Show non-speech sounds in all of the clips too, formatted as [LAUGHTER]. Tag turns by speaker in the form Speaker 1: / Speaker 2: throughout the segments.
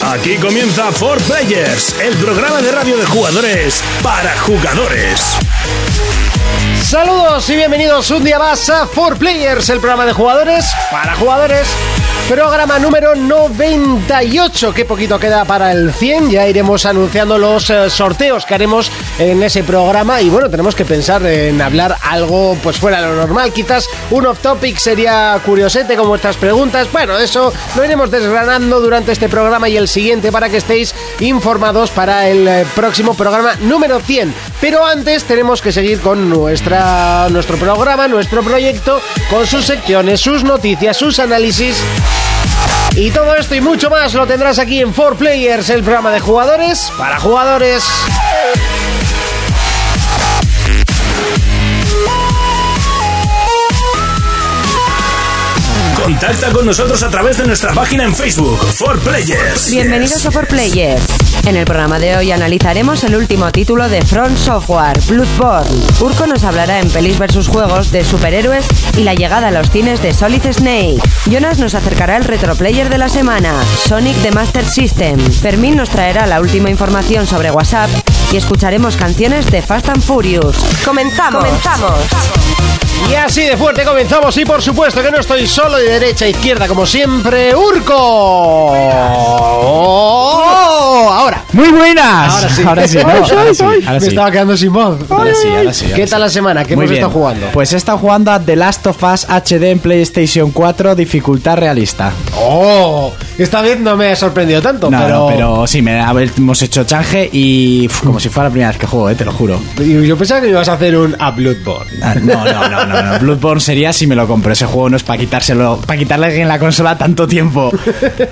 Speaker 1: Aquí comienza For Players, el programa de radio de jugadores para jugadores.
Speaker 2: Saludos y bienvenidos un día más a 4Players, el programa de jugadores para jugadores. Programa número 98, que poquito queda para el 100, ya iremos anunciando los eh, sorteos que haremos en ese programa y bueno, tenemos que pensar en hablar algo pues fuera de lo normal, quizás un off topic sería curiosete con vuestras preguntas, bueno, eso lo iremos desgranando durante este programa y el siguiente para que estéis informados para el eh, próximo programa número 100, pero antes tenemos que seguir con nuestra, nuestro programa, nuestro proyecto, con sus secciones, sus noticias, sus análisis. Y todo esto y mucho más lo tendrás aquí en 4Players, el programa de jugadores para jugadores.
Speaker 1: Contacta con nosotros a través de nuestra página en Facebook, For Players.
Speaker 3: Bienvenidos a For Players. En el programa de hoy analizaremos el último título de Front Software, Bloodborne. Urko nos hablará en pelis versus juegos de superhéroes y la llegada a los cines de Solid Snake. Jonas nos acercará el retroplayer de la semana, Sonic the Master System. Fermín nos traerá la última información sobre WhatsApp y escucharemos canciones de Fast and Furious. Comenzamos.
Speaker 2: Y así de fuerte comenzamos y por supuesto que no estoy solo de derecha a izquierda como siempre, Urco. Oh, Ahora.
Speaker 4: Muy buenas.
Speaker 2: Ahora sí.
Speaker 4: Ahora sí.
Speaker 2: Ay,
Speaker 4: ahora sí,
Speaker 2: ay,
Speaker 4: ahora
Speaker 2: Me
Speaker 4: sí.
Speaker 2: estaba quedando sin voz.
Speaker 4: Ahora sí, ahora sí, ahora
Speaker 2: ¿Qué
Speaker 4: sí.
Speaker 2: tal la semana? ¿Qué
Speaker 4: Muy
Speaker 2: hemos
Speaker 4: bien.
Speaker 2: estado jugando?
Speaker 4: Pues he estado jugando a The Last of Us HD en PlayStation 4, dificultad realista.
Speaker 2: Oh, esta vez no me ha sorprendido tanto,
Speaker 4: No,
Speaker 2: pero...
Speaker 4: no, pero sí, me, a ver, hemos hecho change y uf, como si fuera la primera vez que juego, eh, te lo juro.
Speaker 2: Yo yo pensaba que ibas a hacer un A Bloodborne.
Speaker 4: Ah, No, no, no, no, no. Bloodborne sería si me lo compro. Ese juego no es para quitárselo, para quitarle a alguien la consola tanto tiempo.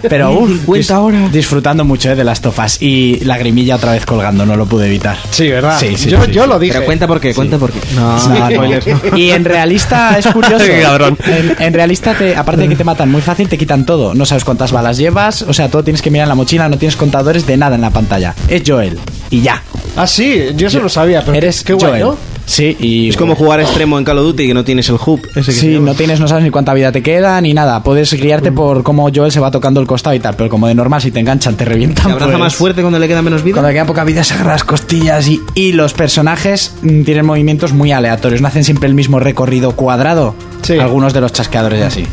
Speaker 4: Pero uff, ahora. Disfrutando mucho eh, de Last of Us y la grimilla otra vez colgando, no lo pude evitar.
Speaker 2: Sí, ¿verdad?
Speaker 4: Sí, sí,
Speaker 2: yo
Speaker 4: sí,
Speaker 2: yo
Speaker 4: sí.
Speaker 2: lo dije.
Speaker 5: Pero cuenta por qué, cuenta por qué.
Speaker 4: No, no, no. [LAUGHS] Y en realista es curioso.
Speaker 5: Qué cabrón.
Speaker 4: En, en realista, te, aparte de que te matan muy fácil, te quitan todo. No sabes cuántas balas llevas, o sea, todo tienes que mirar en la mochila, no tienes contadores de nada en la pantalla. Es Joel. Y ya.
Speaker 2: Ah, sí, yo eso lo sabía, pero
Speaker 4: Eres
Speaker 2: qué guay,
Speaker 4: Joel.
Speaker 2: ¿no?
Speaker 4: Sí, y.
Speaker 5: Es como jugar extremo en Call of Duty que no tienes el hub. Ese
Speaker 4: Sí,
Speaker 5: que se llama.
Speaker 4: no tienes, no sabes ni cuánta vida te queda ni nada. Puedes guiarte por cómo Joel se va tocando el costado y tal, pero como de normal, si te enganchan, te revientan.
Speaker 5: Te abraza
Speaker 4: pues.
Speaker 5: más fuerte cuando le queda menos vida.
Speaker 4: Cuando le queda poca vida se agarra las costillas y, y los personajes mm, tienen movimientos muy aleatorios, no hacen siempre el mismo recorrido cuadrado.
Speaker 2: Sí.
Speaker 4: Algunos de los chasqueadores y así.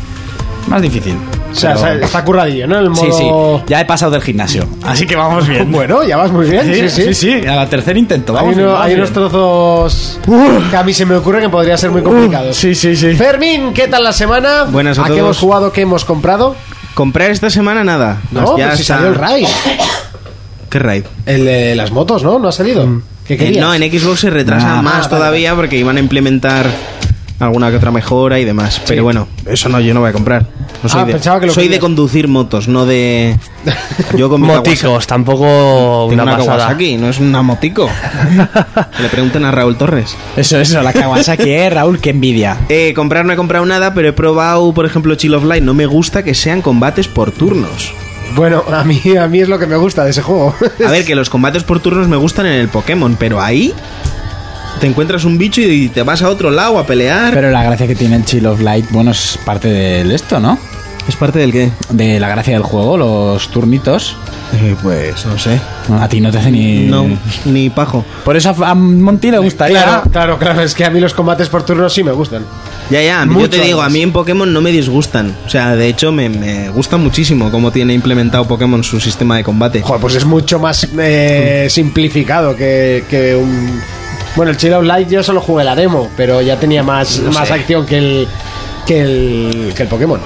Speaker 4: Más difícil.
Speaker 2: O sea,
Speaker 4: pero-
Speaker 2: o sea, está curradillo, ¿no? El
Speaker 4: Sí, sí.
Speaker 2: modo...
Speaker 4: Ya he pasado del gimnasio. Así que vamos bien.
Speaker 2: Bueno, ya vas muy bien, sí, sí.
Speaker 4: sí, sí, A la tercer intento.
Speaker 2: Hay,
Speaker 4: Vamos
Speaker 2: uno-
Speaker 4: bien, vamos
Speaker 2: hay
Speaker 4: bien.
Speaker 2: unos trozos que a mí se me ocurre que podría ser muy complicados.
Speaker 4: Sí, sí, sí.
Speaker 2: Fermín, ¿qué tal la semana?
Speaker 5: Buenas a
Speaker 2: ¿A qué
Speaker 5: todos.
Speaker 2: hemos jugado? ¿Qué hemos comprado?
Speaker 5: Comprar esta semana nada.
Speaker 2: No,
Speaker 5: Pues ya
Speaker 2: pero si
Speaker 5: está-
Speaker 2: salió el raid.
Speaker 5: ¿Qué raid?
Speaker 2: El de las motos, ¿no? No ha salido. ¿Qué
Speaker 5: Eh,
Speaker 2: querías?
Speaker 5: no, en Xbox se retrasa
Speaker 4: Ah,
Speaker 5: más
Speaker 2: ah, vale,
Speaker 5: todavía porque iban a implementar alguna que otra mejora y demás. Pero bueno, eso no, yo no voy a comprar. No soy
Speaker 2: Ah,
Speaker 5: de,
Speaker 2: pensaba que lo
Speaker 5: soy de
Speaker 2: querías.
Speaker 5: conducir motos,
Speaker 2: [LAUGHS]
Speaker 5: no de. Yo con mi Kawasaki-
Speaker 6: Moticos, tampoco
Speaker 5: Tengo
Speaker 6: una
Speaker 5: una
Speaker 6: pasada.
Speaker 5: Kawasaki, no es una motico.
Speaker 6: [LAUGHS]
Speaker 5: Que le pregunten a Raúl Torres.
Speaker 4: Eso, eso, la Kawasaki, eh, Raúl, qué envidia.
Speaker 5: Eh, comprar no he comprado nada, pero he probado, por ejemplo, Chill of Light. No me gusta que sean combates por turnos.
Speaker 2: Bueno, a mí, a mí es lo que me gusta de ese juego.
Speaker 5: A ver, que los combates por turnos me gustan en el Pokémon, pero ahí te encuentras un bicho y te vas a otro lado a pelear.
Speaker 4: Pero la gracia que tiene el Chill of Light, bueno, es parte del esto, ¿no?
Speaker 5: ¿Es parte del qué?
Speaker 4: De la gracia del juego, los turnitos.
Speaker 5: pues no sé.
Speaker 4: A ti no te hace ni.
Speaker 5: No, ni pajo.
Speaker 4: Por eso a a Monty le gustaría.
Speaker 2: claro, claro, claro. Es que a mí los combates por turnos sí me gustan.
Speaker 5: Ya, ya, yo
Speaker 2: Mucho
Speaker 5: te digo, a
Speaker 2: además.
Speaker 5: mí en Pokémon no me disgustan. O sea, de hecho, me, me gusta muchísimo cómo tiene implementado Pokémon su sistema de combate.
Speaker 2: Joder, pues es mucho más eh, simplificado que, que un... Bueno, el Chill Out Light yo solo jugué la demo, pero ya tenía más, más acción que el, que el que el Pokémon.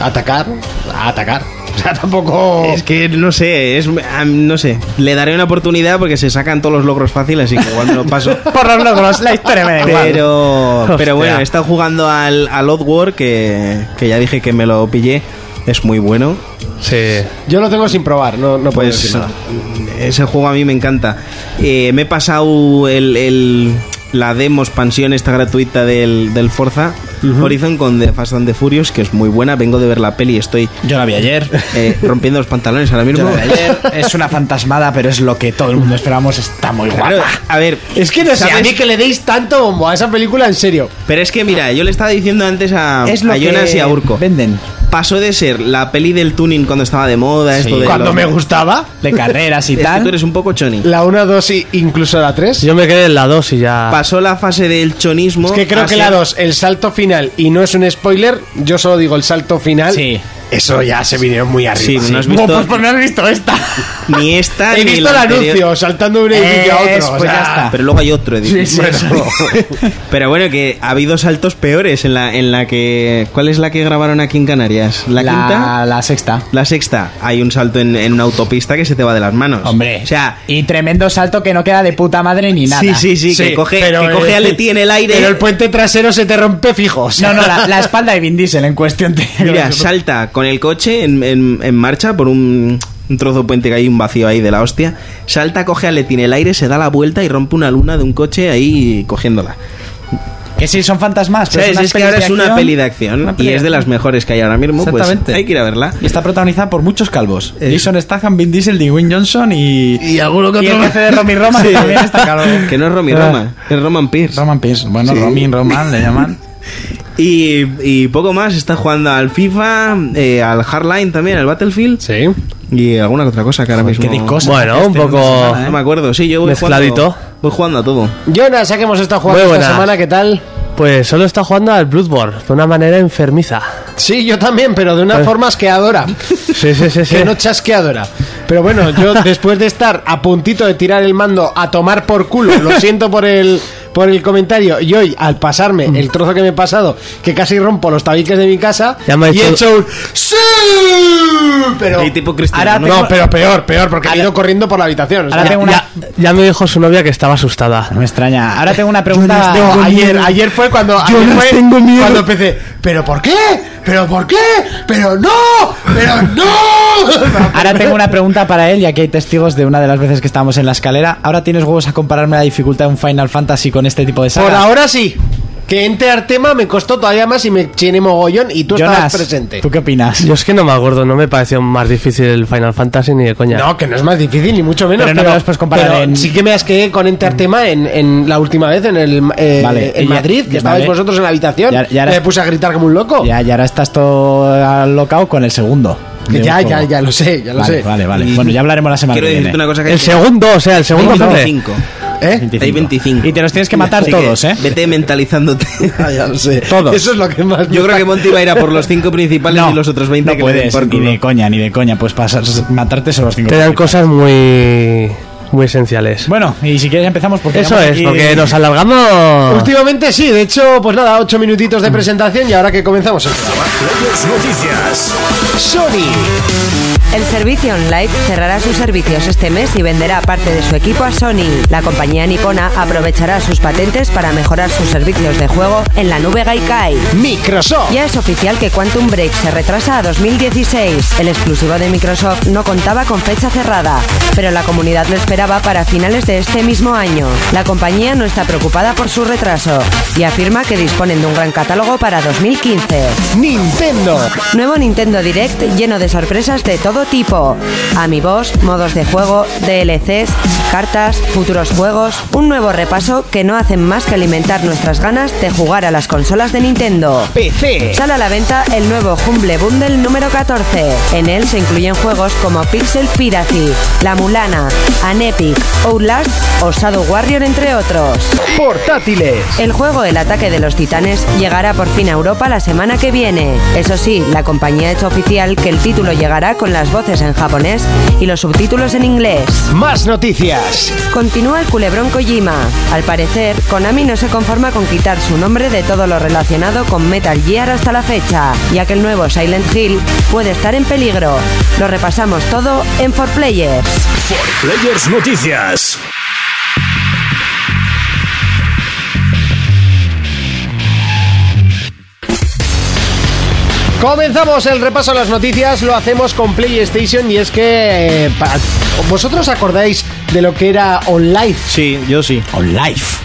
Speaker 2: Atacar, a atacar. [LAUGHS] O sea, tampoco...
Speaker 5: Es que no sé, es ah, no sé. Le daré una oportunidad porque se sacan todos los logros fáciles, así que igual me lo paso.
Speaker 4: Por los logros, la historia me da igual.
Speaker 5: Pero,
Speaker 4: Hostia.
Speaker 5: pero bueno, he estado jugando al, al Outward, que, que ya dije que me lo pillé. Es muy bueno.
Speaker 6: Sí.
Speaker 2: Yo lo tengo sin probar, no, no puedo
Speaker 5: Pues
Speaker 2: decir nada.
Speaker 5: ese juego a mí me encanta. Eh, me he pasado el, el- la demo expansión esta gratuita del, del Forza Horizon con The Fast and the Furious, que es muy buena. Vengo de ver la peli, estoy
Speaker 4: Yo la vi
Speaker 5: [LAUGHS]
Speaker 4: ayer.
Speaker 2: [LAUGHS]
Speaker 5: eh, rompiendo los pantalones ahora mismo.
Speaker 4: Yo la vi ayer. Es una fantasmada, pero es lo que todo el mundo esperamos. Está muy guapa.
Speaker 5: Claro, a ver,
Speaker 2: Es que no sé,
Speaker 5: ¿sabes?
Speaker 2: a mí que le deis tanto bombo a esa película, en serio.
Speaker 5: Pero es que mira, yo le estaba diciendo antes a,
Speaker 4: Es lo
Speaker 5: a Jonas
Speaker 4: que
Speaker 5: y a Urco.
Speaker 4: venden.
Speaker 5: pasó de ser la peli del tuning cuando estaba de moda,
Speaker 4: Sí.
Speaker 5: esto de.
Speaker 2: Cuando
Speaker 5: los-
Speaker 2: me gustaba,
Speaker 5: [LAUGHS]
Speaker 4: de carreras y
Speaker 5: Es que tú
Speaker 4: tal.
Speaker 5: eres un poco choni.
Speaker 2: la 1, 2 y incluso la 3.
Speaker 6: Yo me quedé en la 2 y ya.
Speaker 5: Pasó la fase del chonismo.
Speaker 2: Es que creo
Speaker 5: a
Speaker 2: que la
Speaker 5: ser-
Speaker 2: 2, el salto final, y no es un spoiler, yo solo digo el salto final.
Speaker 4: Sí.
Speaker 2: Eso ya se vinieron muy arriba.
Speaker 5: Sí, no has
Speaker 2: Bueno,
Speaker 5: visto-
Speaker 2: pues, pues no has visto esta.
Speaker 5: Ni
Speaker 2: [LAUGHS]
Speaker 5: esta
Speaker 2: He
Speaker 5: ni
Speaker 2: visto el
Speaker 5: la anterior.
Speaker 2: anuncio, saltando de un edificio a
Speaker 4: Es,
Speaker 2: otro. o
Speaker 4: pues ya
Speaker 2: sea,
Speaker 4: está.
Speaker 5: Pero luego hay otro edificio.
Speaker 2: bueno,
Speaker 5: [LAUGHS] Pero bueno, que ha habido saltos peores en la, en la que. ¿Cuál es la que grabaron aquí en Canarias? ¿La, quinta?
Speaker 4: la sexta.
Speaker 5: La sexta. Hay un salto en, en una autopista que se te va de las manos.
Speaker 4: Hombre.
Speaker 5: O sea.
Speaker 4: y tremendo salto que no queda de puta madre ni nada.
Speaker 5: Sí, sí, sí,
Speaker 2: Sí,
Speaker 5: que coge,
Speaker 2: pero
Speaker 5: que coge
Speaker 2: el-
Speaker 5: a Leti en el aire.
Speaker 2: Pero el puente trasero se te rompe fijo. o sea.
Speaker 4: No, no, la, la espalda de Vin Diesel en cuestión. te-
Speaker 5: Mira, salta con el coche en, en- en marcha por un, un trozo de puente que hay un vacío ahí de la hostia. Salta, coge a Leti en el aire, se da la vuelta y rompe una luna de un coche ahí cogiéndola.
Speaker 4: que sí, son fantasmas. pero
Speaker 5: ¿Sabes?
Speaker 4: son unas
Speaker 5: Es que
Speaker 4: pelis
Speaker 5: ahora
Speaker 4: de
Speaker 5: es una
Speaker 4: acción.
Speaker 5: peli de acción
Speaker 4: Una peli
Speaker 5: y es de las
Speaker 4: acción.
Speaker 5: mejores que hay ahora mismo. Pues
Speaker 4: Exactamente.
Speaker 5: hay que ir a verla.
Speaker 4: Y está protagonizada por muchos calvos.
Speaker 5: Eh.
Speaker 4: Jason Statham, Vin Diesel, Dwayne Johnson y...
Speaker 6: Y alguno que
Speaker 4: y el jefe de
Speaker 6: [LAUGHS]
Speaker 4: Romy Roman también está calvo.
Speaker 5: [LAUGHS] Que no es Romy
Speaker 4: Ah.
Speaker 5: Roma, es Roman Pierce.
Speaker 4: Roman Pierce. Bueno,
Speaker 5: Sí.
Speaker 4: Romin, Roman le
Speaker 5: [LAUGHS]
Speaker 4: llaman.
Speaker 5: Y, y poco más, está jugando al FIFA, eh, al Hardline también, al Battlefield
Speaker 6: Sí.
Speaker 5: y alguna otra cosa que ahora mismo.
Speaker 4: Qué discos. Este,
Speaker 6: Bueno, un poco.
Speaker 5: ¿eh? No me acuerdo, sí, yo voy jugando,
Speaker 6: Mezcladito.
Speaker 5: voy jugando a todo.
Speaker 2: Jonas, ¿a qué hemos estado
Speaker 6: Muy
Speaker 2: jugando esta
Speaker 6: buenas.
Speaker 2: semana? ¿Qué tal?
Speaker 6: Pues solo está jugando al Bloodborne de una manera enfermiza.
Speaker 2: Sí, yo también, pero de una forma asqueadora.
Speaker 6: Sí, sí, sí, sí.
Speaker 2: Que no chasqueadora. Pero bueno,
Speaker 6: [LAUGHS]
Speaker 2: yo después de estar a puntito de tirar el mando a tomar por culo, lo siento por el por el comentario, y hoy al pasarme el trozo que me he pasado, que casi rompo los tabiques de mi casa,
Speaker 6: Ya me ha
Speaker 2: y he
Speaker 6: hecho-
Speaker 2: hecho un ¡Sí! Pero
Speaker 5: Sí, tipo cristiano,
Speaker 2: ahora
Speaker 5: ¿no?
Speaker 2: tengo- no, pero peor, peor, porque he ido corriendo por la habitación. o sea,
Speaker 4: Ahora tengo una...
Speaker 6: Ya, ya me dijo su novia que estaba asustada.
Speaker 4: No me extraña. Ahora tengo una pregunta...
Speaker 2: No, ayer, ayer fue cuando
Speaker 6: Yo
Speaker 2: ayer
Speaker 6: no
Speaker 2: fue
Speaker 6: tengo miedo.
Speaker 2: cuando empecé. Pero ¿por qué? Pero ¿por qué? Pero no, pero no.
Speaker 6: [LAUGHS]
Speaker 4: Ahora tengo una pregunta para él, ya que hay testigos de una de las veces que estábamos en la escalera. ¿Ahora tienes huevos a compararme la dificultad de un Final Fantasy con este tipo de sagas?
Speaker 2: Por ahora sí. Que entre al tema me costó todavía más y me chiné mogollón y tú
Speaker 4: Jonas,
Speaker 2: estabas presente.
Speaker 4: ¿tú qué opinas?
Speaker 6: Yo es que no me acuerdo, no me pareció más difícil el Final Fantasy ni de coña.
Speaker 2: No, que no es más difícil ni mucho menos.
Speaker 4: Pero no me los puedes comparar
Speaker 2: pero
Speaker 4: en- Mm.
Speaker 2: sí que me asqué con entre al tema en, en la última vez en el eh,
Speaker 4: Vale,
Speaker 2: en
Speaker 4: y ya-
Speaker 2: Madrid, que
Speaker 4: vale.
Speaker 2: estabais vosotros en la habitación.
Speaker 4: Ya- ya era-
Speaker 2: me puse a gritar como un loco.
Speaker 4: Ya, y ahora estás todo locao con el segundo.
Speaker 2: Que
Speaker 4: De
Speaker 2: ya,
Speaker 4: un
Speaker 2: ya,
Speaker 4: juego.
Speaker 2: ya lo sé, ya lo
Speaker 4: vale,
Speaker 2: sé.
Speaker 4: Vale, vale.
Speaker 5: Y-
Speaker 4: Bueno, ya hablaremos la semana
Speaker 5: Quiero
Speaker 4: que
Speaker 5: decir
Speaker 4: viene.
Speaker 5: una cosa que
Speaker 6: El segundo, o sea, el
Speaker 5: Hay
Speaker 6: segundo jefe.
Speaker 5: 25.
Speaker 2: ¿Eh?
Speaker 5: Hay 25.
Speaker 4: Y te los tienes que matar
Speaker 5: Así
Speaker 4: todos, ¿eh? [LAUGHS]
Speaker 5: Vete mentalizándote.
Speaker 2: Ah, Ya lo sé.
Speaker 4: Todos.
Speaker 2: Eso es lo que más me
Speaker 5: Yo creo que Monty va a ir a por los 5 principales y los otros 20
Speaker 4: no
Speaker 5: que le den
Speaker 4: puedes,
Speaker 5: por
Speaker 4: ni
Speaker 5: culo.
Speaker 4: de coña, ni de coña. Pues pasas, matarte solo los cinco.
Speaker 6: Te dan cosas muy. muy esenciales.
Speaker 4: Bueno, y si quieres empezamos porque...
Speaker 6: Eso
Speaker 4: llevamos
Speaker 6: es,
Speaker 4: aquí-
Speaker 6: porque nos alargamos.
Speaker 2: Últimamente sí, de hecho, pues nada, ocho minutitos de
Speaker 4: Mm.
Speaker 2: presentación y ahora que comenzamos el programa.
Speaker 1: Players Noticias.
Speaker 2: Sony.
Speaker 3: El servicio online cerrará sus servicios este mes y venderá parte de su equipo a Sony. La compañía nipona aprovechará sus patentes para mejorar sus servicios de juego en la nube Gaikai.
Speaker 2: Microsoft.
Speaker 3: Ya es oficial que Quantum Break se retrasa a 2016. El exclusivo de Microsoft no contaba con fecha cerrada, pero la comunidad lo esperaba para finales de este mismo año. La compañía no está preocupada por su retraso y afirma que disponen de un gran catálogo para 2015.
Speaker 2: Nintendo.
Speaker 3: Nuevo Nintendo Direct lleno de sorpresas de todo tipo. Amiibos, modos de juego, DLCs, cartas, futuros juegos, un nuevo repaso que no hacen más que alimentar nuestras ganas de jugar a las consolas de Nintendo.
Speaker 2: PC.
Speaker 3: Sale a la venta el nuevo Humble Bundle número 14. En él se incluyen juegos como Pixel Piracy, La Mulana, Anepic, Outlast o Shadow Warrior entre otros.
Speaker 2: Portátiles.
Speaker 3: El juego El ataque de los titanes llegará por fin a Europa la semana que viene. Eso sí, la compañía ha hecho oficial que el título llegará con las voces en japonés y los subtítulos en inglés.
Speaker 2: Más noticias.
Speaker 3: Continúa el culebrón Kojima. Al parecer, Konami no se conforma con quitar su nombre de todo lo relacionado con Metal Gear hasta la fecha, ya que el nuevo Silent Hill puede estar en peligro. Lo repasamos todo en 4Players.
Speaker 1: Players Noticias.
Speaker 2: Comenzamos el repaso a las noticias, lo hacemos con PlayStation y es que eh, pa- vosotros acordáis de lo que era OnLive.
Speaker 5: Sí, yo sí.
Speaker 4: On Life.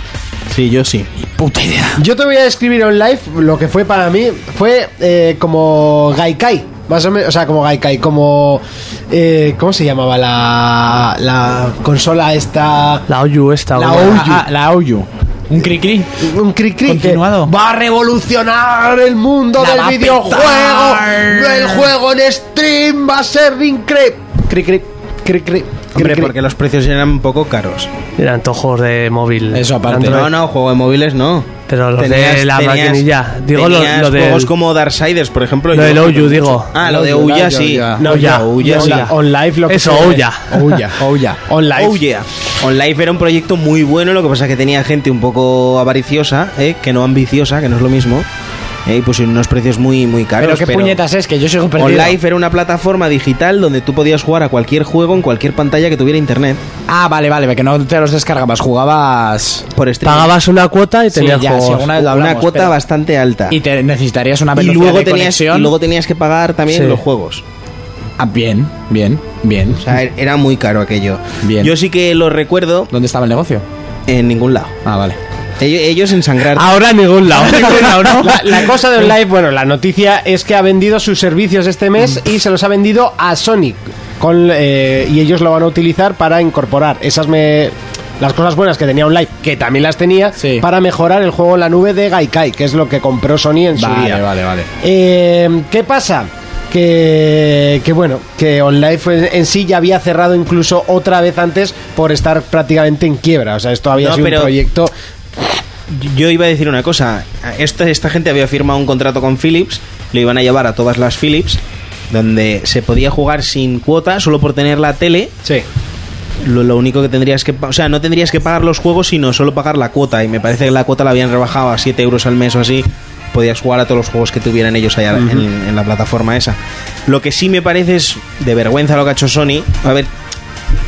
Speaker 5: Sí, yo sí.
Speaker 4: Puta idea.
Speaker 2: Yo te voy a describir OnLive, lo que fue para mí fue eh, como Gaikai, más o menos, o sea, como Gaikai, como eh, ¿cómo se llamaba la la consola esta?
Speaker 6: La Oyu esta.
Speaker 2: La
Speaker 6: güey.
Speaker 2: Oyu.
Speaker 4: Ah, ah, la Oyu. Un cri-cri.
Speaker 2: Un cri cri que
Speaker 4: Continuado.
Speaker 2: va a revolucionar el mundo
Speaker 4: La va a
Speaker 2: del videojuego.
Speaker 4: petar.
Speaker 2: El juego en stream va a ser increíble. Cri cri cri cri. cri,
Speaker 5: Hombre,
Speaker 2: cri.
Speaker 5: porque los precios eran un poco caros.
Speaker 6: Eran todos juegos de móvil.
Speaker 4: Eso aparte.
Speaker 6: Android.
Speaker 5: No, no, juego de móviles no.
Speaker 6: Pero los de la maquinilla. Digo, lo-
Speaker 5: tenías
Speaker 6: lo del-
Speaker 5: juegos como Darksiders, por ejemplo.
Speaker 6: Lo
Speaker 5: yo
Speaker 6: del
Speaker 5: me acuerdo
Speaker 6: Ouyu,
Speaker 5: mucho.
Speaker 6: digo.
Speaker 5: Ah, lo de
Speaker 2: Ouyu,
Speaker 5: Ouya,
Speaker 2: Ouya,
Speaker 5: sí.
Speaker 2: Ouya.
Speaker 6: No, ya.
Speaker 5: Ouya, sí.
Speaker 2: On- on live lo que
Speaker 6: Eso,
Speaker 2: sea.
Speaker 6: Ouya.
Speaker 4: [LAUGHS]
Speaker 2: Ouya, Ouya. On live.
Speaker 5: Ouya. Oh, On Life era un proyecto muy bueno, lo que pasa es que tenía gente un poco avariciosa, ¿eh? que no ambiciosa, que no es lo mismo. ¿eh? Y pusieron unos precios muy, muy caros.
Speaker 4: Pero qué puñetas es, que yo sigo perdido.
Speaker 5: On Life era una plataforma digital donde tú podías jugar a cualquier juego en cualquier pantalla que tuviera internet.
Speaker 4: Ah, vale, vale, que no te los descargabas, jugabas...
Speaker 5: Por streaming.
Speaker 6: Pagabas una cuota y
Speaker 4: Sí,
Speaker 6: tenías
Speaker 4: ya,
Speaker 6: juegos.
Speaker 4: si
Speaker 6: [LAUGHS]
Speaker 4: alguna vez lo hablamos,
Speaker 5: una cuota
Speaker 4: pero-
Speaker 5: bastante alta.
Speaker 4: Y te necesitarías una
Speaker 5: Y
Speaker 4: velocidad
Speaker 5: luego,
Speaker 4: de
Speaker 5: tenías, y
Speaker 4: conexión.
Speaker 5: luego tenías que pagar también
Speaker 6: Sí.
Speaker 5: los juegos.
Speaker 4: Ah, bien, bien, bien.
Speaker 5: O sea, er- era muy caro aquello.
Speaker 4: Bien.
Speaker 5: Yo sí que lo recuerdo
Speaker 4: ¿Dónde estaba el negocio?
Speaker 5: en ningún lado.
Speaker 4: Ah, vale.
Speaker 5: Ellos, ellos en sangrar.
Speaker 6: Ahora en ningún lado.
Speaker 2: La, la cosa de OnLive, bueno, la noticia es que ha vendido sus servicios este mes y se los ha vendido a Sonic. Con, eh, y ellos lo van a utilizar para incorporar esas me- las cosas buenas que tenía OnLive, que también las tenía,
Speaker 4: Sí.
Speaker 2: para mejorar el juego en la nube de Gaikai, que es lo que compró Sony en su
Speaker 4: Vale,
Speaker 2: día.
Speaker 4: vale, vale.
Speaker 2: Eh, ¿Qué pasa? Que, que bueno, que OnLive en- en sí ya había cerrado incluso otra vez antes por estar prácticamente en quiebra. O sea, esto había
Speaker 5: No,
Speaker 2: sido
Speaker 5: pero-
Speaker 2: un proyecto
Speaker 5: Yo iba a decir una cosa. Esta, esta gente había firmado un contrato con Philips, lo iban a llevar a todas las Philips, donde se podía jugar sin cuota, solo por tener la tele.
Speaker 2: sí.
Speaker 5: Lo, lo único que tendrías que... pa- O sea, no tendrías que pagar los juegos, sino solo pagar la cuota. Y me parece que la cuota la habían rebajado a 7 euros al mes o así. Podías jugar a todos los juegos que tuvieran ellos allá en, en la plataforma esa. Lo que sí me parece es de vergüenza lo que ha hecho Sony. A ver,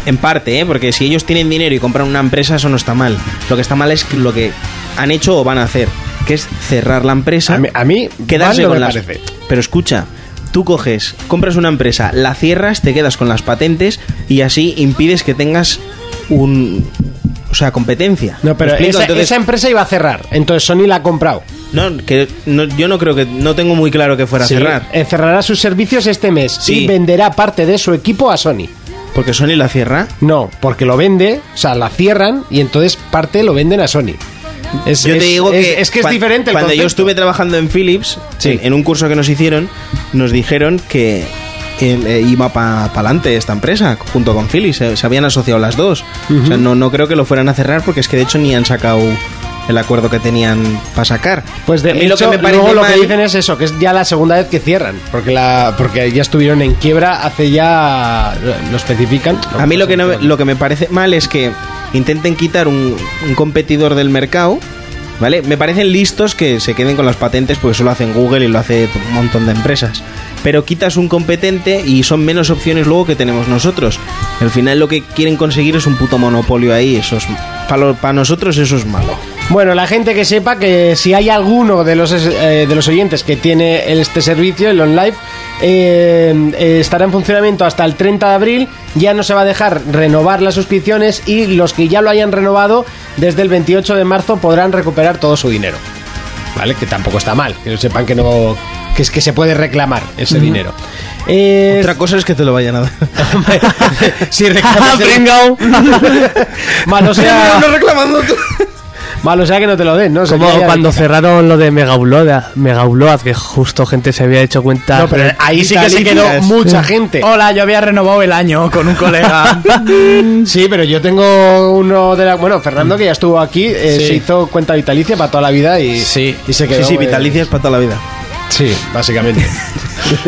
Speaker 5: en parte, ¿eh? porque si ellos tienen dinero y compran una empresa, eso no está mal. Lo que está mal es lo que han hecho o van a hacer, que es cerrar la empresa.
Speaker 2: A mí- a mí,
Speaker 5: quedarse
Speaker 2: mal no
Speaker 5: con
Speaker 2: me
Speaker 5: las.
Speaker 2: parece.
Speaker 5: Pero escucha, tú coges, compras una empresa, la cierras, te quedas con las patentes y así impides que tengas un. O sea, competencia.
Speaker 2: No, pero
Speaker 5: ¿Me explico?
Speaker 2: esa,
Speaker 5: Entonces-
Speaker 2: esa em- empresa iba a cerrar. Entonces Sony la ha comprado.
Speaker 5: no, que, no, yo no creo que. No tengo muy claro que fuera a cerrar.
Speaker 2: Eh, cerrará sus servicios este mes
Speaker 5: Sí.
Speaker 2: y venderá parte de su equipo a Sony.
Speaker 5: Porque Sony la cierra.
Speaker 2: No, porque lo vende, o sea, la cierran y entonces parte lo venden a Sony. Es,
Speaker 5: Yo
Speaker 2: es-
Speaker 5: te digo
Speaker 2: es-
Speaker 5: que
Speaker 2: es que es
Speaker 5: cuan-
Speaker 2: diferente el
Speaker 5: Cuando yo
Speaker 2: concepto.
Speaker 5: estuve trabajando en Philips,
Speaker 2: Sí.
Speaker 5: en, en un curso que nos hicieron, nos dijeron que el- eh, iba para adelante esta empresa junto con Philips. Se, se habían asociado las dos. O sea, no, no creo que lo fueran a cerrar porque es que de hecho ni han sacado el acuerdo que tenían para sacar.
Speaker 2: Pues de
Speaker 5: A mí
Speaker 2: hecho, luego lo que
Speaker 5: mal-
Speaker 2: dicen es eso, que es ya la segunda vez que cierran, porque la porque ya estuvieron en quiebra hace ya lo especifican.
Speaker 5: A mí lo que, no, me- lo que me parece mal es que intenten quitar un, un competidor del mercado. ¿Vale? Me parecen listos que se queden con las patentes porque eso lo hacen Google y lo hace un montón de empresas. Pero quitas un competente y son menos opciones luego que tenemos nosotros. Al final lo que quieren conseguir es un puto monopolio ahí. Eso es, para, nosotros eso es malo.
Speaker 2: Bueno, la gente que sepa que si hay alguno de los, eh, de los oyentes que tiene este servicio, el OnLive, eh, eh, estará en funcionamiento hasta el 30 de abril. Ya no se va a dejar renovar las suscripciones y los que ya lo hayan renovado desde el 28 de marzo podrán recuperar todo su dinero. ¿Vale? Que tampoco está mal, que sepan que no. que es que se puede reclamar ese dinero. Eh,
Speaker 5: Otra cosa es que te lo vayan [LAUGHS] a dar.
Speaker 2: si
Speaker 5: [LAUGHS] Ah,
Speaker 2: reclamas el-
Speaker 6: Pringao. [LAUGHS]
Speaker 2: Malo sea,
Speaker 5: reclamando tú.
Speaker 2: malo sea que no te lo den, ¿no?
Speaker 6: Como
Speaker 2: Sería ya-
Speaker 6: cuando cerraron lo de Megauload, Megauload, que justo gente se había hecho cuenta.
Speaker 2: No, pero ahí sí que se quedó
Speaker 5: Vitalicias.
Speaker 2: mucha gente.
Speaker 4: Hola, yo había renovado el año con un
Speaker 2: [LAUGHS]
Speaker 4: colega.
Speaker 2: Sí, pero yo tengo uno de la... Bueno, Fernando, que ya estuvo aquí, eh,
Speaker 4: Sí.
Speaker 2: se hizo cuenta vitalicia para toda la vida y,
Speaker 4: Sí.
Speaker 2: y se quedó...
Speaker 5: Sí, sí,
Speaker 2: eh,
Speaker 5: vitalicias para toda la vida.
Speaker 2: Sí, básicamente.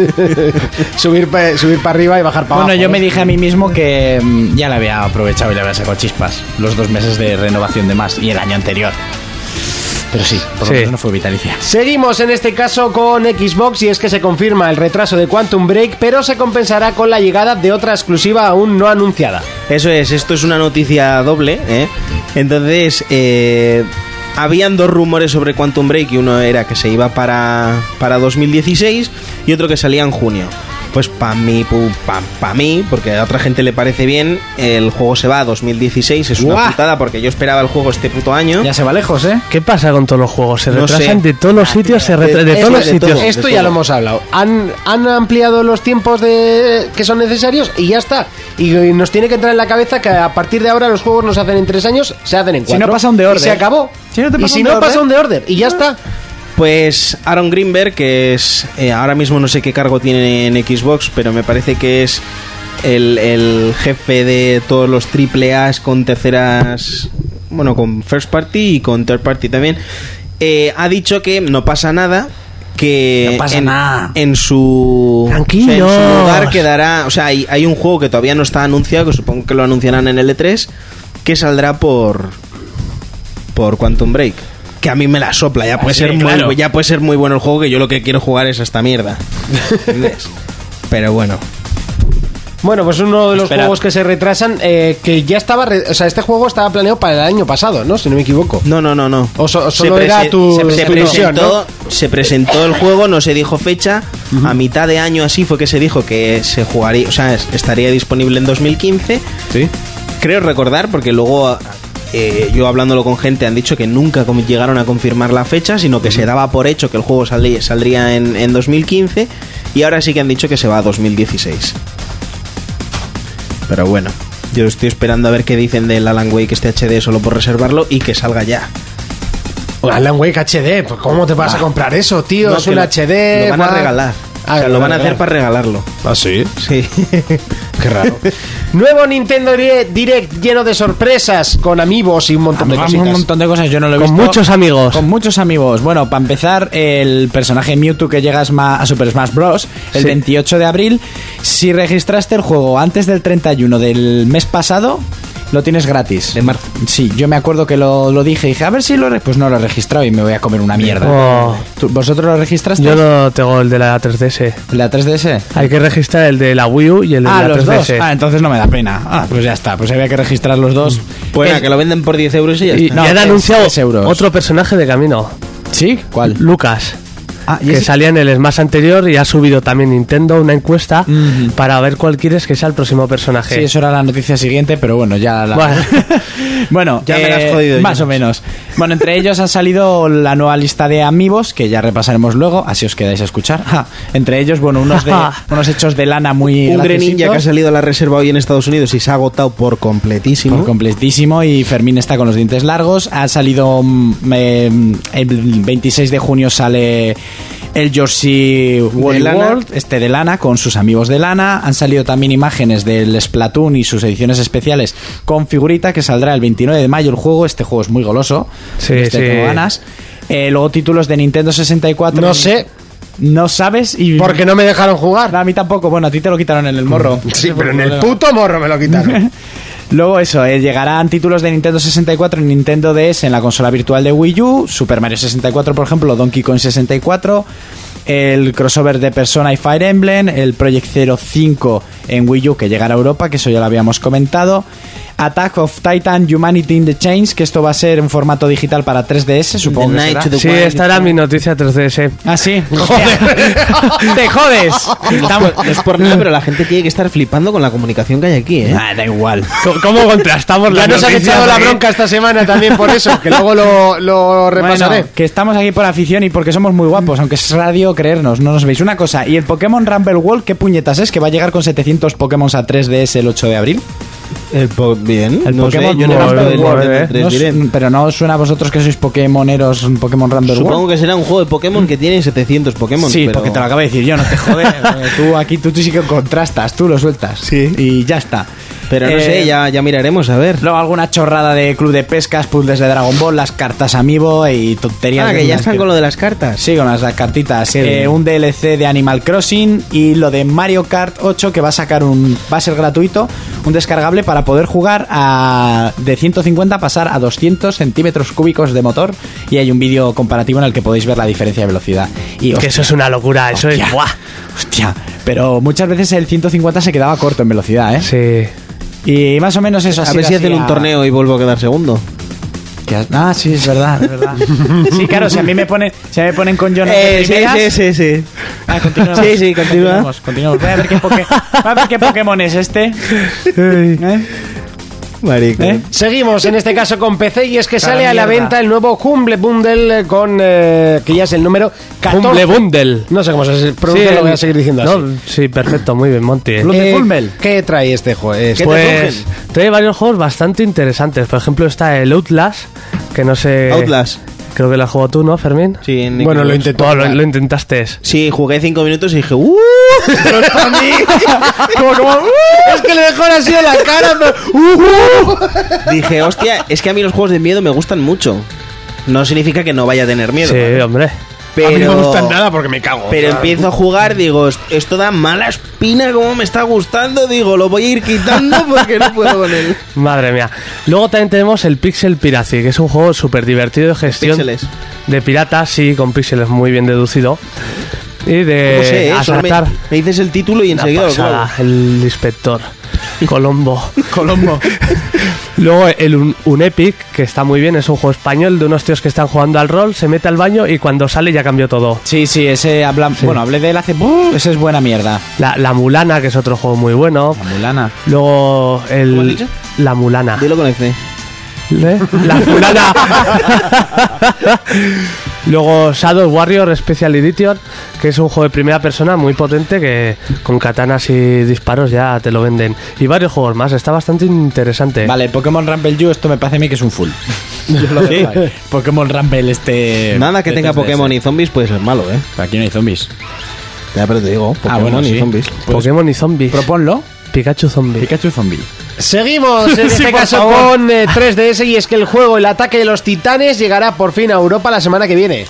Speaker 2: [LAUGHS] subir para subir pa arriba y bajar para
Speaker 4: bueno,
Speaker 2: abajo.
Speaker 4: yo me
Speaker 2: ¿no?
Speaker 4: dije a mí mismo que mm, ya la había aprovechado y le había sacado chispas los dos meses de renovación de más y el año anterior. Pero sí, por
Speaker 6: Sí.
Speaker 4: lo menos no fue vitalicia.
Speaker 2: Seguimos en este caso con Xbox y es que se confirma el retraso de Quantum Break, pero se compensará con la llegada de otra exclusiva aún no anunciada.
Speaker 5: Eso es, esto es una noticia doble. ¿eh? Entonces, eh, habían dos rumores sobre Quantum Break y uno era que se iba para, para 2016 y otro que salía en junio. Pues para mí, para mí, porque a otra gente le parece bien, el juego se va a 2016, es una
Speaker 2: ¡Guau!
Speaker 5: putada porque yo esperaba el juego este puto año.
Speaker 4: Ya se va lejos, ¿eh?
Speaker 6: ¿Qué pasa con todos los juegos? Se
Speaker 5: No
Speaker 6: retrasan
Speaker 5: sé.
Speaker 6: de todos
Speaker 4: Ah,
Speaker 6: los sitios, se retrasan de
Speaker 5: de-
Speaker 6: todos los
Speaker 5: de todo.
Speaker 6: sitios.
Speaker 2: Esto
Speaker 5: de
Speaker 2: ya
Speaker 5: todo.
Speaker 2: lo hemos hablado. Han, han ampliado los tiempos de, que son necesarios y ya está. Y, y nos tiene que entrar en la cabeza que a partir de ahora los juegos no se hacen en tres años, se hacen en
Speaker 4: Si
Speaker 2: cuatro.
Speaker 4: no pasa un de
Speaker 2: Y
Speaker 4: orden.
Speaker 2: se acabó.
Speaker 4: Si no te
Speaker 2: y
Speaker 4: pasa
Speaker 2: si
Speaker 4: un
Speaker 2: no
Speaker 4: de Ah.
Speaker 2: pasa
Speaker 4: orden.
Speaker 2: un de orden. Y ya está.
Speaker 5: Pues Aaron Greenberg, que es eh, ahora mismo no sé qué cargo tiene en Xbox, pero me parece que es el, el jefe de todos los triple A's con terceras, bueno, con first party y con third party también, eh, ha dicho que no pasa nada. Que
Speaker 4: No pasa
Speaker 5: en,
Speaker 4: nada.
Speaker 5: en su
Speaker 6: Tranquilos.
Speaker 5: en su lugar quedará. O sea, hay, hay un juego que todavía no está anunciado, que supongo que lo anunciarán en L3, que saldrá por, por Quantum Break. Que a mí me la sopla, ya puede,
Speaker 4: Así,
Speaker 5: ser,
Speaker 4: claro.
Speaker 5: muy, ya puede ser muy bueno el juego, que yo lo que quiero jugar es a esta mierda. ¿Entiendes? Pero bueno.
Speaker 2: Bueno, pues uno de los
Speaker 4: Esperad.
Speaker 2: juegos que se retrasan, eh, que ya estaba, re- o sea, este juego estaba planeado para el año pasado, ¿no? Si no me equivoco.
Speaker 5: No, no, no, no.
Speaker 2: O so- o solo
Speaker 5: prese-
Speaker 2: era tu-
Speaker 5: se, se
Speaker 2: tu ilusión,
Speaker 5: presentó, se presentó el juego, no se dijo fecha. A mitad de año así fue que se dijo que se jugaría, o sea, es- estaría disponible en 2015.
Speaker 2: Sí.
Speaker 5: Creo recordar, porque luego eh, yo hablándolo con gente han dicho que nunca com- llegaron a confirmar la fecha, sino que se daba por hecho que el juego saldría, saldría en, en 2015 y ahora sí que han dicho que se va a 2016. Pero bueno, yo estoy esperando a ver qué dicen del Alan Wake este HD solo por reservarlo y que salga ya.
Speaker 2: Alan Wake HD, pues ¿cómo te vas a comprar eso, tío?
Speaker 5: Ah. No,
Speaker 2: es
Speaker 5: que
Speaker 2: un
Speaker 5: lo-
Speaker 2: HD.
Speaker 5: Lo van a
Speaker 2: guau.
Speaker 5: regalar.
Speaker 2: Ah,
Speaker 5: o sea, lo van a
Speaker 2: regalar.
Speaker 5: hacer para regalarlo.
Speaker 2: Ah, sí.
Speaker 5: Sí.
Speaker 2: Qué raro. Nuevo Nintendo Direct lleno de sorpresas con amigos y un montón de
Speaker 4: Vamos, un
Speaker 2: cositas.
Speaker 4: montón de cosas, yo no lo he
Speaker 6: Con
Speaker 4: visto.
Speaker 6: muchos amigos.
Speaker 4: Con muchos amigos. Bueno, para empezar, el personaje Mewtwo que llega a Sma- a Super Smash Bros. el
Speaker 6: Sí.
Speaker 4: 28 de abril. Si registraste el juego antes del 31 del mes pasado, lo tienes gratis.
Speaker 5: De marzo.
Speaker 4: Sí, yo me acuerdo que lo, lo dije. Dije, a ver si lo. re- Pues no lo he registrado y me voy a comer una mierda.
Speaker 6: Oh.
Speaker 4: ¿Tú- ¿Vosotros lo registraste?
Speaker 6: Yo no tengo el de la 3DS.
Speaker 4: ¿La 3DS?
Speaker 6: Hay que registrar el de la Wii U y el de
Speaker 4: Ah,
Speaker 6: la
Speaker 4: los dos.
Speaker 6: 3DS.
Speaker 4: Ah, entonces no me da pena. Ah, pues ya está. Pues había que registrar los dos.
Speaker 5: [LAUGHS]
Speaker 4: Eh,
Speaker 5: Bueno,
Speaker 4: El-
Speaker 5: que lo venden por 10 euros y ya
Speaker 6: y
Speaker 5: está.
Speaker 4: no,
Speaker 6: ya han
Speaker 4: tres-
Speaker 6: anunciado
Speaker 4: tres euros.
Speaker 6: otro personaje de camino,
Speaker 4: ¿Sí? ¿Cuál?
Speaker 6: Lucas.
Speaker 4: Ah, y
Speaker 6: que
Speaker 4: ese-
Speaker 6: salía en el Smash anterior y ha subido también Nintendo una encuesta para ver cuál quieres que sea el próximo personaje.
Speaker 4: Sí, eso era la noticia siguiente, pero bueno, ya la...
Speaker 6: Bueno.
Speaker 4: [LAUGHS] bueno, eh,
Speaker 5: Ya me la has jodido,
Speaker 4: Más
Speaker 5: Jonas.
Speaker 4: o menos. Bueno, entre ellos ha salido la nueva lista de amigos, que ya repasaremos luego, así os quedáis a escuchar. Ja. Entre ellos, bueno, unos,
Speaker 5: [LAUGHS]
Speaker 4: de, unos hechos de lana muy...
Speaker 5: Un Greninja
Speaker 4: graciositos,
Speaker 5: que ha salido a la reserva hoy en Estados Unidos y se ha agotado por completísimo.
Speaker 4: por completísimo y Fermín está con los dientes largos. Ha salido mm, eh, el 26 de junio sale el Jersey World,
Speaker 5: lana.
Speaker 4: World, este de Lana, con sus amigos de Lana. Han salido también imágenes del Splatoon y sus ediciones especiales con figurita que saldrá el 29 de mayo el juego. Este juego es muy goloso.
Speaker 6: Sí,
Speaker 4: este
Speaker 6: sí.
Speaker 4: tengo ganas. Eh, luego títulos de Nintendo 64.
Speaker 2: No sé,
Speaker 4: No sabes y...
Speaker 2: porque no me dejaron jugar.
Speaker 4: No, [LAUGHS] a mí tampoco. Bueno, a ti te lo quitaron en el morro.
Speaker 2: Sí, pero en el puto morro me lo quitaron.
Speaker 4: Luego eso, eh, llegarán títulos de Nintendo 64 y Nintendo DS en la consola virtual de Wii U, Super Mario 64 por ejemplo, Donkey Kong 64, el crossover de Persona y Fire Emblem, el Project 05 en Wii U que llegará a Europa, que eso ya lo habíamos comentado, Attack of Titan Humanity in the Chains, que esto va a ser en formato digital para 3DS, supongo
Speaker 5: The
Speaker 4: que
Speaker 5: Night
Speaker 4: será.
Speaker 5: to the
Speaker 6: Sí, esta era mi noticia 3DS.
Speaker 4: Ah, sí.
Speaker 6: [LAUGHS]
Speaker 4: Joder. Te jodes. Estamos-
Speaker 5: No es por nada, pero la gente tiene que estar flipando con la comunicación que hay aquí,
Speaker 4: [LAUGHS]
Speaker 5: ¿eh?
Speaker 4: Ah, da igual.
Speaker 6: ¿Cómo- ¿Cómo contrastamos
Speaker 2: Ya
Speaker 6: las
Speaker 2: nos han
Speaker 6: noticias,
Speaker 2: echado la
Speaker 6: eh?
Speaker 2: bronca esta semana también por eso, que luego lo, lo repasaré.
Speaker 4: Bueno, que estamos aquí por afición y porque somos muy guapos, aunque es radio creernos, no nos veis. Una cosa, ¿y el Pokémon Rumble World qué puñetas es? Que va a llegar con 700 Pokémon a 3DS el 8 de abril.
Speaker 5: El po- bien.
Speaker 4: El
Speaker 5: no
Speaker 4: Pokémon
Speaker 5: sé, yo no he
Speaker 6: World,
Speaker 5: visto del
Speaker 6: World,
Speaker 5: Nintendo
Speaker 6: eh.
Speaker 5: 3
Speaker 4: No os-
Speaker 5: Direct.
Speaker 4: pero no os suena a vosotros que sois Pokémoneros un Pokémon Rumble
Speaker 5: Supongo
Speaker 4: World.
Speaker 5: que será un juego de Pokémon que tiene 700 Pokémon.
Speaker 4: sí,
Speaker 5: pero-
Speaker 4: porque te lo acabo de decir yo, no te
Speaker 5: [LAUGHS]
Speaker 4: jodes. Eh, tú aquí tú, tú sí que contrastas, tú lo sueltas.
Speaker 5: Sí.
Speaker 4: Y ya está.
Speaker 5: Pero no
Speaker 4: Eh,
Speaker 5: sé, ya, ya miraremos, a ver.
Speaker 4: Luego alguna chorrada de club de pescas, puzzles de Dragon Ball, las cartas amiibo y tonterías.
Speaker 5: Ah,
Speaker 4: de
Speaker 5: que ya
Speaker 4: esas
Speaker 5: están
Speaker 4: que-
Speaker 5: con lo de las cartas.
Speaker 4: Sí, con las cartitas.
Speaker 5: Qué
Speaker 4: Eh,
Speaker 5: bien.
Speaker 4: un DLC de Animal Crossing y lo de Mario Kart 8 que va a sacar un va a ser gratuito, un descargable para poder jugar a de 150 pasar a 200 centímetros cúbicos de motor y hay un vídeo comparativo en el que podéis ver la diferencia de velocidad. Y
Speaker 6: Que eso es una locura, eso
Speaker 4: Hostia.
Speaker 6: es... ¡Buah!
Speaker 4: hostia, pero muchas veces el 150 se quedaba corto en velocidad, ¿eh?
Speaker 6: Sí.
Speaker 4: Y más o menos eso
Speaker 5: A
Speaker 4: así
Speaker 5: ver si
Speaker 4: lo
Speaker 5: hacen
Speaker 4: hacía-
Speaker 5: un torneo y vuelvo a quedar segundo.
Speaker 4: hostias. Ah, sí, es verdad, es
Speaker 5: [LAUGHS]
Speaker 4: verdad. Sí, claro, si a mí me ponen, si a mí me ponen con Jonas de
Speaker 5: Eh, sí,
Speaker 4: primeras-
Speaker 5: sí, sí, sí.
Speaker 4: Ah, continuamos.
Speaker 5: Sí, sí, continúa.
Speaker 4: Continuamos, continuamos. Voy a ver qué, poke- voy a ver qué Pokémon es este. ¿Eh?
Speaker 5: Marico.
Speaker 4: ¿Eh?
Speaker 2: Seguimos en este caso con PC y es que
Speaker 4: Para
Speaker 2: sale a la
Speaker 4: mierda.
Speaker 2: venta el nuevo Humble Bundle eh, con eh, que ya es el número 14.
Speaker 6: Humble Bundle.
Speaker 2: No sé cómo se pronuncia,
Speaker 6: Sí,
Speaker 2: lo voy a
Speaker 6: el-
Speaker 2: seguir diciendo así.
Speaker 6: No, sí, perfecto, muy bien, Monty.
Speaker 4: Lo de
Speaker 2: Eh,
Speaker 4: Humble.
Speaker 2: ¿Qué trae este juego? Este-
Speaker 6: Pues trae varios juegos bastante interesantes. Por ejemplo, está el Outlast, que no sé.
Speaker 5: Outlast.
Speaker 6: Creo que lo has jugado tú, ¿no, Fermín?
Speaker 5: Sí, en
Speaker 2: Bueno, lo
Speaker 5: Xbox.
Speaker 2: intentó.
Speaker 6: Tú lo,
Speaker 2: [LAUGHS]
Speaker 6: lo intentaste.
Speaker 5: Sí, jugué cinco minutos y dije, ¡uh! ¡No es pa' mí!
Speaker 2: Es que le dejó así en la cara. pero-
Speaker 5: Dije, hostia, es que a mí los juegos de miedo me gustan mucho. No significa que no vaya a tener miedo.
Speaker 6: Sí,
Speaker 5: ¿vale?
Speaker 6: hombre.
Speaker 5: pero,
Speaker 2: A mí no me gustan nada porque me cago.
Speaker 5: Pero empiezo a jugar, digo, "Est- esto da mala espina, como me está gustando. Digo, lo voy a ir quitando porque no puedo con él.
Speaker 6: Madre mía. Luego también tenemos el Pixel Piracy, que es un juego súper divertido de gestión.
Speaker 5: Píxeles.
Speaker 6: De piratas, sí, con píxeles muy bien deducido. Y [LAUGHS] de
Speaker 5: No sé, ¿eh? Solo me,
Speaker 6: asaltar.
Speaker 5: me dices el título y
Speaker 6: Una
Speaker 5: enseguida lo
Speaker 6: pasada,
Speaker 5: clavo.
Speaker 6: el
Speaker 5: [LAUGHS]
Speaker 6: inspector Colombo.
Speaker 4: Colombo.
Speaker 6: [LAUGHS] Luego el un, Unepic, que está muy bien, es un juego español de unos tíos que están jugando al rol, se mete al baño y cuando sale ya cambió todo.
Speaker 4: Sí, sí, ese habla. Bueno, hablé de él hace. ¡Buh! Ese es buena mierda.
Speaker 6: La, la Mulana, que es otro juego muy bueno.
Speaker 4: La mulana.
Speaker 6: Luego
Speaker 5: ¿Cómo has
Speaker 6: el...
Speaker 5: dicho?
Speaker 6: La Mulana.
Speaker 5: Dilo con el C.
Speaker 6: ¿Eh? La fulana. Luego Shadow Warrior Special Edition, que es un juego de primera persona muy potente que con katanas y disparos ya te lo venden. Y varios juegos más, está bastante interesante.
Speaker 4: Vale, Pokémon Rumble You, esto me parece a mí que es un [LAUGHS] full. Pokémon Rumble este.
Speaker 5: Nada que
Speaker 4: de
Speaker 5: tenga
Speaker 4: 3DS.
Speaker 5: Pokémon y zombies puede ser malo, ¿eh?
Speaker 4: Aquí no hay zombies. Ah,
Speaker 5: Ya, pero te digo, Pokémon
Speaker 4: bueno,
Speaker 5: y
Speaker 4: sí. Pues
Speaker 5: zombies. Pues-
Speaker 6: Pokémon y zombies.
Speaker 4: Proponlo.
Speaker 6: Pikachu zombie.
Speaker 4: Pikachu zombie. [LAUGHS]
Speaker 2: Seguimos en este caso con eh, 3DS y es que el juego El ataque de los titanes llegará por fin a Europa la semana que
Speaker 4: Eh.
Speaker 2: viene.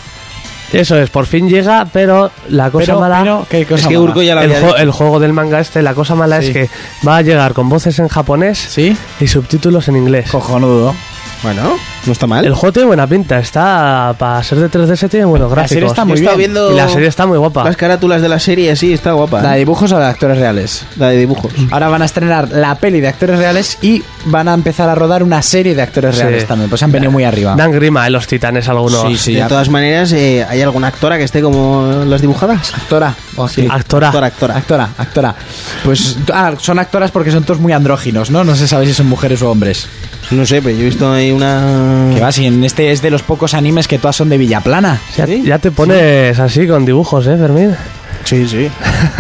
Speaker 6: Eso es, por fin llega, pero la cosa
Speaker 4: Pero,
Speaker 6: mala...
Speaker 4: pero, ¿qué cosa
Speaker 5: Pues Es que
Speaker 4: mala?
Speaker 5: Urco ya la
Speaker 6: el,
Speaker 5: había
Speaker 6: jo-
Speaker 5: dicho.
Speaker 6: el juego del manga este, la cosa mala
Speaker 4: Sí.
Speaker 6: es que va a llegar con voces en japonés
Speaker 4: ¿Sí?
Speaker 6: y subtítulos en inglés.
Speaker 4: Cojonudo.
Speaker 5: Bueno, no está mal.
Speaker 6: El juego tiene buena pinta, está para ser de 3DS tiene buenos
Speaker 4: La
Speaker 6: gráficos.
Speaker 4: serie está
Speaker 5: Yo
Speaker 4: muy
Speaker 5: estaba
Speaker 4: bien.
Speaker 5: viendo
Speaker 6: Y la serie está muy guapa.
Speaker 5: las carátulas de la serie, sí, está guapa.
Speaker 7: La de
Speaker 5: ¿eh?
Speaker 7: dibujos o la de actores reales.
Speaker 5: La de dibujos.
Speaker 7: Ahora van a estrenar la peli de actores reales y van a empezar a rodar una serie de actores
Speaker 6: Sí.
Speaker 7: reales también.
Speaker 4: Pues han venido muy arriba.
Speaker 6: Dan grima en los titanes algunos.
Speaker 4: Sí, sí.
Speaker 5: de
Speaker 4: ya-
Speaker 5: todas maneras, eh, ¿hay alguna actora que esté como las dibujadas?
Speaker 7: Actora. o sí.
Speaker 6: Actora.
Speaker 5: Actora, Oh, actora.
Speaker 7: Actora, actora.
Speaker 4: Pues ah, son actoras porque son todos muy andróginos, ¿no? No se sabe si son mujeres o hombres.
Speaker 5: No sé, pero yo he visto ahí una...
Speaker 4: Que va, si en este es de los pocos animes que todas son de Villaplana.
Speaker 6: Ya, ya te pones así con dibujos, ¿eh, Fermín?
Speaker 5: Sí, sí.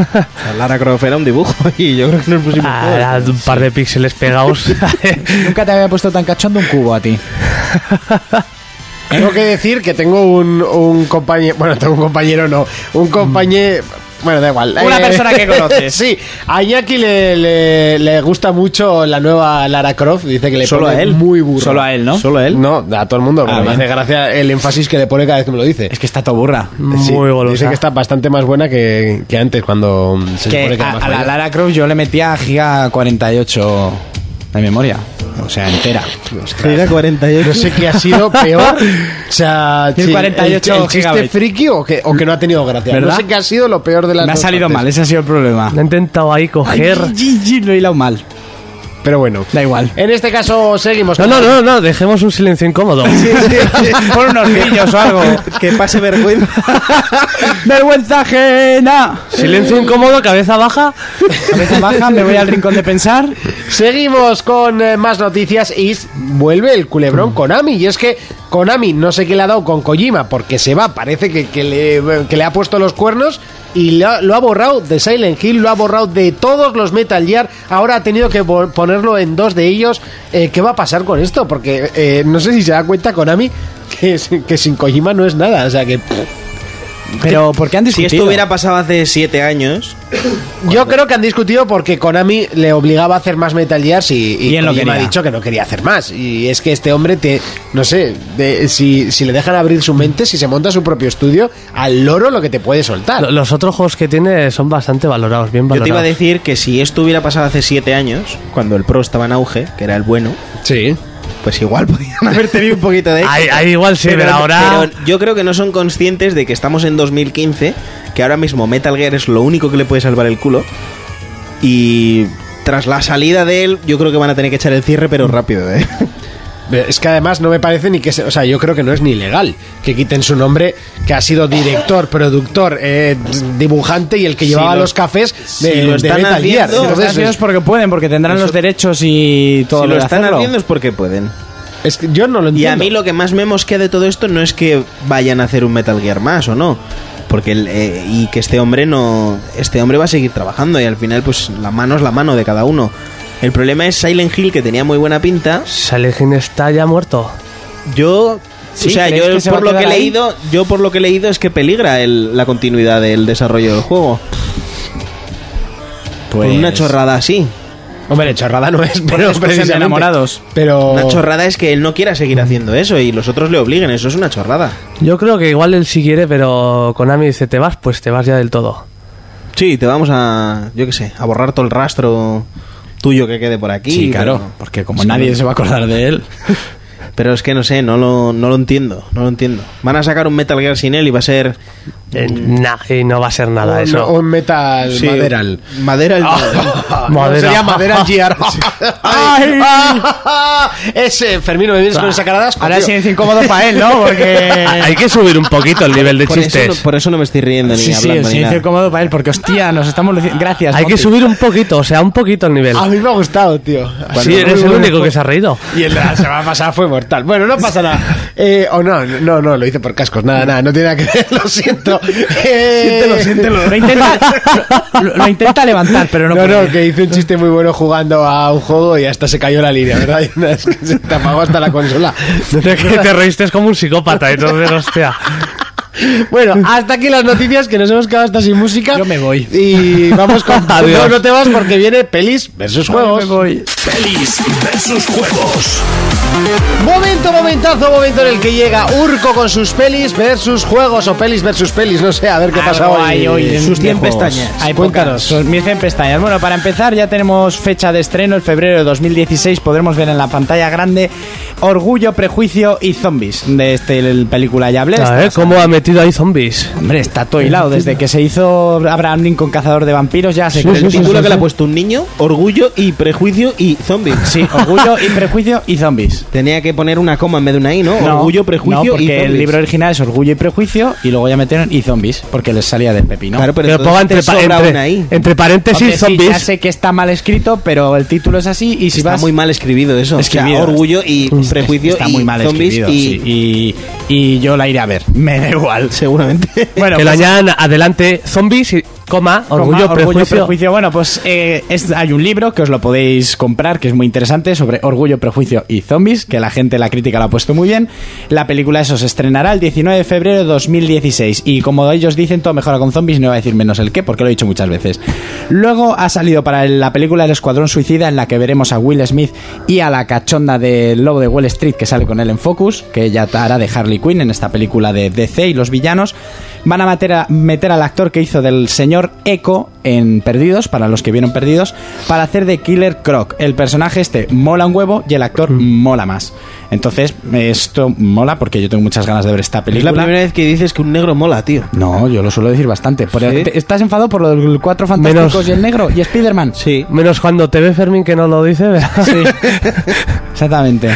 Speaker 4: [LAUGHS]
Speaker 5: Lara Croft era un dibujo [LAUGHS] y yo creo que nos pusimos
Speaker 6: Ah,
Speaker 5: todos.
Speaker 6: era un par de píxeles pegados.
Speaker 7: Nunca te había puesto tan cachondo un cubo a ti.
Speaker 2: Tengo que decir que tengo un, compañero, bueno, tengo un compañero no, un compañero, bueno, da igual.
Speaker 4: Mm.
Speaker 2: Eh,
Speaker 4: Una persona
Speaker 2: [LAUGHS]
Speaker 4: que conoces.
Speaker 2: sí, a Iñaki le, le- le gusta mucho la nueva Lara Croft, dice que le
Speaker 5: Solo
Speaker 2: pone
Speaker 5: a él.
Speaker 2: muy burro.
Speaker 4: Solo a él, ¿no?
Speaker 5: Solo él.
Speaker 2: No, a todo el mundo, pero
Speaker 4: Ah,
Speaker 2: me
Speaker 4: bien.
Speaker 2: hace gracia el énfasis que le pone cada vez que me lo dice.
Speaker 4: Es que está todo burra.
Speaker 2: Sí,
Speaker 6: Muy
Speaker 2: Dice
Speaker 6: golosa.
Speaker 2: que está bastante más buena que, que antes, cuando se supone
Speaker 4: Que
Speaker 2: que era
Speaker 4: a,
Speaker 2: más
Speaker 4: a la
Speaker 2: mayor.
Speaker 4: Lara Croft yo le metía giga 48 de memoria. O sea, entera.
Speaker 5: Era 48.
Speaker 2: No sé qué ha
Speaker 4: [LAUGHS]
Speaker 2: sido peor. O sea,
Speaker 4: El
Speaker 2: sí,
Speaker 4: 48
Speaker 2: el, el chiste
Speaker 4: gigabytes.
Speaker 2: friki o que, o que no ha tenido gracia.
Speaker 4: ¿Verdad?
Speaker 2: No sé qué ha sido lo peor de la
Speaker 4: Me ha salido mal, ese ha sido el problema.
Speaker 6: Lo he intentado ahí coger.
Speaker 4: Ay, gi- gi- Lo he hilado mal.
Speaker 2: Pero bueno.
Speaker 4: Da igual.
Speaker 2: En este caso seguimos.
Speaker 6: No, no, no, no, dejemos un silencio incómodo.
Speaker 5: [LAUGHS]
Speaker 4: Pon unos brillos o algo.
Speaker 5: Que pase vergüenza.
Speaker 4: [LAUGHS] ¡Vergüenza ajena!
Speaker 6: silencio incómodo, cabeza baja.
Speaker 4: Cabeza baja, me voy al rincón de pensar.
Speaker 2: Seguimos con eh, más noticias y s- vuelve el culebrón Konami. Y es que Konami no sé qué le ha dado con Kojima porque se va, parece que, que le, que le ha puesto los cuernos y lo, ha- lo ha borrado de Silent Hill, lo ha borrado de todos los Metal Gear. Ahora ha tenido que vol- ponerlo en dos de ellos. Eh, ¿Qué va a pasar con esto? Porque eh, no sé si se da cuenta Konami que, [LAUGHS] sin- que sin Kojima no es nada. O sea que pff,
Speaker 4: Pero, ¿por qué han
Speaker 5: Si
Speaker 4: discutido?
Speaker 5: esto hubiera pasado hace 7 años,
Speaker 2: yo creo que han discutido porque Konami le obligaba a hacer más Metal Gears y, y
Speaker 4: Y él no
Speaker 2: Kojima ha
Speaker 4: quería.
Speaker 2: dicho que no quería hacer más. Y es que este hombre, te, no sé, de- si, si le dejan abrir su mente, si se monta su propio estudio, al loro lo que te puede soltar.
Speaker 6: Lo- Los otros juegos que tiene son bastante valorados, bien
Speaker 5: yo te
Speaker 6: valorados.
Speaker 5: iba a decir que si esto hubiera pasado hace 7 años, cuando el pro estaba en auge, que era el bueno,
Speaker 2: Sí.
Speaker 5: pues igual [LAUGHS] podían haber tenido un poquito
Speaker 2: Ah,
Speaker 5: de...
Speaker 6: Ahí, ahí igual sí, pero, ahora.
Speaker 5: pero yo creo que no son conscientes de que estamos en 2015, que ahora mismo Metal Gear es lo único que le puede salvar el culo. Y tras la salida de él, yo creo que van a tener que echar el cierre, pero rápido, ¿eh?
Speaker 2: Es que además no me parece ni que se- O sea, yo creo que no es ni legal que quiten su nombre, que ha sido director, productor, eh, dibujante y el que llevaba
Speaker 5: lo-
Speaker 2: los cafés de,
Speaker 5: si lo
Speaker 2: de
Speaker 5: están
Speaker 2: Metal Gear.
Speaker 5: haciendo,
Speaker 2: Entonces,
Speaker 4: Están haciendo es porque pueden, porque tendrán los derechos y [LAUGHS] todo
Speaker 5: si lo
Speaker 4: de
Speaker 5: están
Speaker 4: hacerlo.
Speaker 5: haciendo es porque pueden.
Speaker 2: es que yo no lo
Speaker 5: Y
Speaker 2: entiendo.
Speaker 5: a mí lo que más me mosquea de todo esto no es que vayan a hacer un Metal Gear más o no. Porque el, eh, y que este hombre no. Este hombre va a seguir trabajando y al final, pues la mano es la mano de cada uno. El problema es Silent Hill, que tenía muy buena pinta.
Speaker 6: Silent Hill está ya muerto.
Speaker 5: Yo.
Speaker 4: Sí,
Speaker 5: o sea,
Speaker 4: ¿crees
Speaker 5: yo
Speaker 4: que se va
Speaker 5: por
Speaker 4: a
Speaker 5: lo que he
Speaker 4: quedar ahí?
Speaker 5: leído, yo por lo que he leído es que peligra el- la continuidad del desarrollo del juego.
Speaker 4: Pues-
Speaker 5: Con una chorrada así.
Speaker 2: Hombre, chorrada no es, pero
Speaker 4: es cuestión de
Speaker 2: precisamente.
Speaker 4: enamorados.
Speaker 2: Pero.
Speaker 5: Una chorrada es que él no quiera seguir haciendo eso y los otros le obliguen, eso es una chorrada.
Speaker 6: Yo creo que igual él sí quiere, pero Konami dice, te vas, pues te vas ya del todo.
Speaker 5: Sí, te vamos a, yo qué sé, a borrar todo el rastro tuyo que quede por aquí.
Speaker 4: Sí, claro,
Speaker 5: pero-
Speaker 4: porque como
Speaker 5: Sí,
Speaker 4: nadie
Speaker 5: pero-
Speaker 4: se va a acordar de él.
Speaker 5: Pero es que no sé, no lo, no lo entiendo, no lo entiendo. Van a sacar un Metal Gear sin él y va a ser...
Speaker 6: Eh, nah, y no va a ser nada
Speaker 2: un,
Speaker 6: eso.
Speaker 2: un metal
Speaker 5: sí,
Speaker 2: maderal.
Speaker 5: Madera al-
Speaker 6: Madera.
Speaker 2: Sería madera GR. [LAUGHS] Ese, Fermino, me vienes con esa cara de asco,
Speaker 4: Ahora
Speaker 2: tío.
Speaker 4: sí es
Speaker 2: [LAUGHS]
Speaker 4: incómodo para él, ¿no? Porque.
Speaker 6: [LAUGHS] Hay que subir un poquito el nivel de
Speaker 5: Por eso, no,
Speaker 6: chistes.
Speaker 5: por eso no me estoy riendo ni
Speaker 4: Sí, sí, el
Speaker 5: hablando ni
Speaker 4: silencio
Speaker 5: nada.
Speaker 4: incómodo para él, porque hostia, nos estamos luci- Gracias.
Speaker 6: Hay que
Speaker 4: Monty.
Speaker 6: subir un poquito, o sea, un poquito el nivel.
Speaker 2: A mí me ha gustado, tío.
Speaker 6: Sí, eres el único que se ha reído.
Speaker 2: [LAUGHS] Y el de la semana pasada fue mortal. Bueno, no pasa nada. Eh, o no, no, no, lo hice por cascos. Nada, nada, no tiene nada que ver. [LAUGHS] Lo siento. Eh,
Speaker 4: Siéntelo, siéntelo. Lo intenta, lo- lo intenta levantar,
Speaker 5: [LAUGHS]
Speaker 4: pero no,
Speaker 2: No, no,
Speaker 4: puede.
Speaker 2: que hice un chiste muy bueno jugando a un juego y hasta se cayó la línea, ¿verdad? [LAUGHS] Es que se te apagó hasta la consola. [LAUGHS]
Speaker 6: De que te reíste es como un psicópata, entonces, hostia.
Speaker 2: Bueno, hasta aquí las noticias que nos hemos quedado hasta sin música.
Speaker 4: Yo me voy.
Speaker 2: Y vamos
Speaker 4: [LAUGHS]
Speaker 2: con.
Speaker 6: Adiós.
Speaker 2: No, no te vas porque viene pelis versus juegos.
Speaker 1: Pelis versus juegos.
Speaker 2: Momento, momentazo, momento en el que llega Urco con sus pelis versus juegos o pelis versus pelis, no sé, a ver qué pasa
Speaker 4: Algo
Speaker 2: hoy.
Speaker 4: hay hoy en
Speaker 5: Sus
Speaker 4: de
Speaker 5: 100
Speaker 4: juegos.
Speaker 5: pestañas.
Speaker 4: Hay
Speaker 2: Cuéntanos.
Speaker 4: pocas. Sus 100 pestañas. Bueno, para empezar ya tenemos fecha de estreno, el febrero de 2016. Podremos ver en la pantalla grande Orgullo, Prejuicio y Zombies de este el- película ya hablé.
Speaker 6: A
Speaker 4: Esta
Speaker 6: ver cómo ha metido ahí zombies.
Speaker 4: Hombre, está todo hilado. Desde que se hizo Abraham Lincoln Cazador de Vampiros ya se...
Speaker 6: Sí, sí,
Speaker 5: El
Speaker 6: sí,
Speaker 5: título que
Speaker 6: sí,
Speaker 5: le
Speaker 6: sí.
Speaker 5: ha puesto un niño, Orgullo y Prejuicio y Zombies.
Speaker 4: Sí, Orgullo y Prejuicio y Zombies.
Speaker 5: Tenía que poner una coma en vez de una I, ¿no?
Speaker 4: No,
Speaker 5: [LAUGHS] Orgullo, Prejuicio
Speaker 4: no,
Speaker 5: y
Speaker 4: porque el
Speaker 5: Zombies.
Speaker 4: libro original es Orgullo y Prejuicio y luego ya metieron y Zombies, porque les salía del pepino.
Speaker 5: Claro, pero,
Speaker 6: Pero
Speaker 5: entonces
Speaker 6: ponga
Speaker 5: te
Speaker 6: entre, pa-
Speaker 5: sobra
Speaker 6: entre-
Speaker 5: una I.
Speaker 6: entre paréntesis
Speaker 4: Hombre, sí, ya
Speaker 6: zombies.
Speaker 4: sé que está mal escrito, pero el título es así y si
Speaker 5: Está
Speaker 4: vas...
Speaker 5: muy mal escribido eso. O sea,
Speaker 4: Escribido.
Speaker 5: orgullo y prejuicio
Speaker 4: está
Speaker 5: y
Speaker 4: muy mal
Speaker 5: zombies
Speaker 4: escribido,
Speaker 5: y
Speaker 4: sí, y, y yo la iré a ver. [LAUGHS] Me da igual.
Speaker 5: seguramente.
Speaker 4: Bueno,
Speaker 6: que lo
Speaker 4: pues-
Speaker 6: añadan adelante zombies y coma,
Speaker 4: Coma,
Speaker 6: orgullo, prejuicio.
Speaker 4: Bueno, pues eh, es- hay un libro que os lo podéis comprar, que es muy interesante, sobre orgullo, prejuicio y zombies, que la gente, la crítica la ha puesto muy bien. La película eso se estrenará el 19 de febrero de 2016. Y como ellos dicen, todo mejora con zombies, no va a decir menos el qué, porque lo he dicho muchas veces. Luego ha salido para la película El Escuadrón Suicida, en la que veremos a Will Smith y a la cachonda del Lobo de Wall Street, que sale con él en Focus, que ella hará de Harley Quinn en esta película de DC y los villanos. Van a meter, a meter al actor que hizo del señor Echo en Perdidos, para los que vieron Perdidos, para hacer de Killer Croc. El personaje este mola un huevo y el actor
Speaker 5: Mm.
Speaker 4: mola más. Entonces, esto mola porque yo tengo muchas ganas de ver esta
Speaker 5: Es
Speaker 4: película.
Speaker 5: la primera vez que dices que un negro mola, tío.
Speaker 4: No, yo lo suelo decir bastante. Por el-
Speaker 5: Sí.
Speaker 4: te- ¿Estás enfadado por lo del Cuatro Fantásticos
Speaker 6: Menos-
Speaker 4: y el Negro y Spider-Man?
Speaker 5: Sí.
Speaker 6: Menos cuando te ve Fermín que no lo dice, ¿verdad?
Speaker 4: [LAUGHS] Sí, exactamente.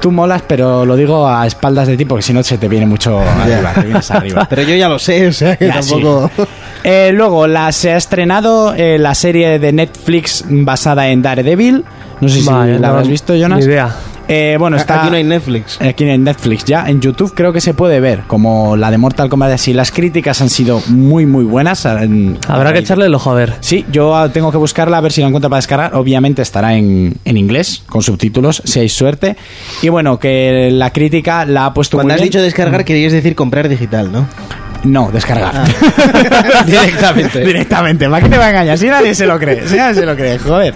Speaker 4: Tú molas, pero lo digo a espaldas de ti porque si no se te viene mucho arriba, te vienes
Speaker 5: [LAUGHS]
Speaker 4: arriba.
Speaker 5: Pero yo ya lo sé, o sea que
Speaker 4: Ya, sí.
Speaker 5: tampoco.
Speaker 4: [LAUGHS]
Speaker 5: [LAUGHS]
Speaker 4: Eh, luego, la, se ha estrenado eh, la serie de Netflix basada en Daredevil. No sé si la
Speaker 6: Vale, no,
Speaker 4: habrás visto, Jonas.
Speaker 6: Ni idea.
Speaker 4: Eh, bueno, está...
Speaker 5: Aquí no hay Netflix.
Speaker 4: Aquí en Netflix ya, en YouTube creo que se puede ver, como la de Mortal Kombat así. Las críticas han sido muy, muy buenas. en-
Speaker 6: Habrá que echarle el ojo a ver.
Speaker 4: Sí, yo ah, tengo que buscarla a ver si la encuentro para descargar. Obviamente estará en, en inglés, con subtítulos, si hay suerte. Y bueno, que la crítica la ha puesto muy
Speaker 5: Cuando has
Speaker 4: bien.
Speaker 5: dicho descargar, querías decir comprar digital, ¿no?
Speaker 4: No, descargar. [LAUGHS] Directamente. Ah. Directamente. ¿Para qué te va a engañar? Si nadie se lo cree. Si nadie se lo cree, joder.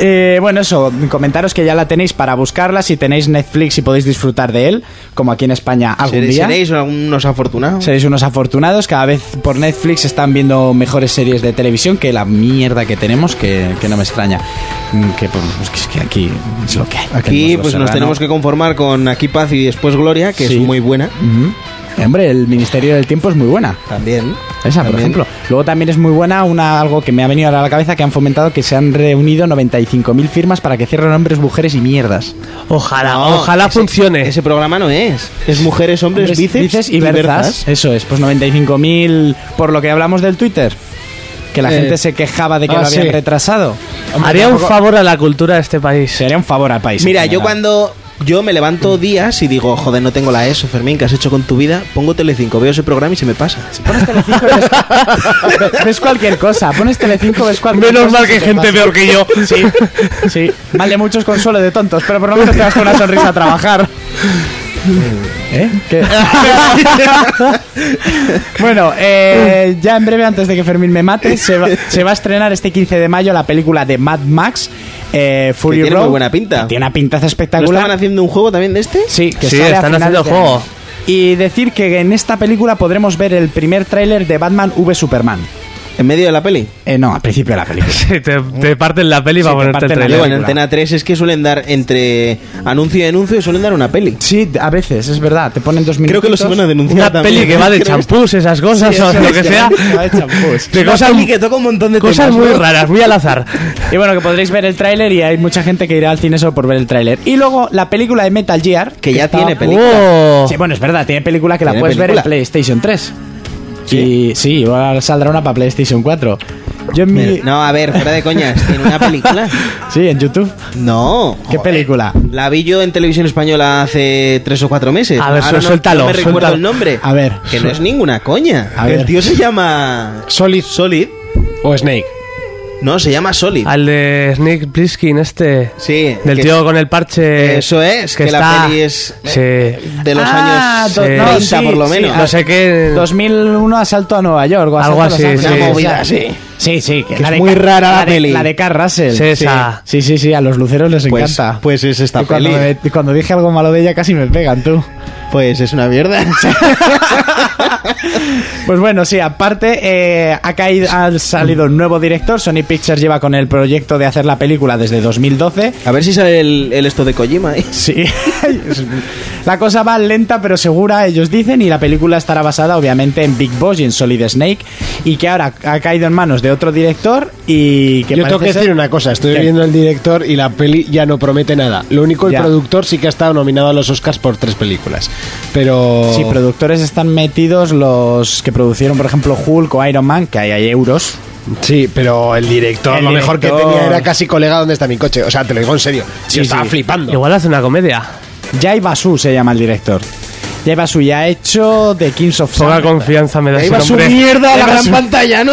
Speaker 4: Eh, bueno, eso. Comentaros que ya la tenéis para buscarla. Si tenéis Netflix y podéis disfrutar de él, como aquí en España algún
Speaker 5: ¿Sere-
Speaker 4: día.
Speaker 5: ¿Seréis algunos afortunados?
Speaker 4: Seréis unos afortunados, cada vez por Netflix están viendo mejores series de televisión que la mierda que tenemos, que, que no me extraña. Mm, Que, pues, que es que aquí es lo que hay.
Speaker 5: Aquí
Speaker 4: Tenemos Los
Speaker 5: pues nos
Speaker 4: Serrano.
Speaker 5: tenemos que conformar con Aquí Paz y después Gloria, que
Speaker 4: Sí.
Speaker 5: es muy buena.
Speaker 4: Ujú. Hombre, el Ministerio del Tiempo es muy buena.
Speaker 5: También.
Speaker 4: Esa, por
Speaker 5: También.
Speaker 4: ejemplo. Luego también es muy buena una algo que me ha venido ahora a la cabeza, que han fomentado que se han reunido 95.000 firmas para que cierren hombres, mujeres y mierdas.
Speaker 6: Ojalá,
Speaker 5: No,
Speaker 6: ojalá
Speaker 5: ese-
Speaker 6: funcione.
Speaker 5: Ese programa no es. Es mujeres, hombres,
Speaker 4: Hombres,
Speaker 5: bíceps,
Speaker 4: y berzas. Eso es, pues 95.000 por lo que hablamos del Twitter. Que la
Speaker 5: Eh,
Speaker 4: gente se quejaba de que
Speaker 7: ah,
Speaker 4: lo habían
Speaker 7: sí.
Speaker 4: retrasado. Hombre,
Speaker 6: Haría un
Speaker 4: tampoco-
Speaker 6: favor a la cultura de este país.
Speaker 4: Sería un favor al país.
Speaker 5: Mira,
Speaker 4: en
Speaker 5: yo
Speaker 4: general.
Speaker 5: cuando yo me levanto días y digo, joder, no tengo la ESO, Fermín, ¿qué has hecho con tu vida? Pongo Telecinco, veo ese programa y se me pasa.
Speaker 4: Ve- [LAUGHS] Ves cualquier cosa. Pones Telecinco, ves cualquier
Speaker 6: Menos
Speaker 4: cosa
Speaker 6: mal
Speaker 4: y
Speaker 6: que
Speaker 4: te
Speaker 6: gente
Speaker 4: pasa.
Speaker 6: peor que yo.
Speaker 4: Sí, sí. Mal de muchos consuelo de tontos, pero por lo menos te vas con una sonrisa a trabajar. ¿Eh? ¿Qué? [LAUGHS] bueno, eh, ya en breve, antes de que Fermín me mate, se va, se va a estrenar este 15 de mayo la película de Mad Max, eh, Fury
Speaker 5: Que tiene muy
Speaker 4: Road,
Speaker 5: buena pinta.
Speaker 4: que tiene una pintaza
Speaker 5: ¿No
Speaker 4: espectacular.
Speaker 5: estaban haciendo un juego también de este?
Speaker 4: Sí, que
Speaker 6: Sí,
Speaker 4: sale a
Speaker 6: están
Speaker 4: finales
Speaker 6: haciendo
Speaker 4: de
Speaker 6: juego.
Speaker 4: año. Y decir que en esta película podremos ver el primer tráiler de Batman v Superman.
Speaker 5: En medio de la peli.
Speaker 4: Eh, no, al principio de la
Speaker 5: [LAUGHS]
Speaker 4: película.
Speaker 6: Sí, te,
Speaker 5: Mm.
Speaker 6: te parten la peli
Speaker 4: Sí,
Speaker 6: para
Speaker 4: te
Speaker 6: ponerte el
Speaker 4: parten la
Speaker 6: trailer.
Speaker 5: Luego en
Speaker 4: película.
Speaker 5: Antena 3 es que suelen dar entre anuncio y anuncio suelen dar una peli.
Speaker 4: Sí, a veces, es verdad. Te ponen dos minutos.
Speaker 5: Creo que los iban a denunciar
Speaker 6: Una
Speaker 5: también.
Speaker 6: peli
Speaker 5: [LAUGHS]
Speaker 6: que va de
Speaker 5: Creo
Speaker 6: champús, esas cosas,
Speaker 4: Sí,
Speaker 6: o
Speaker 4: eso
Speaker 6: lo
Speaker 4: es,
Speaker 6: que
Speaker 4: ya,
Speaker 6: sea.
Speaker 4: va de champús.
Speaker 6: De
Speaker 5: Una
Speaker 6: cosas,
Speaker 5: peli que toca un montón de
Speaker 6: cosas
Speaker 5: temas,
Speaker 6: muy
Speaker 5: ¿no?
Speaker 6: raras, muy al azar.
Speaker 4: Y bueno, que podréis ver el tráiler y hay mucha gente que irá al cine solo por ver el tráiler. Y luego la película de Metal Gear.
Speaker 5: Que ya
Speaker 4: estaba-
Speaker 5: tiene película.
Speaker 6: ¡Oh!
Speaker 4: Sí, bueno, es verdad, tiene película que la
Speaker 5: Tiene
Speaker 4: puedes ver
Speaker 5: película.
Speaker 4: en PlayStation 3. Y sí, ahora saldrá una para PlayStation 4. Yo en mi.
Speaker 5: Mira, No, a ver, fuera de coñas, tiene
Speaker 4: [LAUGHS]
Speaker 5: una película.
Speaker 4: Sí, en YouTube.
Speaker 5: No.
Speaker 4: ¿Qué
Speaker 5: joder.
Speaker 4: película?
Speaker 5: La vi yo en televisión española hace tres o cuatro meses.
Speaker 6: A ver,
Speaker 5: Ahora no-
Speaker 6: suéltalo,
Speaker 5: No me recuerdo
Speaker 6: suéltalo.
Speaker 5: el nombre.
Speaker 4: A ver.
Speaker 5: Que no es ninguna coña.
Speaker 4: A ver.
Speaker 5: El tío
Speaker 4: [LAUGHS]
Speaker 5: se llama.
Speaker 2: Solid
Speaker 5: Solid.
Speaker 2: o Snake.
Speaker 5: No, se llama Solid.
Speaker 6: Al de Snake Plissken este.
Speaker 5: Sí.
Speaker 6: Ah, Del
Speaker 5: que-
Speaker 6: tío con el parche.
Speaker 5: Eso es, que, la
Speaker 6: está-
Speaker 5: peli es eh,
Speaker 6: Sí.
Speaker 5: de los
Speaker 4: Ah,
Speaker 5: años
Speaker 4: do-
Speaker 6: no,
Speaker 5: 30
Speaker 4: sí,
Speaker 5: por lo
Speaker 4: sí,
Speaker 5: menos.
Speaker 4: ah,
Speaker 6: No sé qué.
Speaker 4: 2001 asalto a Nueva York o Asalto
Speaker 6: Algo
Speaker 4: a Los
Speaker 6: así,
Speaker 4: Ángeles.
Speaker 6: sí.
Speaker 5: Una movida, sí.
Speaker 4: Sí, sí, que
Speaker 5: Que
Speaker 4: la
Speaker 5: es
Speaker 4: de
Speaker 5: muy
Speaker 4: Car-
Speaker 5: rara la
Speaker 4: de-
Speaker 5: peli.
Speaker 4: La de Carl Russell.
Speaker 6: Sí, esa.
Speaker 4: Sí, sí, sí, a los luceros les
Speaker 5: Pues-
Speaker 4: encanta.
Speaker 5: pues es esta
Speaker 4: Y cuando,
Speaker 5: peli.
Speaker 4: me- cuando dije algo malo de ella casi me pegan, tú.
Speaker 5: Pues es una mierda.
Speaker 4: [LAUGHS] Pues bueno, sí, aparte eh, ha, caído, ha salido un nuevo director. Sony Pictures lleva con el proyecto de hacer la película desde 2012.
Speaker 5: A ver si sale el, el esto de Kojima. ¿eh?
Speaker 4: Sí. [LAUGHS] la cosa va lenta pero segura, ellos dicen, y la película estará basada obviamente en Big Boss y en Solid Snake, y que ahora ha caído en manos de otro director y que...
Speaker 2: Yo tengo
Speaker 4: parece
Speaker 2: que
Speaker 4: ser-
Speaker 2: decir una cosa, estoy
Speaker 4: ¿Qué?
Speaker 2: viendo el director y la peli ya no promete nada. Lo único, el
Speaker 4: Ya.
Speaker 2: productor sí que ha estado nominado a los Oscars por tres películas. Pero...
Speaker 5: Oh.
Speaker 4: Si productores están metidos los que producieron, por ejemplo, Hulk o Iron Man, que ahí hay euros.
Speaker 2: Sí, pero el director,
Speaker 4: El
Speaker 2: lo mejor que
Speaker 4: director.
Speaker 2: tenía era casi colega donde está mi coche. O sea, te lo digo en serio.
Speaker 4: Sí,
Speaker 2: Yo estaba
Speaker 4: sí.
Speaker 2: flipando.
Speaker 6: Igual hace una comedia.
Speaker 4: Jai Basu se llama el director. Jai Basu ya ha hecho The Kings of
Speaker 6: Poca
Speaker 4: Summer.
Speaker 6: confianza me da ese hombre.
Speaker 4: mierda
Speaker 5: La gran
Speaker 4: [LAUGHS]
Speaker 5: pantalla, ¿no?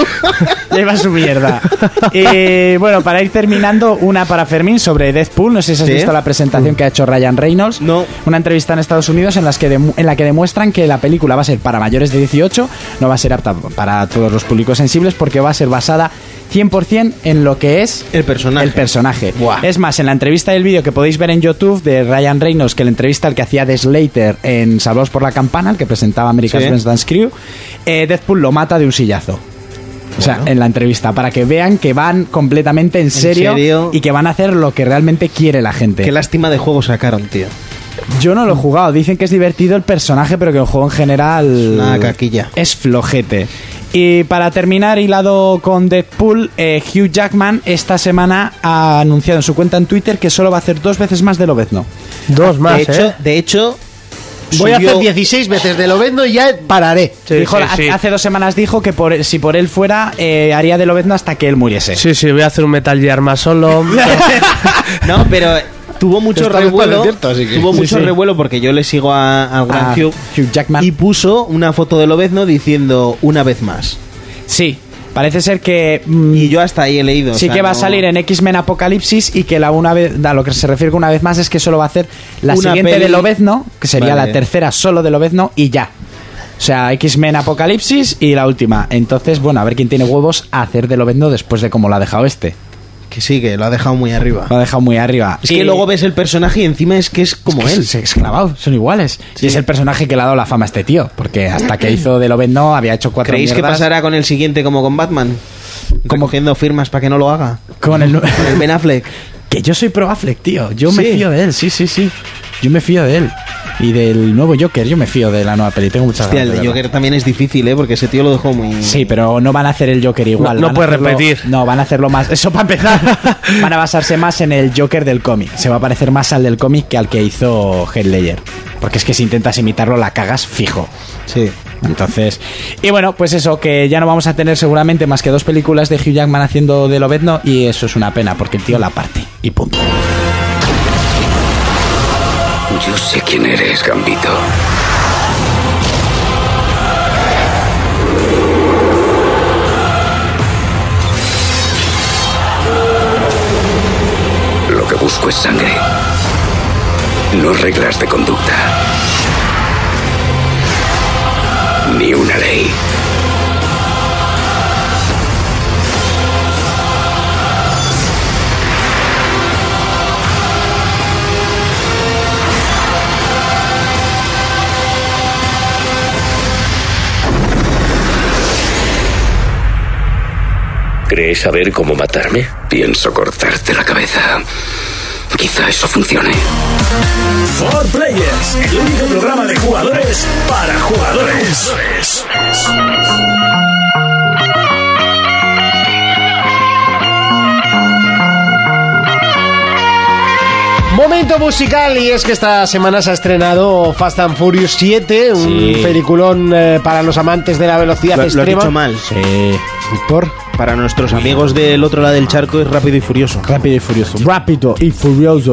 Speaker 4: Lleva su mierda. Y bueno, para ir terminando, una para Fermín sobre Deadpool. No sé si has
Speaker 5: ¿Sí? Mm.
Speaker 4: visto la presentación que ha hecho Ryan Reynolds.
Speaker 5: No.
Speaker 4: Una entrevista en Estados Unidos en, las que demu- en la que demuestran que la película va a ser para mayores de 18, no va a ser apta para todos los públicos sensibles porque va a ser basada 100% en lo que es
Speaker 5: El personaje.
Speaker 4: el personaje.
Speaker 5: Buah.
Speaker 4: Es más, en la entrevista del vídeo que podéis ver en YouTube de Ryan Reynolds, que la entrevista al que hacía de Slater en Salvados por la Campana, el que presentaba American
Speaker 5: Sí.
Speaker 4: Dance Dance Crew, eh, Deadpool lo mata de un sillazo. O sea, en la entrevista, para que vean que van completamente en serio,
Speaker 5: serio?
Speaker 4: y que van a hacer lo que realmente quiere la gente.
Speaker 5: Qué lástima de juego sacaron, tío.
Speaker 4: Yo no lo he jugado, dicen que es divertido el personaje, pero que el juego en general
Speaker 5: una caquilla.
Speaker 4: es flojete. Y para terminar, hilado con Deadpool, eh, Hugh Jackman esta semana ha anunciado en su cuenta en Twitter que solo va a hacer dos veces más de Lobezno.
Speaker 6: Dos más,
Speaker 5: de hecho,
Speaker 6: ¿eh?
Speaker 5: de hecho
Speaker 2: Voy a
Speaker 5: subió-
Speaker 2: hacer 16 veces de lo vendo y ya pararé.
Speaker 6: Sí,
Speaker 4: Dijo-
Speaker 6: sí,
Speaker 4: hace-
Speaker 6: sí.
Speaker 4: Hace dos semanas dijo que por, si por él fuera, eh, haría de Lobezno hasta que él muriese.
Speaker 6: Sí, sí, voy a hacer un Metal Gear
Speaker 5: [LAUGHS]
Speaker 6: más solo.
Speaker 5: [LAUGHS] No, pero tuvo mucho
Speaker 2: Está bastante
Speaker 5: revuelo.
Speaker 2: cierto, así que-
Speaker 5: Tuvo
Speaker 2: Sí,
Speaker 5: mucho
Speaker 2: sí.
Speaker 5: revuelo porque yo le sigo a, al gran
Speaker 4: A
Speaker 5: Hugh,
Speaker 4: Ah, Hugh Jackman.
Speaker 5: y puso una foto de Lobezno diciendo una vez más.
Speaker 4: Sí, parece ser que... mm,
Speaker 5: Y yo hasta ahí he leído. o
Speaker 4: Sí
Speaker 5: sea,
Speaker 4: que va a
Speaker 5: no-
Speaker 4: salir en E- X-Men Apocalipsis y que la una vez, a lo que se refiere una vez más es que solo va a hacer la
Speaker 5: Una
Speaker 4: siguiente
Speaker 5: peli.
Speaker 4: de Lobezno, que sería
Speaker 5: Vale.
Speaker 4: la tercera solo de Lobezno y ya. O sea, X-Men Apocalipsis y la última. Entonces, bueno, a ver quién tiene huevos a hacer de Lobezno después de cómo lo ha dejado este.
Speaker 5: Que sí, que lo ha dejado muy arriba.
Speaker 4: Lo ha dejado muy arriba.
Speaker 5: Es que
Speaker 4: Y-
Speaker 5: luego ves el personaje y encima es que es como
Speaker 4: es que
Speaker 5: él.
Speaker 4: Es, es clavado, son iguales.
Speaker 5: Sí.
Speaker 4: Y es el personaje que le ha dado la fama a este tío. Porque hasta que hizo de Lobezno había hecho cuatro
Speaker 5: ¿Creéis que
Speaker 4: mierdas
Speaker 5: pasará con el siguiente como con Batman?
Speaker 4: Como-
Speaker 5: Como cogiendo firmas para que no lo haga.
Speaker 4: con [LAUGHS] el...
Speaker 5: Con el Ben Affleck.
Speaker 4: Que yo soy pro Affleck, tío. Yo me
Speaker 5: Sí.
Speaker 4: fío de él, sí, sí, sí. Yo me fío de él. Y del nuevo Joker, yo me fío de la nueva peli, tengo muchas
Speaker 5: Hostia,
Speaker 4: ganas. de
Speaker 5: el
Speaker 4: verla.
Speaker 5: Joker también es difícil, ¿eh? Porque ese tío lo dejó muy...
Speaker 4: Sí, pero no van a hacer el Joker igual.
Speaker 6: No- no
Speaker 4: van a
Speaker 6: puedes
Speaker 4: hacerlo-
Speaker 6: repetir.
Speaker 4: No, van a hacerlo más. Eso para empezar.
Speaker 5: [LAUGHS]
Speaker 4: van a basarse más en el Joker del cómic. Se va a parecer más al del cómic que al que hizo Heath Ledger. Porque es que si intentas imitarlo, la cagas fijo.
Speaker 5: Sí.
Speaker 4: Entonces, y bueno, pues eso, que ya no vamos a tener seguramente más que dos películas de Hugh Jackman haciendo de Lobezno y eso es una pena porque el tío la parte y punto.
Speaker 8: Yo sé quién eres, Gambito. Lo que busco es sangre. No reglas de conducta. Ni una ley.
Speaker 9: ¿Crees saber cómo matarme?
Speaker 8: Pienso cortarte la cabeza. Quizá eso funcione.
Speaker 1: For Players, el único programa de jugadores para jugadores.
Speaker 2: Momento musical y es que esta semana se ha estrenado Fast and Furious 7, un peliculón eh, para los amantes de la velocidad
Speaker 5: Lo, lo he
Speaker 2: extrema.
Speaker 5: dicho mal.
Speaker 4: Sí.
Speaker 5: Por... Para nuestros amigos del otro lado del charco es rápido y furioso.
Speaker 4: Rápido y furioso. Rápido y furioso.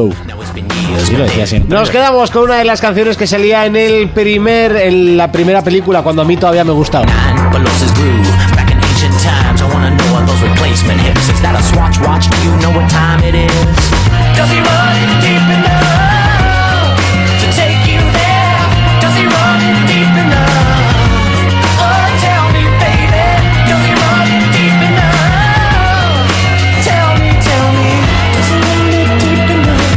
Speaker 4: Yo lo decía siempre.
Speaker 2: Nos quedamos con una de las canciones que salía en el primer, en la primera película cuando a mí todavía me gustaba.
Speaker 10: But losses grew back in ancient times. I wanna know are those replacement hips? Is that a swatch watch? Do you know what time it is? Does he run it deep enough to take you there? Does he run it deep enough? Oh, tell me, baby, does he run it deep enough? Tell me, tell me, does he run it deep enough?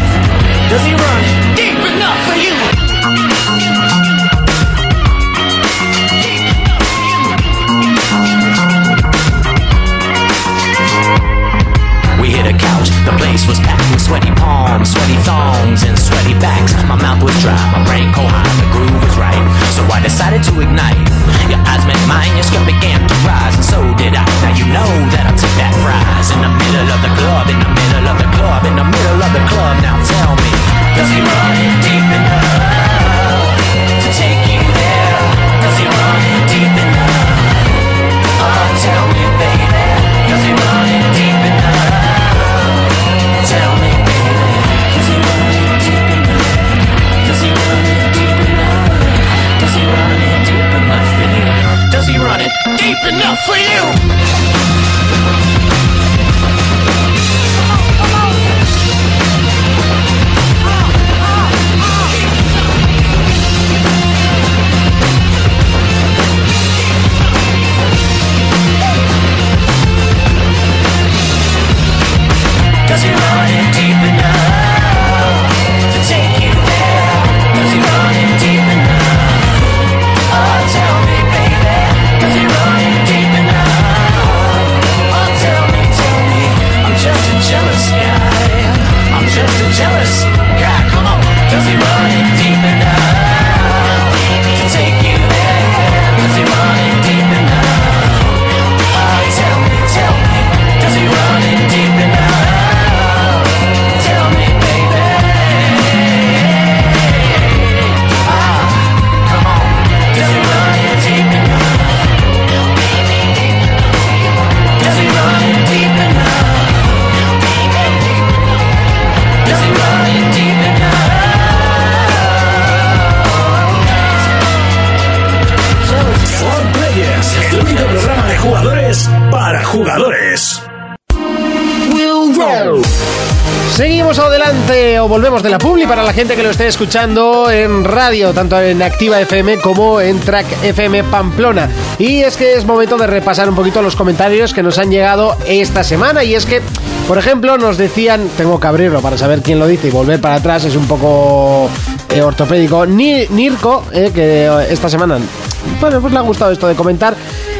Speaker 10: Does he run it deep enough for you? We hit a couch, the place was packed with sweaty palms, sweaty thongs, and sweaty backs. My mouth was dry, my brain cold hot, the groove was right. So I decided to ignite. Your eyes met mine, your skirt began to rise, and so did I. Now you know that I took that prize in the middle of the club, in the middle of the club, in the middle of the club. Now tell me, does he run it deep enough to take you there? Does he run it deep enough? Oh, tell me, baby, does he run it deep enough? Tell me, baby, does he run it deep enough? Does he run it deep enough? Does he run it deep enough for you? Does he run it deep enough for you? Does he run it deep enough to take you there? Does he run it deep enough? Oh, tell me, baby, does he run it deep enough? Oh, tell me, tell me, I'm just a jealous guy. I'm just a jealous guy. Come on, does he run it deep enough to take you there? Does he run it deep enough? Oh, tell me, tell me, does he run it deep enough? Tell me, baby. Ah, come on, does he run it deep enough? Does he run it deep enough? Does he run it deep enough? Jealous guy.
Speaker 1: For Players, el único programa de jugadores para jugadores.
Speaker 2: Seguimos adelante o volvemos de la publi para la gente que lo esté escuchando en radio, tanto en Activa FM como en Track FM Pamplona. Y es que es momento de repasar un poquito los comentarios que nos han llegado esta semana. Y es que, por ejemplo, nos decían, tengo que abrirlo para saber quién lo dice y volver para atrás es un poco eh, ortopédico. Ni- Nirko, eh, que eh, esta semana bueno, pues le ha gustado esto de comentar.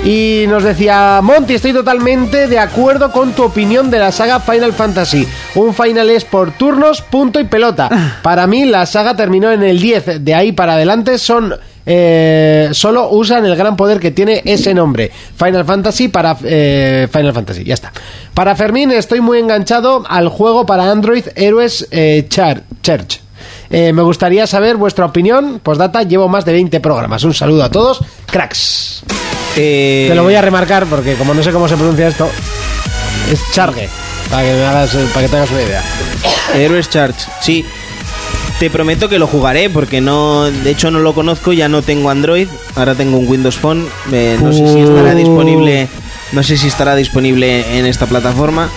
Speaker 2: Y nos decía, Monty, estoy totalmente de acuerdo con tu opinión de la saga Final Fantasy. Un final es por turnos, punto y pelota. Para mí la saga terminó en el 10. De ahí para adelante son... eh, solo usan el gran poder que tiene ese nombre. Final Fantasy para eh, Final Fantasy. Ya está. Para Fermín estoy muy enganchado al juego para Android Héroes eh, Char- Church. Eh, me gustaría saber vuestra opinión. Postdata, llevo más de 20 programas. Un saludo a todos. Cracks.
Speaker 5: Eh,
Speaker 2: Te lo voy a remarcar porque como no sé cómo se pronuncia esto, es chargue. Para que, me hagas, eh, para que tengas una idea.
Speaker 5: Heroes Charge, sí. Te prometo que lo jugaré porque no, de hecho no lo conozco, ya no tengo Android, ahora tengo un Windows Phone, eh, no sé si estará disponible, no sé si estará disponible en esta plataforma.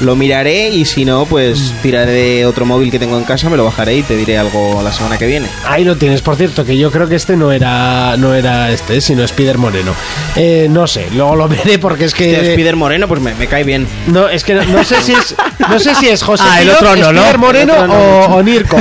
Speaker 5: Lo miraré y si no, pues tiraré de otro móvil que tengo en casa, me lo bajaré y te diré algo la semana que viene.
Speaker 2: Ahí lo tienes, por cierto, que yo creo que este no era no era este, sino Spider Moreno. Eh, no sé, luego lo veré porque es que...
Speaker 5: Hostia, Spider Moreno, pues me, me cae bien.
Speaker 2: No, es que no, no sé si es no sé si es José
Speaker 6: Ah, el
Speaker 2: Pío,
Speaker 6: otro no, ¿no?
Speaker 2: Spider Moreno
Speaker 5: El otro
Speaker 2: o,
Speaker 5: no.
Speaker 2: o Nirko.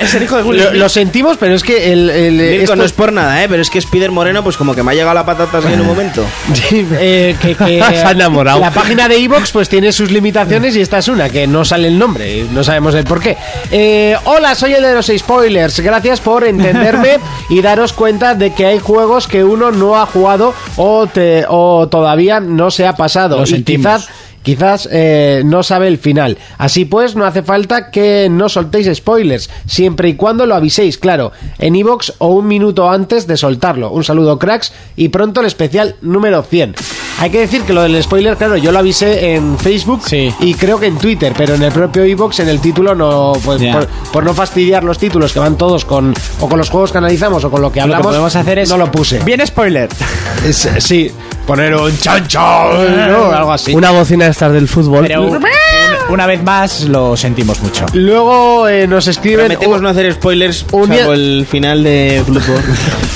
Speaker 5: Es el hijo de
Speaker 2: Lo, lo sentimos, pero es que el, el- esto-
Speaker 5: no es por nada, ¿eh? pero es que Spider Moreno, pues como que me ha llegado la patata así en un momento.
Speaker 2: Sí, eh, que, que
Speaker 4: [LAUGHS]
Speaker 6: Se ha enamorado.
Speaker 2: La página de Evox pues tiene sus limitaciones y esta es una, que no sale el nombre, no sabemos el por qué. Eh, hola, soy el de los spoilers. Gracias
Speaker 4: [LAUGHS]
Speaker 2: por entenderme y daros cuenta de que hay juegos que uno no ha jugado o, te- o todavía no se ha pasado.
Speaker 4: Lo
Speaker 2: Y
Speaker 4: sentimos.
Speaker 2: quizás Quizás eh, no sabe el final. Así pues, no hace falta que no soltéis spoilers, siempre y cuando lo aviséis, claro, en iVoox o un minuto antes de soltarlo. Un saludo, cracks, y pronto el especial número 100. Hay que decir que lo del spoiler, claro, yo lo avisé en Facebook
Speaker 4: Sí.
Speaker 2: y creo que en Twitter, pero en el propio iVoox, en el título, no pues,
Speaker 4: Ya.
Speaker 2: por, por no fastidiar los títulos que van todos con o con los juegos que analizamos o con lo que
Speaker 4: Lo
Speaker 2: hablamos,
Speaker 4: que podemos hacer es.
Speaker 2: no lo puse.
Speaker 4: Bien spoiler.
Speaker 2: Es- sí, poner un
Speaker 4: [LAUGHS]
Speaker 2: chancho, ¿no? algo así.
Speaker 6: Una bocina de estas del fútbol.
Speaker 4: Pero un- una vez más lo sentimos mucho.
Speaker 2: Luego eh, nos escriben
Speaker 5: Prometemos no hacer spoilers,
Speaker 2: un día-
Speaker 5: salvo el final de Bloodborne.
Speaker 6: Bien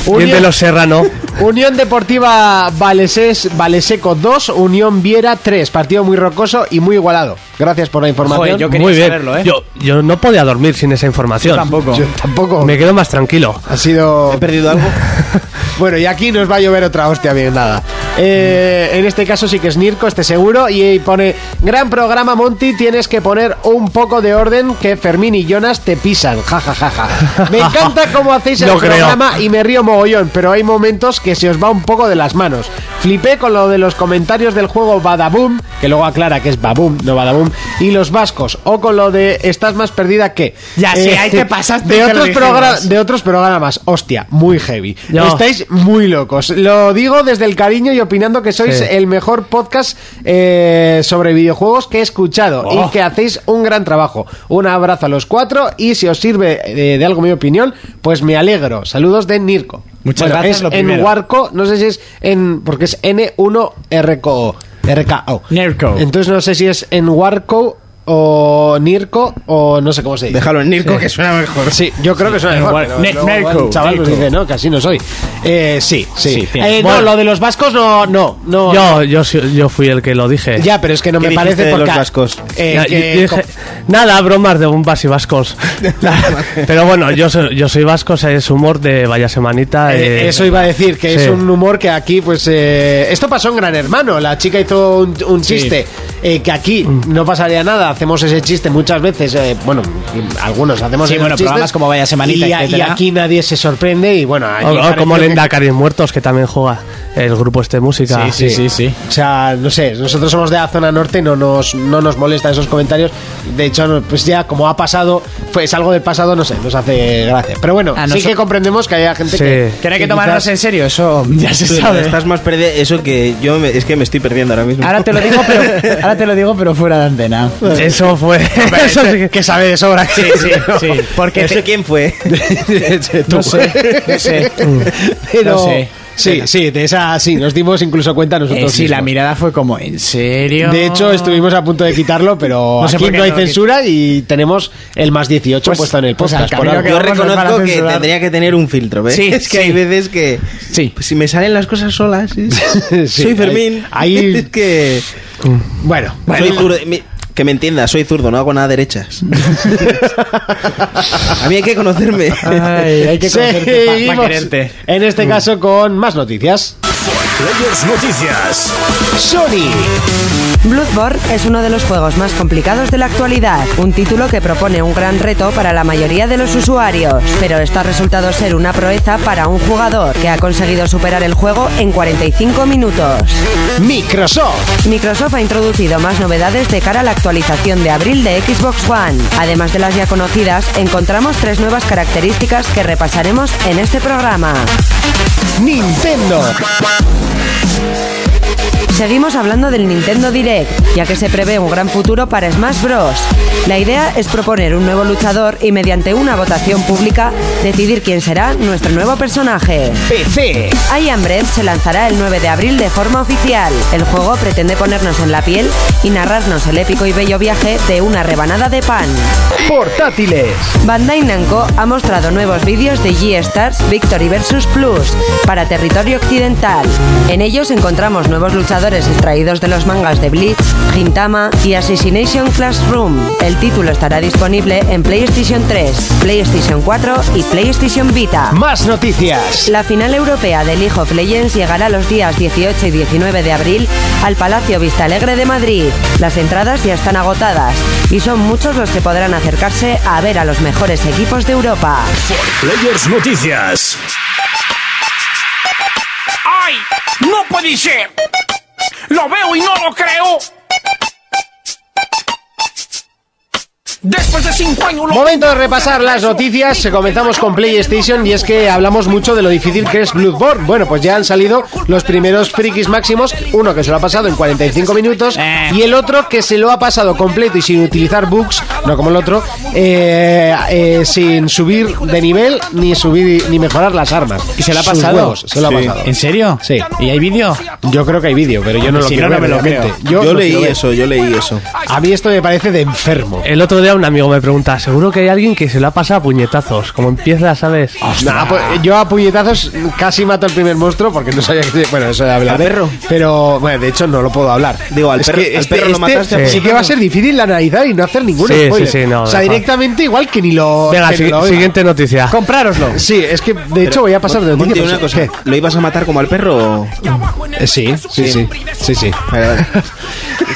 Speaker 6: de
Speaker 2: Unión, [LAUGHS]
Speaker 6: los Serrano.
Speaker 2: Unión Deportiva Valesés, Valeseco 2, Unión Viera 3. Partido muy rocoso y muy igualado. Gracias por la información.
Speaker 4: Joder, yo quería
Speaker 6: Muy bien.
Speaker 4: saberlo, ¿eh?
Speaker 6: yo, yo no podía dormir sin esa información.
Speaker 4: tampoco.
Speaker 2: Yo tampoco.
Speaker 6: Me quedo más tranquilo.
Speaker 2: Ha sido...
Speaker 5: ¿He perdido algo?
Speaker 2: [LAUGHS] Bueno, y aquí nos va a llover otra hostia bien nada. Eh, en este caso sí que es Nirko, este seguro, y ahí pone, gran programa Monty, tienes que poner un poco de orden que Fermín y Jonas te pisan, jajajaja. Me encanta cómo hacéis
Speaker 5: [LAUGHS]
Speaker 2: el
Speaker 6: No creo.
Speaker 2: programa y me río mogollón, pero hay momentos que se os va un poco de las manos. Flipé con lo de los comentarios del juego Badaboom, que luego aclara que es Baboom, no Badaboom, y los vascos, o con lo de estás más perdida que... Eh,
Speaker 4: Ya, sí, ahí
Speaker 2: [LAUGHS]
Speaker 4: te pasaste
Speaker 2: De
Speaker 4: que lo
Speaker 2: otros,
Speaker 4: dijimos.
Speaker 2: programas de otros programas. Hostia, muy heavy.
Speaker 6: Ya.
Speaker 2: Estáis muy locos. Lo digo desde el cariño y opinando que sois
Speaker 6: Sí.
Speaker 2: el mejor podcast eh, sobre videojuegos que he escuchado
Speaker 4: Oh.
Speaker 2: y que hacéis un gran trabajo. Un abrazo a los cuatro y si os sirve eh, de algo mi opinión, pues me alegro. Saludos de Nirko.
Speaker 4: Muchas gracias,
Speaker 2: es
Speaker 4: lo
Speaker 2: en
Speaker 4: primero.
Speaker 2: Warco, no sé si es en. porque es N1RKO. RKO.
Speaker 4: Nirko.
Speaker 2: Entonces no sé si es en Warco o Nirko o no sé cómo se dice.
Speaker 5: Déjalo en Nirko, que suena mejor.
Speaker 2: Sí, yo creo que suena
Speaker 4: Sí,
Speaker 2: mejor.
Speaker 4: igual.
Speaker 2: pero
Speaker 4: Ne-
Speaker 2: luego
Speaker 4: Nerco,
Speaker 2: igual el chaval nos
Speaker 4: Nerco.
Speaker 2: dice, no, que así no soy. Eh, sí, sí.
Speaker 4: Sí, tiene.
Speaker 2: Eh, no,
Speaker 4: Bueno.
Speaker 2: lo de los vascos no, no, no.
Speaker 6: Yo, yo, sí- yo fui el que lo dije.
Speaker 2: Ya, pero es que no
Speaker 5: ¿Qué
Speaker 2: me
Speaker 5: dijiste
Speaker 2: parece
Speaker 5: de
Speaker 2: porque...
Speaker 5: los vascos?
Speaker 2: eh,
Speaker 6: Ya,
Speaker 2: que-
Speaker 6: yo dije, nada, bromas de bombas
Speaker 2: [LAUGHS]
Speaker 6: y vascos. Pero bueno, yo soy, yo soy vasco, o sea, es humor de vaya semanita.
Speaker 2: eh,
Speaker 6: eh,
Speaker 2: eso iba a decir, que es
Speaker 6: sí.
Speaker 2: un humor que aquí, pues... eh, esto pasó en Gran Hermano, la chica hizo un, un chiste, eh, que aquí no pasaría nada, hacemos ese chiste muchas veces, eh, bueno, algunos hacemos
Speaker 4: Sí,
Speaker 2: esos
Speaker 4: bueno,
Speaker 2: chistes,
Speaker 4: programas como Vaya Semanita,
Speaker 2: y, a- y
Speaker 4: etcétera.
Speaker 2: aquí nadie se sorprende, y bueno... aquí
Speaker 6: O, o
Speaker 2: pareció
Speaker 6: como
Speaker 2: que-
Speaker 6: Lendacaris Muertos, que también juega el grupo este música.
Speaker 4: Sí, sí, sí.
Speaker 2: O sea, no sé, nosotros somos de la zona norte, no nos, no nos molestan esos comentarios. De hecho, no, pues ya como ha pasado, pues algo del pasado, no sé, nos hace gracia. Pero bueno,
Speaker 4: A
Speaker 2: sí
Speaker 4: noso-
Speaker 2: que comprendemos que haya gente
Speaker 6: Sí.
Speaker 2: que...
Speaker 4: Que no hay que
Speaker 2: quizás-
Speaker 4: tomarnos en serio, eso [LAUGHS] ya se
Speaker 5: Tú,
Speaker 4: sabe.
Speaker 5: Estás más perdido. Eso que yo me- es que me estoy perdiendo ahora mismo.
Speaker 7: Ahora te lo digo, pero, ahora te lo digo, pero fuera de antena.
Speaker 6: Eso fue.
Speaker 4: [LAUGHS]
Speaker 6: eso sí que-
Speaker 2: [LAUGHS] Que sabe de sobra.
Speaker 4: Sí,
Speaker 2: [LAUGHS]
Speaker 4: sí, sí. Porque
Speaker 5: no sé
Speaker 4: te-
Speaker 5: quién fue.
Speaker 4: no sé, no sé.
Speaker 2: Pero...
Speaker 4: No sé.
Speaker 2: Sí, sí, de esa sí, nos dimos incluso cuenta
Speaker 7: Eh,
Speaker 2: nosotros.
Speaker 7: sí, la
Speaker 2: mismos.
Speaker 7: mirada fue como, ¿en serio?
Speaker 2: De hecho, estuvimos a punto de quitarlo, pero
Speaker 4: No sé
Speaker 2: aquí
Speaker 4: por qué
Speaker 2: no hay
Speaker 4: no lo quit-
Speaker 2: censura y tenemos el más 18
Speaker 7: Pues-
Speaker 2: puesto en el
Speaker 7: pues al
Speaker 2: podcast. por
Speaker 7: camino
Speaker 2: algo.
Speaker 7: que
Speaker 5: Yo
Speaker 7: vamos nos van
Speaker 5: reconozco
Speaker 7: a
Speaker 5: que
Speaker 7: censurar.
Speaker 5: tendría que tener un filtro, ¿ves?
Speaker 7: Sí,
Speaker 5: es que
Speaker 7: sí.
Speaker 5: hay veces que. pues,
Speaker 7: Sí.
Speaker 5: Si me salen las cosas solas. es-
Speaker 2: Sí,
Speaker 5: soy Fermín. [LAUGHS]
Speaker 2: ahí- ahí-
Speaker 5: es que.
Speaker 2: Bueno,
Speaker 5: soy duro. mi- Que me entienda, soy zurdo, no hago nada derechas. a mí hay que conocerme.
Speaker 7: Eh, hay que conocerte pa- pa
Speaker 2: Seguimos,
Speaker 7: quererte. Mm.
Speaker 2: en este caso con más noticias.
Speaker 1: Players Noticias.
Speaker 2: Sony
Speaker 3: Bloodborne es uno de los juegos más complicados de la actualidad, un título que propone un gran reto para la mayoría de los usuarios, pero esto ha resultado ser una proeza para un jugador que ha conseguido superar el juego en 45 minutos.
Speaker 2: Microsoft,
Speaker 3: Microsoft ha introducido más novedades de cara a la actualización de abril de Xbox One. Además de las ya conocidas, encontramos tres nuevas características que repasaremos en este programa.
Speaker 2: Nintendo,
Speaker 3: Seguimos hablando del Nintendo Direct, ya que se prevé un gran futuro para Smash Bros. La idea es proponer un nuevo luchador y mediante una votación pública decidir quién será nuestro nuevo personaje.
Speaker 2: PC,
Speaker 3: I Am Bread se lanzará el 9 de abril de forma oficial. El juego pretende ponernos en la piel y narrarnos el épico y bello viaje de una rebanada de pan.
Speaker 2: portátiles,
Speaker 3: Bandai Namco ha mostrado nuevos vídeos de G-Stars Victory vs Plus para territorio occidental. En ellos encontramos nuevos luchadores extraídos de los mangas de Bleach, Gintama y Assassination Classroom. El título estará disponible en PlayStation 3, PlayStation 4 y PlayStation Vita.
Speaker 2: más noticias.
Speaker 3: La final europea de League of Legends llegará los días 18 y 19 de abril al Palacio Vistalegre de Madrid. Las entradas ya están agotadas y son muchos los que podrán acercarse a ver a los mejores equipos de Europa.
Speaker 1: Players Noticias.
Speaker 9: ¡Ay! ¡No puede ser! ¡Lo veo y no lo creo! Después de cinco años...
Speaker 2: Momento de repasar las noticias. Comenzamos con PlayStation y es que hablamos mucho de lo difícil que es Bloodborne. Bueno, pues ya han salido los primeros frikis máximos. Uno que se lo ha pasado en 45 minutos
Speaker 7: Eh.
Speaker 2: y el otro que se lo ha pasado completo y sin utilizar bugs, no como el otro, eh, eh, sin subir de nivel ni subir ni mejorar las armas.
Speaker 4: ¿Y se lo ha
Speaker 2: Sus
Speaker 4: pasado?
Speaker 2: huevos, se lo ha pasado.
Speaker 4: ¿En serio?
Speaker 2: Sí.
Speaker 4: ¿Y hay vídeo?
Speaker 2: Yo creo que hay vídeo, pero yo no lo
Speaker 4: Si
Speaker 2: quiero
Speaker 4: no, no
Speaker 2: ver,
Speaker 4: me lo
Speaker 2: realmente.
Speaker 4: creo.
Speaker 5: Yo,
Speaker 2: no quiero
Speaker 5: leí
Speaker 2: ver.
Speaker 5: eso, yo leí eso.
Speaker 2: A mí esto me parece de enfermo.
Speaker 6: El otro día un amigo me pregunta, seguro que hay alguien que se lo ha pasado a puñetazos, como empieza, ¿sabes?
Speaker 2: Nah, pues, yo a puñetazos casi mato al primer monstruo porque no sabía que. Bueno, eso ya hablaré.
Speaker 5: perro?
Speaker 2: Pero, bueno, de hecho no lo puedo hablar.
Speaker 5: Digo, al
Speaker 2: Es
Speaker 5: perro-
Speaker 2: que este-
Speaker 5: al perro lo mataste a
Speaker 2: Sí,
Speaker 5: puñetazos.
Speaker 2: que va a ser difícil la analizar y no hacer ningún
Speaker 6: Sí, sí,
Speaker 2: spoiler.
Speaker 6: sí, no,
Speaker 2: o sea,
Speaker 6: deja.
Speaker 2: directamente igual que ni lo.
Speaker 6: Venga,
Speaker 2: que ni
Speaker 6: si-
Speaker 2: lo oiga.
Speaker 6: siguiente noticia.
Speaker 2: Comprároslo. Sí, es que de hecho voy a pasar de
Speaker 5: Monty,
Speaker 2: noticia.
Speaker 5: una
Speaker 2: pues,
Speaker 5: cosa. ¿Lo ibas a matar como al perro? o-
Speaker 2: ¿qué? Eh, Sí, sí, sí. Sí, sí.
Speaker 5: Vale, vale.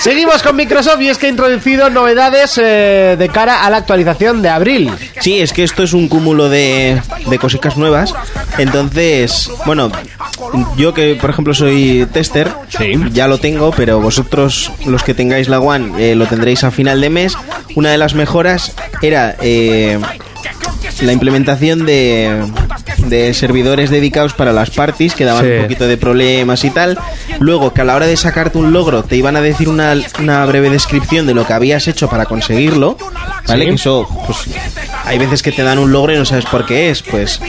Speaker 2: Seguimos con Microsoft y es que ha introducido novedades eh, de cara a la actualización de abril.
Speaker 5: Sí, es que esto es un cúmulo de, de cositas nuevas. Entonces, bueno, yo que por ejemplo soy tester, ya lo tengo, pero vosotros los que tengáis la One eh, lo tendréis a final de mes. Una de las mejoras era eh, la implementación de, de servidores dedicados para las parties que daban
Speaker 6: Sí.
Speaker 5: un poquito de problemas y tal. Luego que a la hora de sacarte un logro te iban a decir una, una breve descripción de lo que habías hecho para conseguirlo. ¿Vale? Que eso, pues hay veces que te dan un logro y no sabes por qué es. Pues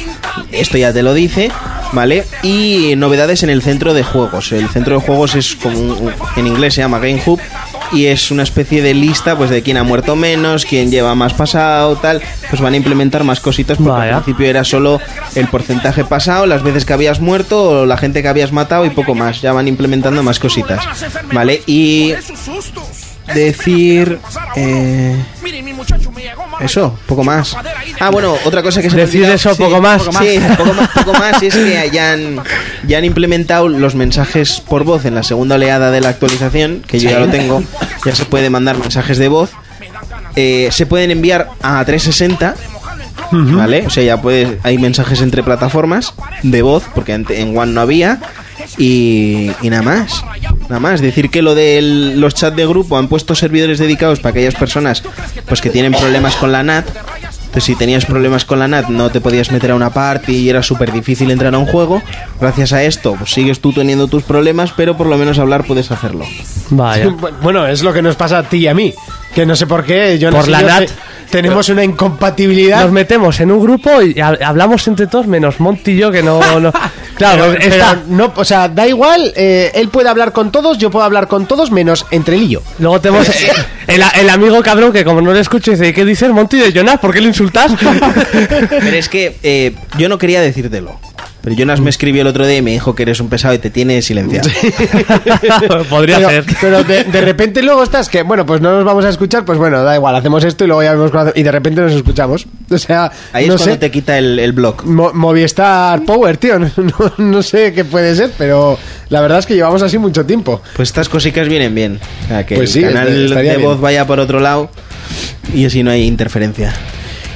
Speaker 5: esto ya te lo dice. ¿Vale? Y novedades en el centro de juegos. El centro de juegos es como un- en inglés se llama Game Hub y es una especie de lista pues de quién ha muerto menos, quién lleva más pasado, tal. Pues van a implementar más cositas porque
Speaker 6: Vaya.
Speaker 5: al principio era solo el porcentaje pasado, las veces que habías muerto, o la gente que habías matado y poco más. Ya van implementando más cositas. ¿Vale? Y decir... eh, eso, poco más. Ah, bueno, otra cosa que se me
Speaker 6: Decir
Speaker 5: olvidaba-
Speaker 6: eso, poco más.
Speaker 5: Sí, poco más, poco más es que ya han, ya han implementado los mensajes por voz en la segunda oleada de la actualización, que yo ya lo tengo, ya se puede mandar mensajes de voz. Eh, se pueden enviar a 360, ¿vale? O sea, ya puedes, hay mensajes entre plataformas de voz, porque ante- en One no había. Y, y nada más, nada más. Decir que lo de los chats de grupo han puesto servidores dedicados para aquellas personas pues que tienen problemas con la NAT. Entonces, si tenías problemas con la NAT, no te podías meter a una party y era súper difícil entrar a un juego. Gracias a esto, pues sigues tú teniendo tus problemas, pero por lo menos hablar puedes hacerlo.
Speaker 6: Vaya.
Speaker 2: Bueno, es lo que nos pasa a ti y a mí. Que no sé por qué, yo
Speaker 6: Por la NAT.
Speaker 2: tenemos una incompatibilidad.
Speaker 6: Nos metemos en un grupo y ha- hablamos entre todos, menos Monty y yo, que no... no- Claro,
Speaker 2: Pero- pero
Speaker 6: está-
Speaker 2: no, o sea, da igual, eh, él puede hablar con todos, yo puedo hablar con todos, menos entre él y yo.
Speaker 6: Luego tenemos eh, el, el amigo cabrón que como no le escucho dice, ¿qué dice el Monty de Jonas? ¿Por qué le insultas?
Speaker 5: Pero es que eh, yo no quería decírtelo. Pero Jonas me escribió el otro día y me dijo que eres un pesado y te tiene silenciado.
Speaker 6: [LAUGHS] Podría
Speaker 2: pero,
Speaker 6: ser.
Speaker 2: Pero de, de repente luego estás que, bueno, pues no nos vamos a escuchar, pues bueno, da igual, hacemos esto y luego ya vemos. cuándo- Y de repente nos escuchamos. O sea,
Speaker 5: Ahí
Speaker 2: no
Speaker 5: es cuando
Speaker 2: sé.
Speaker 5: te quita el, el blog.
Speaker 2: Mo- Movistar Power, tío. [LAUGHS] No, no sé qué puede ser, pero la verdad es que llevamos así mucho tiempo.
Speaker 5: Pues estas cositas vienen bien. O sea, que
Speaker 2: Pues sí,
Speaker 5: el canal
Speaker 2: est-
Speaker 5: de
Speaker 2: estaría
Speaker 5: voz
Speaker 2: bien.
Speaker 5: vaya por otro lado y así no hay interferencia.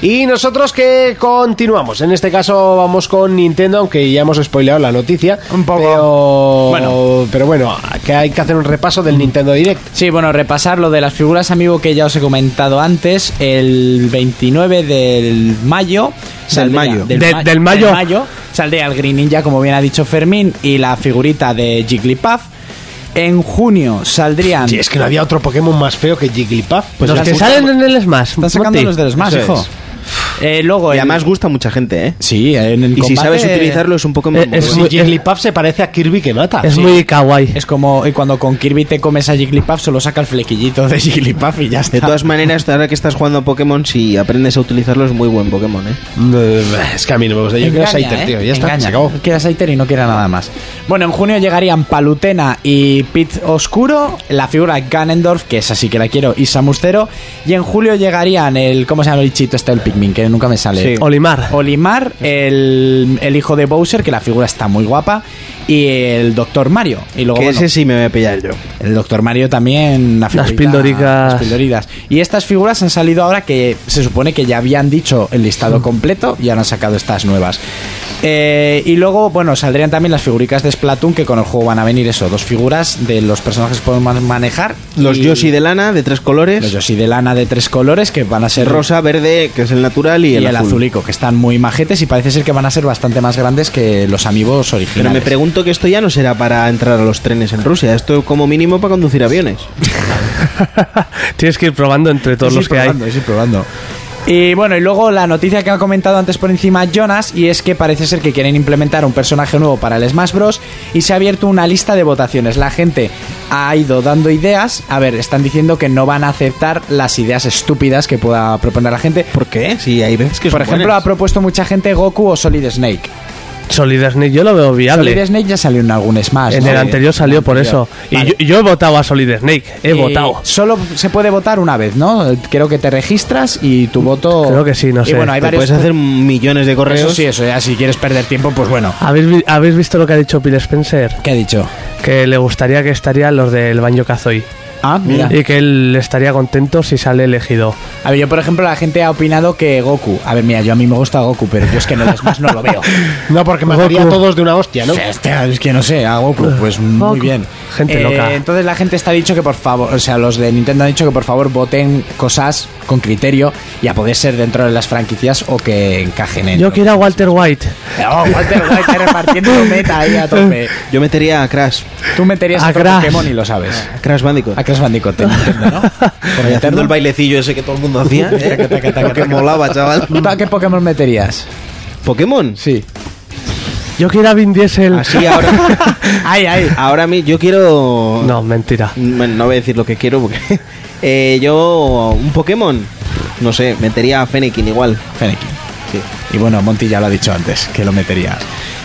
Speaker 2: Y nosotros que continuamos. En este caso vamos con Nintendo, aunque ya hemos spoileado la noticia. Un poco. Pero bueno, pero bueno que hay que hacer un repaso del Nintendo Direct.
Speaker 4: Sí, bueno, repasar lo de las figuras amigo que ya os he comentado antes. El 29 del mayo.
Speaker 5: mayo.
Speaker 6: De-
Speaker 4: ma-
Speaker 6: del mayo.
Speaker 4: Saldría el Green Ninja, como bien ha dicho Fermín, y la figurita de Jigglypuff. En junio saldrían.
Speaker 2: Sí, es que no había otro Pokémon más feo que Jigglypuff.
Speaker 4: Pues
Speaker 6: los
Speaker 4: las
Speaker 6: que
Speaker 4: buscan-
Speaker 6: salen en el Smash.
Speaker 4: Están sacando
Speaker 6: Monty.
Speaker 4: los de los más,
Speaker 5: Eso
Speaker 4: hijo.
Speaker 5: es.
Speaker 4: Eh, luego.
Speaker 5: Y
Speaker 4: el-
Speaker 5: además gusta a mucha gente, ¿eh?
Speaker 4: Sí, en el
Speaker 5: Y si
Speaker 4: combate-
Speaker 5: sabes utilizarlo es un poco
Speaker 6: Eh, es
Speaker 2: Si
Speaker 6: muy-
Speaker 2: Pues Jigglypuff se parece a Kirby que mata.
Speaker 6: Es muy kawaii.
Speaker 4: Es como y cuando con Kirby te comes a Jigglypuff, solo saca el flequillito de Jigglypuff y ya está. [LAUGHS]
Speaker 5: De todas maneras, ahora que estás jugando a Pokémon, si aprendes a utilizarlo es muy buen Pokémon, ¿eh?
Speaker 2: Es que a mí no me gusta. Yo quiero
Speaker 4: Engaña,
Speaker 2: Scyther,
Speaker 4: ¿eh?
Speaker 2: tío. Ya está,
Speaker 4: Engaña.
Speaker 2: se acabó.
Speaker 4: Quiera Scyther y no quiera nada más. Bueno, en junio llegarían Palutena y Pit Oscuro, la figura Ganondorf, que esa sí que la quiero, y Samus Zero. Y en julio llegarían el. ¿Cómo se llama el chito este el Pikmin? Que nunca me sale.
Speaker 5: Sí.
Speaker 6: Olimar.
Speaker 4: Olimar, el, el hijo de Bowser, que la figura está muy guapa, y el Doctor Mario. Y luego,
Speaker 5: que
Speaker 4: bueno,
Speaker 5: ese sí me voy a pillar yo.
Speaker 4: el Doctor Mario también. Una figurita-
Speaker 6: pildoritas.
Speaker 4: las pildoritas. Y estas figuras han salido ahora que se supone que ya habían dicho el
Speaker 5: Mm.
Speaker 4: listado completo y ahora han sacado estas nuevas. Eh, y luego, bueno, saldrían también las figuricas de Splatoon que con el juego van a venir eso, dos figuras de los personajes que podemos manejar.
Speaker 5: Los
Speaker 4: y-
Speaker 5: Yoshi de lana, de tres colores.
Speaker 4: Los Yoshi de lana de tres colores que van a ser
Speaker 5: Rosa, verde, que es el natural, y,
Speaker 4: y, el azulico, que están muy majetes y parece ser que van a ser bastante más grandes que los amigos
Speaker 5: Pero
Speaker 4: originales.
Speaker 5: me pregunto que esto ya no será para entrar a los trenes en Rusia. Esto como mínimo para conducir aviones.
Speaker 6: Tienes que ir probando entre todos
Speaker 4: Es ir
Speaker 6: los que hay.
Speaker 4: probando, es ir probando. Y bueno, y luego la noticia que ha comentado antes por encima Jonas, y es que parece ser que quieren implementar un personaje nuevo para el Smash Bros. Y se ha abierto una lista de votaciones. La gente ha ido dando ideas. A ver, están diciendo que no van a aceptar las ideas estúpidas que pueda proponer la gente.
Speaker 5: ¿Por qué? Sí, hay veces que
Speaker 4: Por
Speaker 5: son
Speaker 4: ejemplo,
Speaker 5: buenas.
Speaker 4: ha propuesto mucha gente Goku o Solid Snake.
Speaker 6: Solid Snake yo lo veo viable.
Speaker 4: Solid Snake ya salió en algún Smash.
Speaker 6: en
Speaker 4: ¿no?
Speaker 6: el anterior salió por eso. Y
Speaker 4: Vale.
Speaker 6: yo, yo he votado a Solid Snake. He
Speaker 4: Eh,
Speaker 6: votado.
Speaker 4: Solo se puede votar una vez, ¿no? Creo que te registras y tu voto.
Speaker 6: Creo que sí, no
Speaker 4: Y
Speaker 6: sé.
Speaker 4: bueno, hay
Speaker 5: Te
Speaker 4: varios.
Speaker 5: puedes hacer millones de correos.
Speaker 4: Eso sí, eso ya. Si quieres perder tiempo, pues bueno.
Speaker 6: ¿Habéis, vi- habéis visto lo que ha dicho Phil Spencer?
Speaker 4: ¿Qué ha dicho?
Speaker 6: Que le gustaría que estarían los del Banjo Kazooie.
Speaker 4: Ah, mira.
Speaker 6: Y que él estaría contento si sale elegido.
Speaker 4: A ver, yo por ejemplo, la gente ha opinado que Goku. A ver, mira, yo a mí me gusta Goku, pero yo es que no es más, no lo
Speaker 6: [LAUGHS]
Speaker 4: veo.
Speaker 2: No, porque mataría a
Speaker 6: Goku.
Speaker 2: todos de una hostia, ¿no?
Speaker 4: Hostia, es que no sé, a Goku, pues muy bien. Eh,
Speaker 6: Gente loca.
Speaker 4: Entonces la gente está dicho que por favor, o sea, los de Nintendo han dicho que por favor voten cosas con criterio y a poder ser dentro de las franquicias o que encajen en.
Speaker 6: Yo quiero a Walter White.
Speaker 4: Oh, Walter White repartiendo
Speaker 2: [LAUGHS]
Speaker 4: meta ahí a tope.
Speaker 5: Yo metería a Crash.
Speaker 4: Tú meterías
Speaker 6: A
Speaker 4: a otro
Speaker 6: Crash.
Speaker 4: Pokémon y lo sabes.
Speaker 5: A Crash Bandicoot.
Speaker 4: A Crash Bandicoot, te entiendo,
Speaker 2: [LAUGHS]
Speaker 4: ¿no? Por
Speaker 5: Ahí
Speaker 4: meterlo.
Speaker 5: haciendo el bailecillo ese que todo el mundo hacía. eh, que molaba, chaval.
Speaker 4: ¿Tú a qué Pokémon meterías?
Speaker 5: ¿Pokémon?
Speaker 4: Sí.
Speaker 6: Yo quiero a Vin Diesel.
Speaker 5: Así
Speaker 6: [LAUGHS]
Speaker 5: ahora.
Speaker 4: Ay, ay.
Speaker 5: ahora mi- yo quiero.
Speaker 6: No, mentira.
Speaker 5: Bueno, no voy a decir lo que quiero porque. [LAUGHS] Eh, yo. Un Pokémon. No sé, metería a Fennekin igual.
Speaker 4: Fennekin. Y bueno, Monty ya lo ha dicho antes, que lo metería.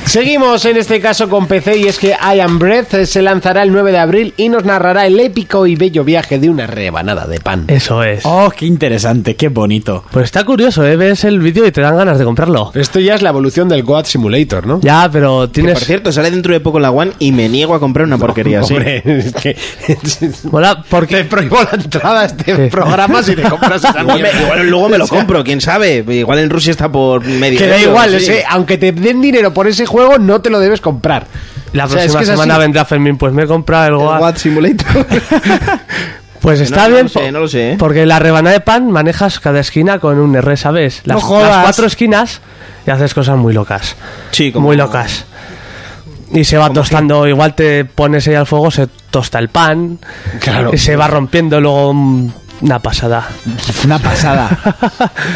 Speaker 2: Seguimos en este caso con PC y es que I Am Breath eh, se lanzará el 9 de abril y nos narrará el épico y bello viaje de una rebanada de pan.
Speaker 6: Eso es.
Speaker 4: Oh, qué interesante, qué bonito.
Speaker 6: Pues está curioso, ¿eh? Ves el vídeo y te dan ganas de comprarlo.
Speaker 2: Esto ya es la evolución del Goat Simulator, ¿no?
Speaker 6: Ya, pero
Speaker 5: Que,
Speaker 6: tienes...
Speaker 5: por cierto, sale dentro de poco la One y me niego a comprar una porquería así.
Speaker 2: Hombre, [LAUGHS] es que
Speaker 6: Mola,
Speaker 2: te
Speaker 6: porque...
Speaker 2: prohíbo la entrada a este
Speaker 6: Sí.
Speaker 2: programa si te compras [LAUGHS] esa
Speaker 5: Igual, me-
Speaker 2: mierda.
Speaker 5: igual luego me lo
Speaker 2: O sea,
Speaker 5: compro, quién sabe. Igual en Rusia está por medio.
Speaker 2: Que da
Speaker 5: euro,
Speaker 2: igual,
Speaker 5: sí.
Speaker 2: ese- aunque te den dinero por ese juego, no te lo debes comprar.
Speaker 6: La
Speaker 2: O sea,
Speaker 6: próxima
Speaker 2: es que es
Speaker 6: semana
Speaker 2: así.
Speaker 6: vendrá Fermín, pues me he comprado el
Speaker 5: El
Speaker 6: Goa.
Speaker 2: [LAUGHS]
Speaker 5: What Simulator.
Speaker 6: Pues está
Speaker 5: No, no
Speaker 6: bien,
Speaker 5: lo sé,
Speaker 6: po-
Speaker 5: no lo sé, ¿eh?
Speaker 6: porque la rebanada de pan manejas cada esquina con un R, ¿sabes? Las, las cuatro esquinas y haces cosas muy locas.
Speaker 5: Sí, como-
Speaker 6: Muy locas. Y se va tostando, igual te pones ahí al fuego, se tosta el pan,
Speaker 2: Claro.
Speaker 6: y se va rompiendo, luego mm, Una pasada.
Speaker 4: Una pasada.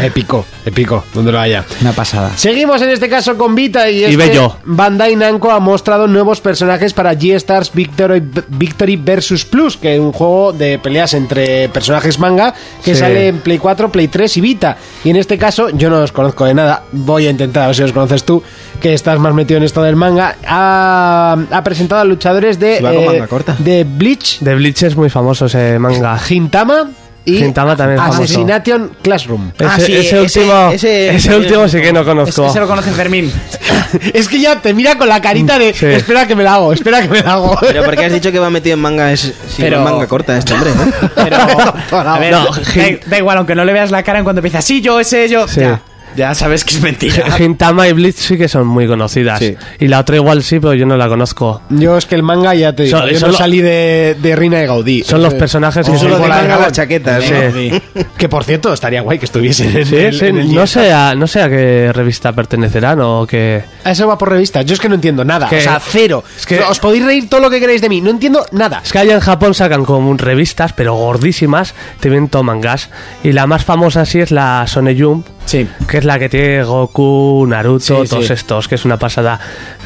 Speaker 11: Épico, épico, donde lo haya.
Speaker 4: Una pasada.
Speaker 2: Seguimos en este caso con Vita y, es que
Speaker 6: Bello.
Speaker 2: Bandai Namco ha mostrado nuevos personajes para G-Stars Victory, Victory Versus Plus, que es un juego de peleas entre personajes manga que
Speaker 6: Sí.
Speaker 2: sale en Play 4, Play 3 y Vita. Y en este caso, yo no los conozco de nada. Voy a intentar a ver si los conoces tú, que estás más metido en esto del manga. Ha, ha presentado a luchadores de, eh,
Speaker 5: Se va con manga corta.
Speaker 2: de Bleach,
Speaker 6: De Bleach es muy famoso ese manga.
Speaker 2: Gintama y
Speaker 6: Gintama también es famoso.
Speaker 2: Assassination Classroom.
Speaker 6: Ese,
Speaker 5: Ah, sí,
Speaker 6: ese
Speaker 5: ese-
Speaker 6: último,
Speaker 5: ese-
Speaker 6: ese, último sí que no
Speaker 4: Es
Speaker 6: conozco.
Speaker 4: que se lo conoce Fermín.
Speaker 2: [LAUGHS] Es que ya te mira con la carita de
Speaker 6: Sí.
Speaker 2: espera que me la hago, espera que me la hago.
Speaker 5: Pero porque
Speaker 2: [LAUGHS]
Speaker 5: has dicho que va metido en manga es sí,
Speaker 4: Pero-
Speaker 5: va en manga corta este hombre, ¿no? [LAUGHS]
Speaker 4: Pero, a ver,
Speaker 6: No,
Speaker 4: da-
Speaker 6: Gin-
Speaker 4: da, igual, aunque no le veas la cara en cuando empieza, sí, yo, ese, yo.
Speaker 6: Sí.
Speaker 4: Ya, ya sabes que es mentira.
Speaker 6: Gintama y Bleach sí que son muy conocidas.
Speaker 5: Sí.
Speaker 6: Y la otra igual sí, pero yo no la conozco.
Speaker 2: [LAUGHS] Yo es que el manga ya te digo,
Speaker 6: Son-
Speaker 2: yo
Speaker 6: son
Speaker 2: no
Speaker 6: lo-
Speaker 2: salí de, de Rina de Gaudí.
Speaker 6: Son los
Speaker 2: Eh,
Speaker 6: personajes que
Speaker 5: Eso lo
Speaker 6: son-
Speaker 5: de
Speaker 2: la de
Speaker 5: manga
Speaker 2: Gabón.
Speaker 5: las chaquetas, ¿no?
Speaker 6: Sí.
Speaker 2: Que por cierto, estaría guay que estuviesen en,
Speaker 6: Sí,
Speaker 2: el-
Speaker 6: sí,
Speaker 2: en el
Speaker 6: no,
Speaker 2: guión.
Speaker 6: sé a, no sé a qué revista pertenecerán o qué...
Speaker 2: A Eso va por revistas. Yo es que no entiendo nada.
Speaker 6: Que-
Speaker 2: o sea, cero.
Speaker 6: es que-
Speaker 2: Os podéis reír todo lo que queráis de mí. No entiendo nada.
Speaker 6: Es que allá en Japón sacan como un revistas, pero gordísimas, te ven todo mangas. Y la más famosa sí es la Sone Jump,
Speaker 4: Sí.
Speaker 6: que es la que tiene Goku, Naruto,
Speaker 4: Sí,
Speaker 6: todos
Speaker 4: sí.
Speaker 6: estos, que es una pasada.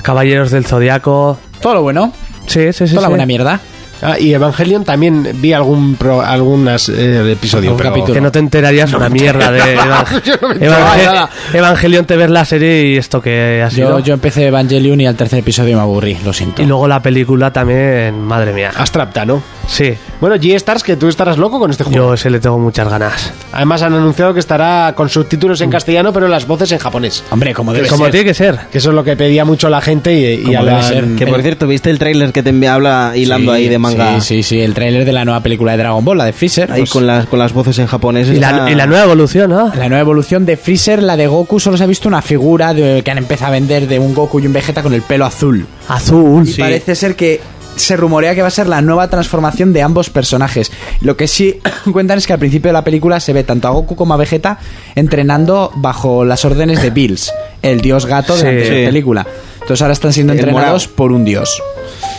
Speaker 6: Caballeros del Zodiaco.
Speaker 4: Todo lo bueno,
Speaker 6: Sí, sí, sí.
Speaker 4: toda la
Speaker 6: sí.
Speaker 4: buena mierda.
Speaker 2: Ah, y Evangelion también vi algún pro- algunas eh, episodio,
Speaker 4: Algún
Speaker 2: pero-
Speaker 4: capítulo.
Speaker 6: Que no te enterarías una
Speaker 4: [LAUGHS]
Speaker 6: mierda de Evangel-
Speaker 2: Yo no me enteraba de nada.
Speaker 6: Evangelion, te ves la serie y esto que ha
Speaker 4: Yo,
Speaker 6: sido.
Speaker 4: yo empecé Evangelion y al tercer episodio me aburrí, lo siento.
Speaker 6: Y luego la película también, madre mía.
Speaker 4: Ah.
Speaker 2: Astrapta, ¿no?
Speaker 6: Sí,
Speaker 2: Bueno, G-Stars, que tú estarás loco con este juego.
Speaker 6: yo ese le tengo muchas ganas.
Speaker 2: Además han anunciado que estará con subtítulos
Speaker 4: Mm.
Speaker 2: en castellano, pero las voces en japonés.
Speaker 4: Hombre, como debe
Speaker 6: Como
Speaker 4: ser.
Speaker 6: tiene que ser.
Speaker 2: Que eso es lo que pedía mucho la gente y, y
Speaker 4: Como
Speaker 2: a la-
Speaker 4: debe ser.
Speaker 5: Que por cierto, ¿viste el tráiler que te envía- habla hilando
Speaker 4: Sí,
Speaker 5: ahí de manga?
Speaker 4: Sí, sí, sí, el tráiler de la nueva película de Dragon Ball, la de Freezer.
Speaker 5: Ahí
Speaker 4: pues,
Speaker 5: con las, con las voces en japonés.
Speaker 6: Y la,
Speaker 5: está-
Speaker 6: y la nueva evolución, ¿no?
Speaker 4: La nueva evolución de Freezer, la de Goku, solo se ha visto una figura de, que han empezado a vender de un Goku y un Vegeta con el pelo azul.
Speaker 6: Azul.
Speaker 4: Y parece ser que se rumorea que va a ser la nueva transformación de ambos personajes. Lo que sí [COUGHS] cuentan es que al principio de la película se ve tanto a Goku como a Vegeta entrenando bajo las órdenes de Bills, el dios gato de
Speaker 6: Sí.
Speaker 4: la anterior
Speaker 5: Sí.
Speaker 4: película. Entonces ahora están siendo
Speaker 5: El
Speaker 4: entrenados
Speaker 5: morado.
Speaker 4: por un dios.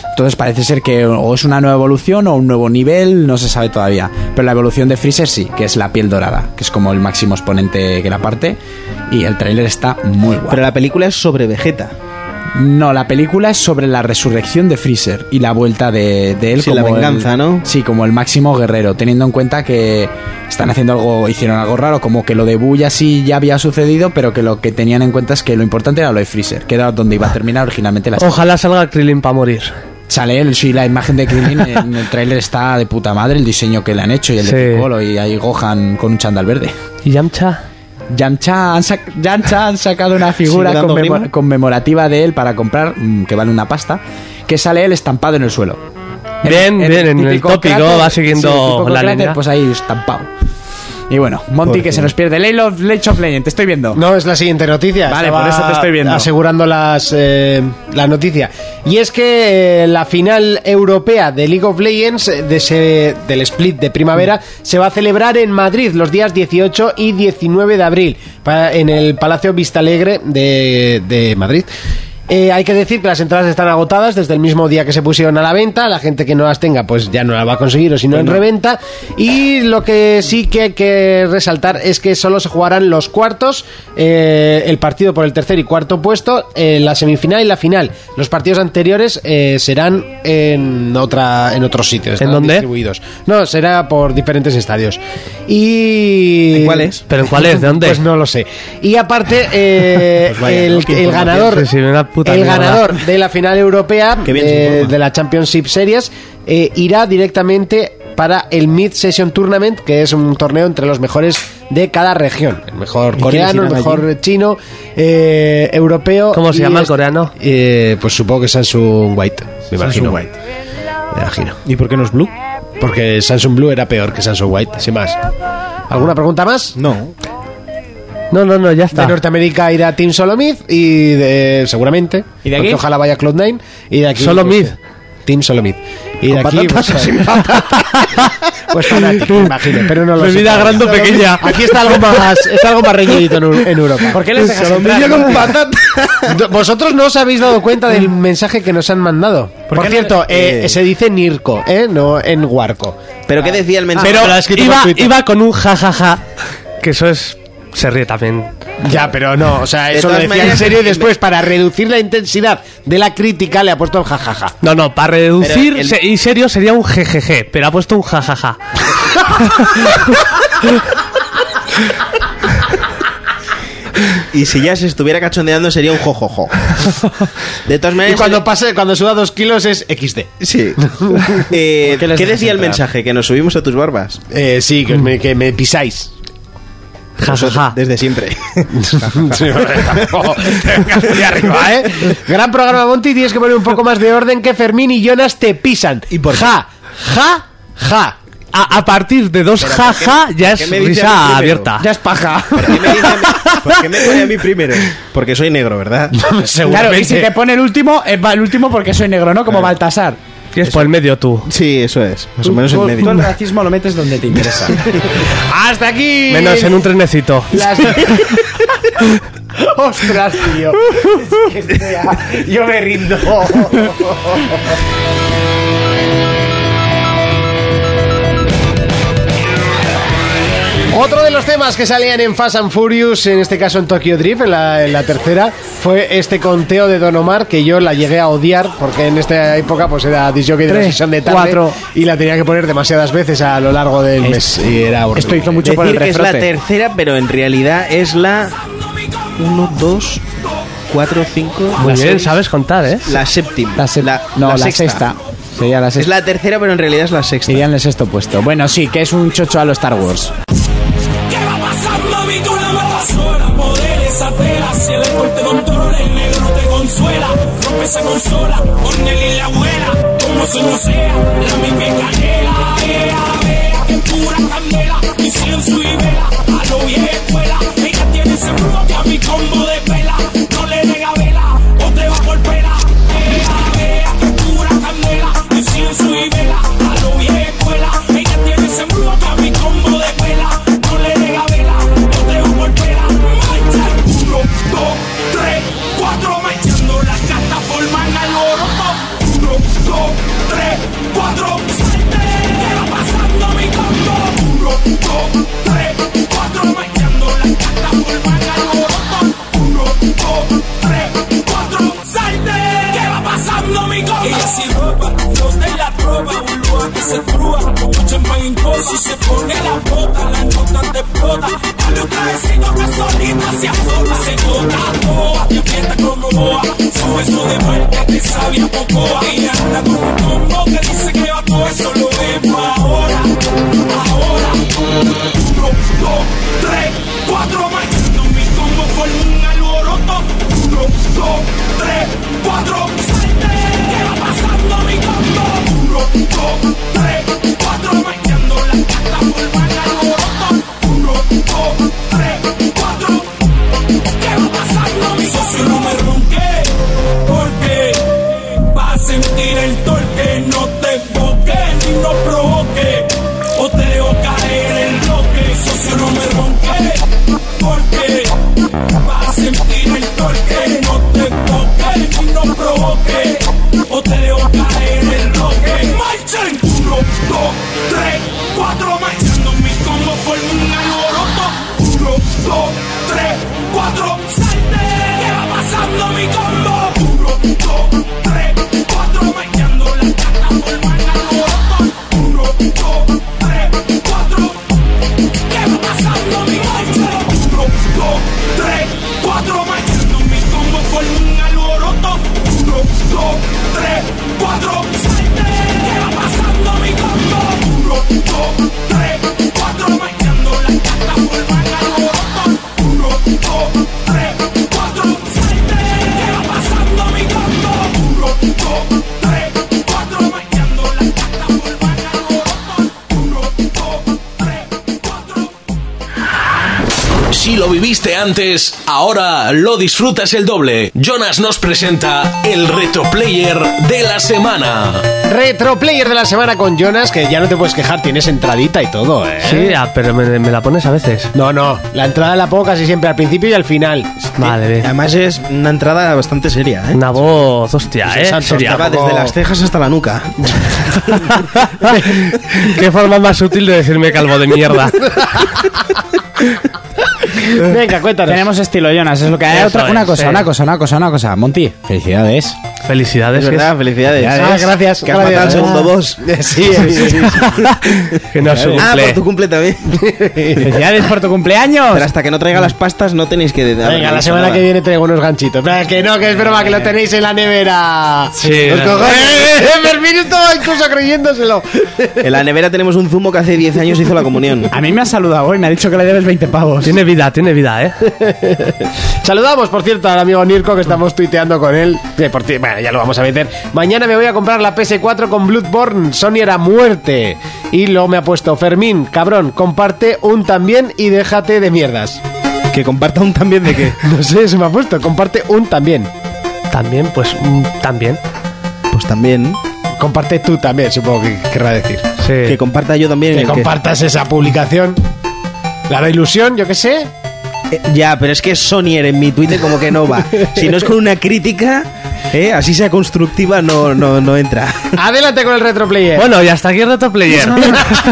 Speaker 4: Entonces parece ser que o es una nueva evolución o un nuevo nivel, no se sabe todavía. Pero la evolución de Freezer sí, que es la piel dorada, que es como el máximo exponente que la parte. Y el tráiler está muy guapo.
Speaker 5: Pero la película es sobre Vegeta.
Speaker 4: No, la película es sobre la resurrección de Freezer y la vuelta de, de él
Speaker 5: Sí,
Speaker 4: como
Speaker 5: la venganza,
Speaker 4: el-
Speaker 5: ¿no?
Speaker 4: Sí, como el máximo guerrero, teniendo en cuenta que están haciendo algo, hicieron algo raro, como que lo de Buya sí ya había sucedido, pero que lo que tenían en cuenta es que lo importante era lo de Freezer, que era donde iba a terminar originalmente la serie.
Speaker 6: Ojalá salga Krillin para morir.
Speaker 4: Sale él, sí, la imagen de Krillin en el tráiler está de puta madre, el diseño que le han hecho y el de
Speaker 6: Sí.
Speaker 4: Piccolo y ahí Gohan con un chándal verde.
Speaker 6: ¿Y Yamcha?
Speaker 4: Yamcha han, sac- Yamcha han sacado una figura
Speaker 5: ¿Sigue dando
Speaker 4: conmemo-
Speaker 5: grima?
Speaker 4: conmemorativa de él para comprar, mm, que vale una pasta, que sale él estampado en el suelo.
Speaker 6: Bien, bien, en el
Speaker 4: típico
Speaker 6: tópico va
Speaker 4: sí,
Speaker 6: siguiendo
Speaker 4: el típico
Speaker 6: la
Speaker 4: cráter,
Speaker 6: línea.
Speaker 4: Pues ahí estampado. Y bueno, Monty que se nos pierde. Ley of, Lake of Legend, te estoy viendo.
Speaker 2: No, es la siguiente noticia.
Speaker 4: Vale,
Speaker 2: Estaba
Speaker 4: por eso te estoy viendo.
Speaker 2: Asegurando las, eh, la noticia. Y es que eh, la final europea de League of Legends, eh, de ese- del split de primavera, se va a celebrar en Madrid los días 18 y 19 de abril, para- en el Palacio Vistalegre de, de Madrid. Eh, hay que decir que las entradas están agotadas desde el mismo día que se pusieron a la venta. La gente que no las tenga, pues ya no la va a conseguir o si no en reventa. Y lo que sí que hay que resaltar es que solo se jugarán los cuartos, eh, el partido por el tercer y cuarto puesto, eh, la semifinal y la final. Los partidos anteriores eh, serán en otra, en otros sitios. estarán
Speaker 6: dónde?
Speaker 2: Distribuidos. No, será por diferentes estadios. Y
Speaker 5: ¿En cuáles?
Speaker 6: ¿Pero en cuál es? ¿De dónde?
Speaker 2: Pues no lo sé. Y aparte, eh,
Speaker 6: [LAUGHS]
Speaker 2: el, el ganador,
Speaker 6: Sí, sí, una puta
Speaker 2: el
Speaker 6: mierda.
Speaker 2: ganador de la final
Speaker 6: [LAUGHS]
Speaker 2: europea
Speaker 5: Qué bien se
Speaker 2: eh,
Speaker 5: informa.
Speaker 2: de la Championship Series eh, irá directamente para el Mid Session Tournament, que es un torneo entre los mejores de cada región. El mejor coreano, el
Speaker 5: irán
Speaker 2: mejor chino, eh, europeo.
Speaker 6: ¿Cómo se
Speaker 2: y
Speaker 6: llama el
Speaker 2: este-
Speaker 6: coreano?
Speaker 2: eh, pues supongo que Samsung White, me imagino. Me imagino.
Speaker 11: ¿Y por qué no es Blue?
Speaker 2: Porque Samsung Blue era peor que Samsung White, sin más. ¿Alguna pregunta más?
Speaker 5: No.
Speaker 6: No, no, no, ya está.
Speaker 2: De Norteamérica irá Team Solomid y de seguramente.
Speaker 4: ¿Y de aquí?
Speaker 2: porque ojalá vaya Cloud9 y de aquí eh,
Speaker 6: Solomid.
Speaker 2: Team Solomid. Y de aquí eh, [LAUGHS] pues,
Speaker 12: Pues Fnatic, me imagino, pero no lo sé.
Speaker 2: Bebida grande o pequeña.
Speaker 12: Aquí está algo más, está algo más reñidito en, Eu- en Europa.
Speaker 2: ¿Por qué les dejas entrar? [LAUGHS] Vosotros no os habéis dado cuenta del mensaje que nos han mandado. Por, cierto, eh, se dice Nirco, ¿eh? No en Huarco.
Speaker 5: ¿Pero qué decía el mensaje?
Speaker 6: Pero
Speaker 2: lo ha escrito
Speaker 6: iba,
Speaker 2: por Twitter.
Speaker 6: iba con un jajaja, que eso es... Se ríe también.
Speaker 2: Ya, pero no, o sea,
Speaker 6: De
Speaker 2: eso lo
Speaker 6: todas
Speaker 2: decía en
Speaker 6: maneras-
Speaker 2: serio y después para reducir la intensidad de la crítica le ha puesto el jajaja.
Speaker 6: No, no, para reducir
Speaker 2: Pero el-
Speaker 6: se- y serio sería un jejeje, pero ha puesto un jajaja.
Speaker 5: Y si ya se estuviera cachondeando sería un jojojo. De todas
Speaker 2: Y
Speaker 5: maneras...
Speaker 2: cuando pase, cuando suba dos kilos es XD.
Speaker 5: Sí. Eh,
Speaker 2: ¿Qué les
Speaker 5: ¿Qué
Speaker 2: dejas
Speaker 5: decía el
Speaker 2: entrar?
Speaker 5: mensaje? ¿Que nos subimos a tus barbas?
Speaker 2: Eh, sí, que me, que me pisáis. [LAUGHS]
Speaker 5: Nosotros, Desde siempre. [LAUGHS]
Speaker 2: Sí, hombre, tampoco te vengas muy arriba, ¿eh? Gran programa, Monty. Tienes que poner un poco más de orden que Fermín y Jonas te pisan. ¿Y por Ja, ja, ja.
Speaker 6: A, a partir de dos
Speaker 2: Pero,
Speaker 6: jaja
Speaker 5: ¿por qué-
Speaker 6: ya
Speaker 5: por qué
Speaker 6: es
Speaker 5: me dice a mí
Speaker 6: risa
Speaker 5: primero?
Speaker 6: abierta.
Speaker 2: Ya es [LAUGHS] paja.
Speaker 5: ¿Por qué me pone a mí primero? Porque soy negro, ¿verdad?
Speaker 6: [LAUGHS]
Speaker 7: Claro, y si te pone el último, eh, va el último porque soy negro, ¿no? Como Baltasar.
Speaker 6: Y es por el medio tú.
Speaker 5: Sí, eso es. Más
Speaker 7: Tú-
Speaker 5: o menos en
Speaker 7: tú-
Speaker 5: medio. [LAUGHS]
Speaker 7: tú el racismo lo metes donde te
Speaker 6: [LAUGHS]
Speaker 7: interesa.
Speaker 2: Hasta aquí.
Speaker 6: Menos en un trenecito.
Speaker 2: [LAUGHS] Las- Ostras, tío. Es que, tía, yo me rindo. Otro de los temas que salían en Fast and Furious, en este caso en Tokyo Drift, en la, en la tercera, fue este conteo de Don Omar que yo la llegué a odiar porque en esta época pues era disjockey de la
Speaker 7: Tres,
Speaker 2: sesión de tarde
Speaker 7: cuatro.
Speaker 2: y la tenía que poner demasiadas veces a lo largo del mes
Speaker 5: Es-
Speaker 2: y era horrible.
Speaker 7: Esto hizo mucho
Speaker 5: Decir
Speaker 7: por el
Speaker 5: que es la
Speaker 7: refrote.
Speaker 5: tercera, pero en realidad es la 1, 2, 4, 5.
Speaker 6: Muy bien, sabes contar, ¿eh?
Speaker 5: La séptima.
Speaker 7: La se-
Speaker 5: La-
Speaker 7: no,
Speaker 5: la
Speaker 7: la,
Speaker 5: sexta.
Speaker 7: sexta. Sería la
Speaker 5: Es
Speaker 7: sexta.
Speaker 5: la tercera, pero en realidad es la sexta.
Speaker 7: Sería en el sexto puesto. Bueno, sí, que es un chocho a los Star Wars.
Speaker 9: ¿Qué va a pasar, mami? Tú la matas sola. Poderes apela. Si el alcohol te controla, el negro te consuela. Rompe esa consola. Con él y la abuela. Como se no sea, la misma es canela. Ea, vea, que pura candela. Mi cienzo y vela. A lo vieja escuela. Ella tiene ese propio mi combo de pela. No le den a vela. O te va por pela. Ea, vea, que pura candela. Mi cienzo y vela. A lo vieja escuela. Ella tiene ese propio mi combo de pela. No le den a vela. O te va por pela. Marcha uno, dos, tres, cuatro. Marchando las cartas forman al oro. Uno, dos, tres, cuatro. Salte. ¿Qué va pasando mi combo? Uno, dos, tres, cuatro. Marchando las cartas forman al oro. Uno, dos, tres, cuatro. Salte. ¿Qué va pasando mi combo? Ella sin ropa, donde la ropa, boluda que se trúa. Como champán en coso, se pone la bota, la nota te explota. Dale un trajecito que solita se aflota, se nota. Boa, te aprieta como boa. Su beso de muerte te sabe a poco. Ella anda con un combo que dice que va todo eso, lo vemos ahora. Ahora. Uno, dos, tres, cuatro, marchando mi combo por un alboroto. Uno, dos, tres, cuatro, salte. ¿Qué va pasando mi combo? Uno, dos, tres, cuatro, marchando la carta por el alboroto. Uno, dos, tres, cuatro. ¿Qué va pasando mi socio? No me ronque, porque va a sentir el torque. No te enfoques ni no provoque, o te dejo caer en el bloque. Socio, no me ronque, porque va a sentir el torque. No te enfoques ni no provoque, o te dejo caer en el bloque. Marchen, uno, dos, tres, cuatro, marchando mi combo forma un alboroto. Uno, dos, tres, cuatro, salte. ¿Qué va pasando mi combo? Uno, dos, tres, cuatro, bailando la carta forma el alboroto. Uno, dos, tres, cuatro. ¿Qué va pasando mi combo? Uno, dos, tres, cuatro, bailando mi combo forma un alboroto. Uno, dos, tres, cuatro, salte. ¿Qué va pasando mi combo? Uno, dos, tres, cuatro, bailando la carta forma el alboroto. Uno, dos, tres, cuatro, salte. ¿Qué va pasando mi combo? Uno, dos, tres, cuatro, bailando la carta forma el alboroto. Uno, dos, tres, cuatro.
Speaker 8: Si lo vivís
Speaker 13: viste antes, ahora lo disfrutas el doble. Jonas nos presenta el reto player de la semana.
Speaker 2: Retro Player de la semana con Jonas, que ya no te puedes quejar, tienes entradita y todo, ¿eh?
Speaker 6: Sí, ah, pero me, me la pones a veces.
Speaker 2: No, no, la entrada la pongo casi siempre al principio y al final.
Speaker 6: Vale, bien.
Speaker 5: Además es una entrada bastante seria, ¿eh?
Speaker 6: Una voz, hostia,
Speaker 5: Sí,
Speaker 6: ¿eh?
Speaker 5: exacto,
Speaker 6: Sería
Speaker 5: que va
Speaker 6: como-
Speaker 5: desde las cejas hasta
Speaker 2: [LAUGHS]
Speaker 5: la nuca.
Speaker 6: [LAUGHS] Qué forma más sutil de decirme calvo de mierda.
Speaker 2: Venga, cuéntanos.
Speaker 7: Tenemos estilo, Jonas. Es lo que hay.
Speaker 6: Eso
Speaker 7: Otra, una
Speaker 6: es,
Speaker 7: cosa,
Speaker 6: sí.
Speaker 7: una cosa, una cosa, una cosa. Monty, felicidades.
Speaker 6: Felicidades.
Speaker 5: Es
Speaker 6: que es-
Speaker 5: verdad, felicidades.
Speaker 2: Ah, gracias.
Speaker 5: Que has matado el
Speaker 2: gracias. Ah.
Speaker 5: segundo boss.
Speaker 2: Sí,
Speaker 5: [LAUGHS]
Speaker 7: [LAUGHS]
Speaker 2: sí, sí.
Speaker 6: que no es un
Speaker 5: Ah,
Speaker 6: cumple.
Speaker 5: por tu
Speaker 2: [LAUGHS]
Speaker 5: cumple también.
Speaker 7: Felicidades por tu cumpleaños.
Speaker 5: Pero hasta que no traiga las pastas no tenéis que...
Speaker 2: Venga, la semana que viene traigo unos ganchitos. Pero es que no, que es broma, que lo tenéis en la nevera.
Speaker 6: Sí,
Speaker 2: Los
Speaker 6: la-
Speaker 2: cojones. [LAUGHS] Eh, Fermín estaba incluso creyéndoselo.
Speaker 5: En la nevera tenemos un zumo que hace 10 años hizo la comunión.
Speaker 4: Ah,
Speaker 7: A mí me ha saludado hoy, me ha dicho que le debes 20 pavos.
Speaker 6: Tiene vida, tiene vida, ¿eh? [LAUGHS]
Speaker 2: Saludamos, por cierto, al amigo Nirko que estamos tuiteando con él. Que por ti- bueno, ya lo vamos a meter. Mañana me voy a comprar la PS4 con Bloodborne. Sony era muerte. Y luego me ha puesto Fermín, cabrón, comparte un también y déjate de mierdas. [LAUGHS]
Speaker 5: Que comparta un también de qué.
Speaker 2: No sé, se me ha puesto, comparte un también.
Speaker 6: También, pues, mm, también.
Speaker 5: Pues también.
Speaker 2: Comparte tú también, supongo que querrá decir.
Speaker 6: Sí.
Speaker 5: Que comparta yo también.
Speaker 2: Que
Speaker 5: el que-
Speaker 2: compartas esa publicación. La hará ilusión, yo qué sé.
Speaker 5: Eh, Ya, pero es que Sonier en mi Twitter como que no va. Si no es con una crítica, eh, así sea constructiva, no, no, no entra.
Speaker 2: Adelante con el retroplayer.
Speaker 6: Bueno, y hasta aquí el Reto Player. [LAUGHS]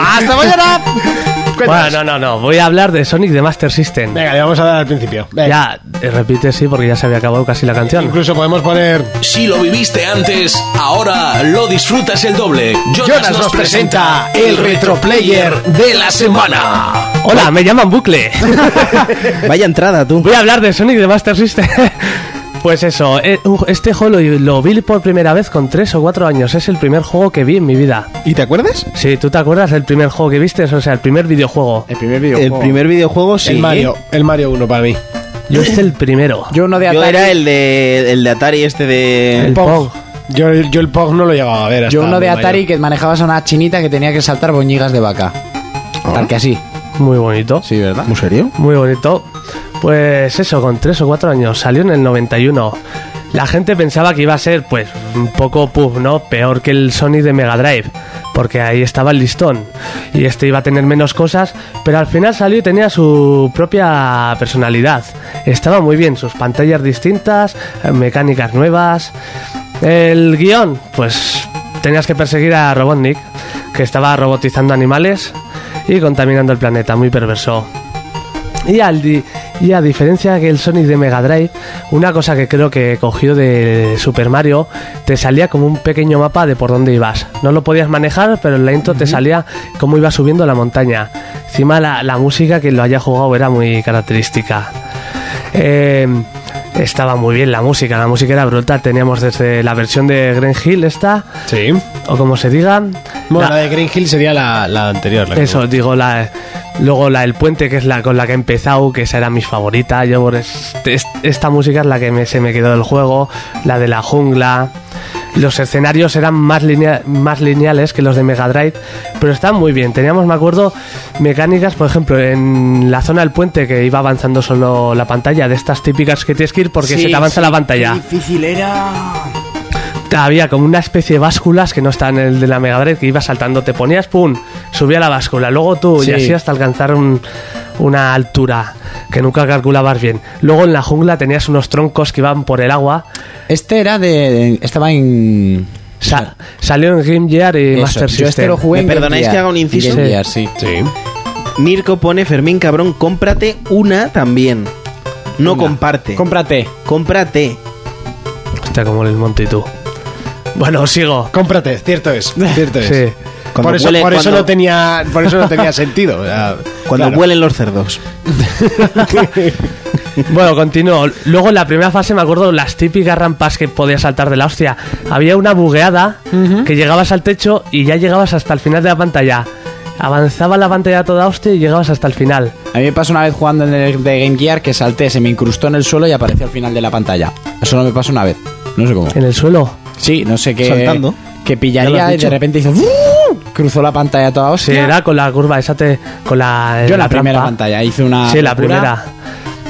Speaker 2: hasta mañana.
Speaker 6: bueno,
Speaker 2: Cuéntanos.
Speaker 6: no, no, no. Voy a hablar de Sonic the Master System.
Speaker 2: Venga, le vamos a dar al principio. Venga.
Speaker 6: Ya, eh, repite, sí, porque ya se había acabado casi la canción.
Speaker 2: Incluso podemos poner.
Speaker 13: Si lo viviste antes, ahora lo disfrutas el doble. Jonas, nos, presenta el reto player de la semana.
Speaker 6: Hola, me llaman Bucle. [LAUGHS]
Speaker 5: Vaya entrada, tú.
Speaker 6: Voy a hablar de Sonic the Master System. [LAUGHS] Pues eso, eh, un- este juego lo, lo vi por primera vez con 3 o 4 años. Es el primer juego que vi en mi vida.
Speaker 5: ¿Y te acuerdas?
Speaker 6: Sí, ¿tú te acuerdas del primer juego que viste? O sea, el primer videojuego.
Speaker 7: El primer
Speaker 5: El primer videojuego, sí.
Speaker 2: El Mario. El Mario 1 para mí.
Speaker 6: Yo este el primero.
Speaker 7: Yo uno de
Speaker 5: Yo
Speaker 7: Atari.
Speaker 5: era el de, el de Atari, este de.
Speaker 6: El Pong.
Speaker 2: Yo, yo el Pog no lo llegaba a ver. hasta
Speaker 7: Yo uno de
Speaker 2: muy
Speaker 7: Atari
Speaker 2: mayor.
Speaker 7: que manejabas a una chinita que tenía que saltar boñigas de vaca. Tal que así.
Speaker 6: Muy bonito.
Speaker 7: Sí, ¿verdad?
Speaker 5: ¿En serio?
Speaker 6: Muy bonito. Pues eso, con 3 o 4 años. Salió en el 91. La gente pensaba que iba a ser, pues, un poco puff, ¿no? Peor que el Sonic de Mega Drive. Porque ahí estaba el listón. Y este iba a tener menos cosas. Pero al final salió y tenía su propia personalidad. Estaba muy bien. Sus pantallas distintas, eh, mecánicas nuevas. El guión, pues tenías que perseguir a Robotnik, que estaba robotizando animales y contaminando el planeta, muy perverso. Y, al di- y a diferencia que el Sonic de Mega Drive, una cosa que creo que cogió de Super Mario, te salía como un pequeño mapa de por dónde ibas. No lo podías manejar, pero en la intro te salía cómo ibas subiendo la montaña. Encima la, la música que lo haya jugado era muy característica. Eh, estaba muy bien la música, la música era brutal. Teníamos desde la versión de Green Hill esta,
Speaker 2: Sí.
Speaker 6: o como se diga.
Speaker 2: Bueno,
Speaker 6: la-
Speaker 2: la de Green Hill sería la, la anterior. la que-
Speaker 6: eso, digo, la, luego la del puente, que es la con la que he empezado, que esa era mi favorita. Yo por este- est- esta música es la que me- se me quedó del juego, la de la jungla. Los escenarios eran más, linea- más lineales que los de Mega Drive, pero estaban muy bien. Teníamos, me acuerdo, mecánicas, por ejemplo, en la zona del puente que iba avanzando solo la pantalla, de estas típicas que tienes que ir porque se te avanza la pantalla.
Speaker 7: Difícil era.
Speaker 6: Había como una especie de básculas que no estaban en el de la Mega Drive, que ibas saltando, te ponías, pum, subía la báscula, luego tú,
Speaker 2: Sí.
Speaker 6: y así hasta alcanzar un- una altura que nunca calculabas bien. Luego en la jungla tenías unos troncos que iban por el agua.
Speaker 7: Este era de. Estaba en.
Speaker 6: Sa- salió en Game Gear y
Speaker 7: Eso,
Speaker 6: Master
Speaker 7: yo
Speaker 6: System.
Speaker 7: este lo jugué
Speaker 5: ¿Me
Speaker 7: en Game
Speaker 5: perdonáis
Speaker 7: Gear.
Speaker 5: que haga un inciso?
Speaker 7: Game
Speaker 6: Sí.
Speaker 7: Gear, sí.
Speaker 5: Mirko pone, Fermín, cabrón, cómprate una también. No comparte.
Speaker 7: Cómprate.
Speaker 5: cómprate.
Speaker 6: Hostia, como el monte y tú. Bueno, sigo.
Speaker 2: Cómprate, cierto es. Cierto es.
Speaker 6: Sí.
Speaker 5: Cuando
Speaker 2: por eso,
Speaker 5: huele-
Speaker 2: por eso
Speaker 5: cuando-
Speaker 2: no tenía, por eso no tenía sentido. o sea,
Speaker 5: Cuando
Speaker 2: claro.
Speaker 5: huelen los cerdos.
Speaker 2: [LAUGHS]
Speaker 6: Bueno, continúo. Luego en la primera fase me acuerdo las típicas rampas que podías saltar de la hostia. Había una bugueada que llegabas al techo y ya llegabas hasta el final de la pantalla. Avanzaba la pantalla a toda hostia y llegabas hasta el final.
Speaker 7: A mí me pasó una vez jugando en el de Game Gear que salté, se me incrustó en el suelo y apareció al final de la pantalla. Eso no me pasó una vez. No sé cómo.
Speaker 6: En el suelo.
Speaker 7: Sí, no sé qué.
Speaker 5: Saltando.
Speaker 7: Que
Speaker 6: Ya lo has
Speaker 7: pillaría y de
Speaker 6: dicho.
Speaker 7: repente hizo. ¡fuu! Cruzó la pantalla toda
Speaker 6: Sí,
Speaker 7: hostia.
Speaker 6: era con la curva esa te- con la
Speaker 7: Yo la, primera
Speaker 6: rampa.
Speaker 7: pantalla hice una.
Speaker 6: Sí, la
Speaker 7: Ah, locura.
Speaker 6: primera.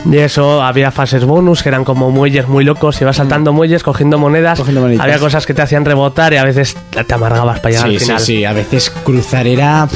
Speaker 6: Y eso, había fases bonus que eran como muelles muy locos, ibas
Speaker 7: Mm.
Speaker 6: saltando muelles, cogiendo monedas. había cosas que te hacían rebotar y a veces te amargabas para llegar
Speaker 4: Sí,
Speaker 6: al
Speaker 4: sí,
Speaker 6: final.
Speaker 4: sí, a veces cruzar era...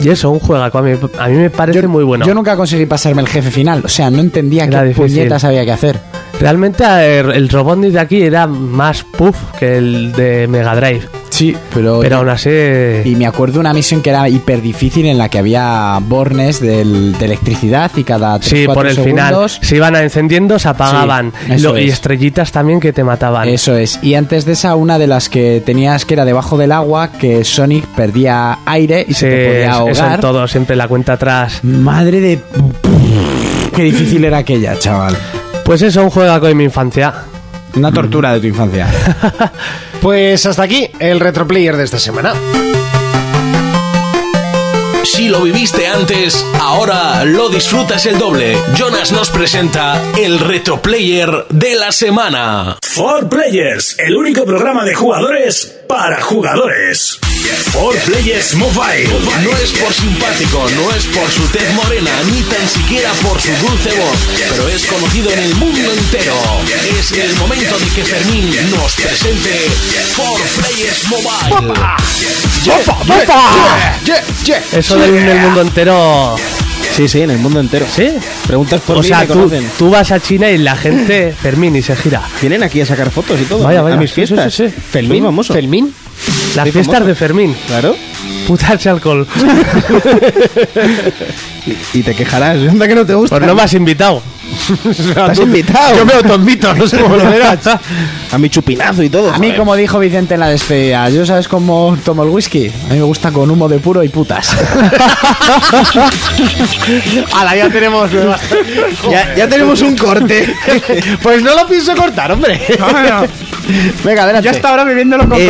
Speaker 6: Y eso, un juegaco, a mí, a mí me parece muy bueno.
Speaker 7: Yo nunca conseguí pasarme el jefe final, o sea, no entendía
Speaker 6: Era
Speaker 7: qué
Speaker 6: difícil.
Speaker 7: puñetas había que hacer.
Speaker 6: Realmente eh, el Robotnik de aquí era más puff que el de Mega Drive.
Speaker 7: Sí, pero...
Speaker 6: Pero aún así...
Speaker 7: Y me acuerdo una misión que era hiper difícil en la que había bornes del- de electricidad y cada 3
Speaker 6: Sí, por el
Speaker 7: segundos.
Speaker 6: final. Se iban a- encendiendo, se apagaban.
Speaker 7: Sí, eso
Speaker 6: Lo- y
Speaker 7: es.
Speaker 6: estrellitas también que te mataban.
Speaker 7: Eso es. Y antes de esa, una de las que tenías que era debajo del agua, que Sonic perdía aire y se te podía
Speaker 6: eso en
Speaker 7: ahogar.
Speaker 6: todo, siempre la cuenta atrás.
Speaker 7: Madre de... Qué difícil era aquella, chaval.
Speaker 6: Pues eso, un juegaco de mi infancia.
Speaker 7: Una tortura de tu infancia.
Speaker 2: Pues hasta aquí el retroplayer de esta semana.
Speaker 13: Si lo viviste antes, ahora lo disfrutas el doble. Jonas nos presenta el Retro Player de la semana.
Speaker 1: For Players, el único programa de jugadores para jugadores. For Players Mobile.
Speaker 13: No es por simpático, no es por su tez morena, ni tan siquiera por su dulce voz, pero es conocido en el mundo entero. Es el momento de que Fermín nos presente For Players Mobile.
Speaker 6: Eso del en el mundo entero.
Speaker 5: Sí, sí, en el mundo entero.
Speaker 6: ¿Sí?
Speaker 5: Preguntas por
Speaker 6: o
Speaker 5: mí y
Speaker 6: sea,
Speaker 5: me
Speaker 6: tú,
Speaker 5: conocen.
Speaker 6: tú vas a China y la gente, Fermín, y se gira.
Speaker 5: Vienen aquí a sacar fotos y todo.
Speaker 6: Vaya,
Speaker 5: ¿eh?
Speaker 6: vaya.
Speaker 5: A mis
Speaker 6: Sí, sí,
Speaker 5: fiestas.
Speaker 6: sí, sí.
Speaker 5: Soy famoso.
Speaker 2: Fermín.
Speaker 6: Las
Speaker 5: Soy
Speaker 6: fiestas
Speaker 5: famoso.
Speaker 6: de Fermín.
Speaker 5: Claro.
Speaker 6: Putarse alcohol.
Speaker 5: Y, y te quejarás. [LAUGHS] Anda que no te gusta.
Speaker 6: Pues no me
Speaker 2: [LAUGHS]
Speaker 6: has invitado.
Speaker 5: Estás invitado.
Speaker 2: Yo me autoinvito, no sé cómo lo verás.
Speaker 5: A mi chupinazo y todo.
Speaker 7: A mí,
Speaker 5: joder.
Speaker 7: como dijo Vicente en la despedida, ¿yo sabes cómo tomo el whisky? A mí me gusta con humo de puro y putas.
Speaker 2: Ala, ya tenemos nuevas.
Speaker 5: Ya, ya tenemos un [LAUGHS]
Speaker 6: [LAUGHS]
Speaker 5: corte.
Speaker 2: [LAUGHS]
Speaker 5: Ah,
Speaker 2: Pues no lo pienso cortar, hombre. [LAUGHS]
Speaker 7: Venga, adelante.
Speaker 2: Yo
Speaker 7: ahora bebiéndolo con
Speaker 5: Eh,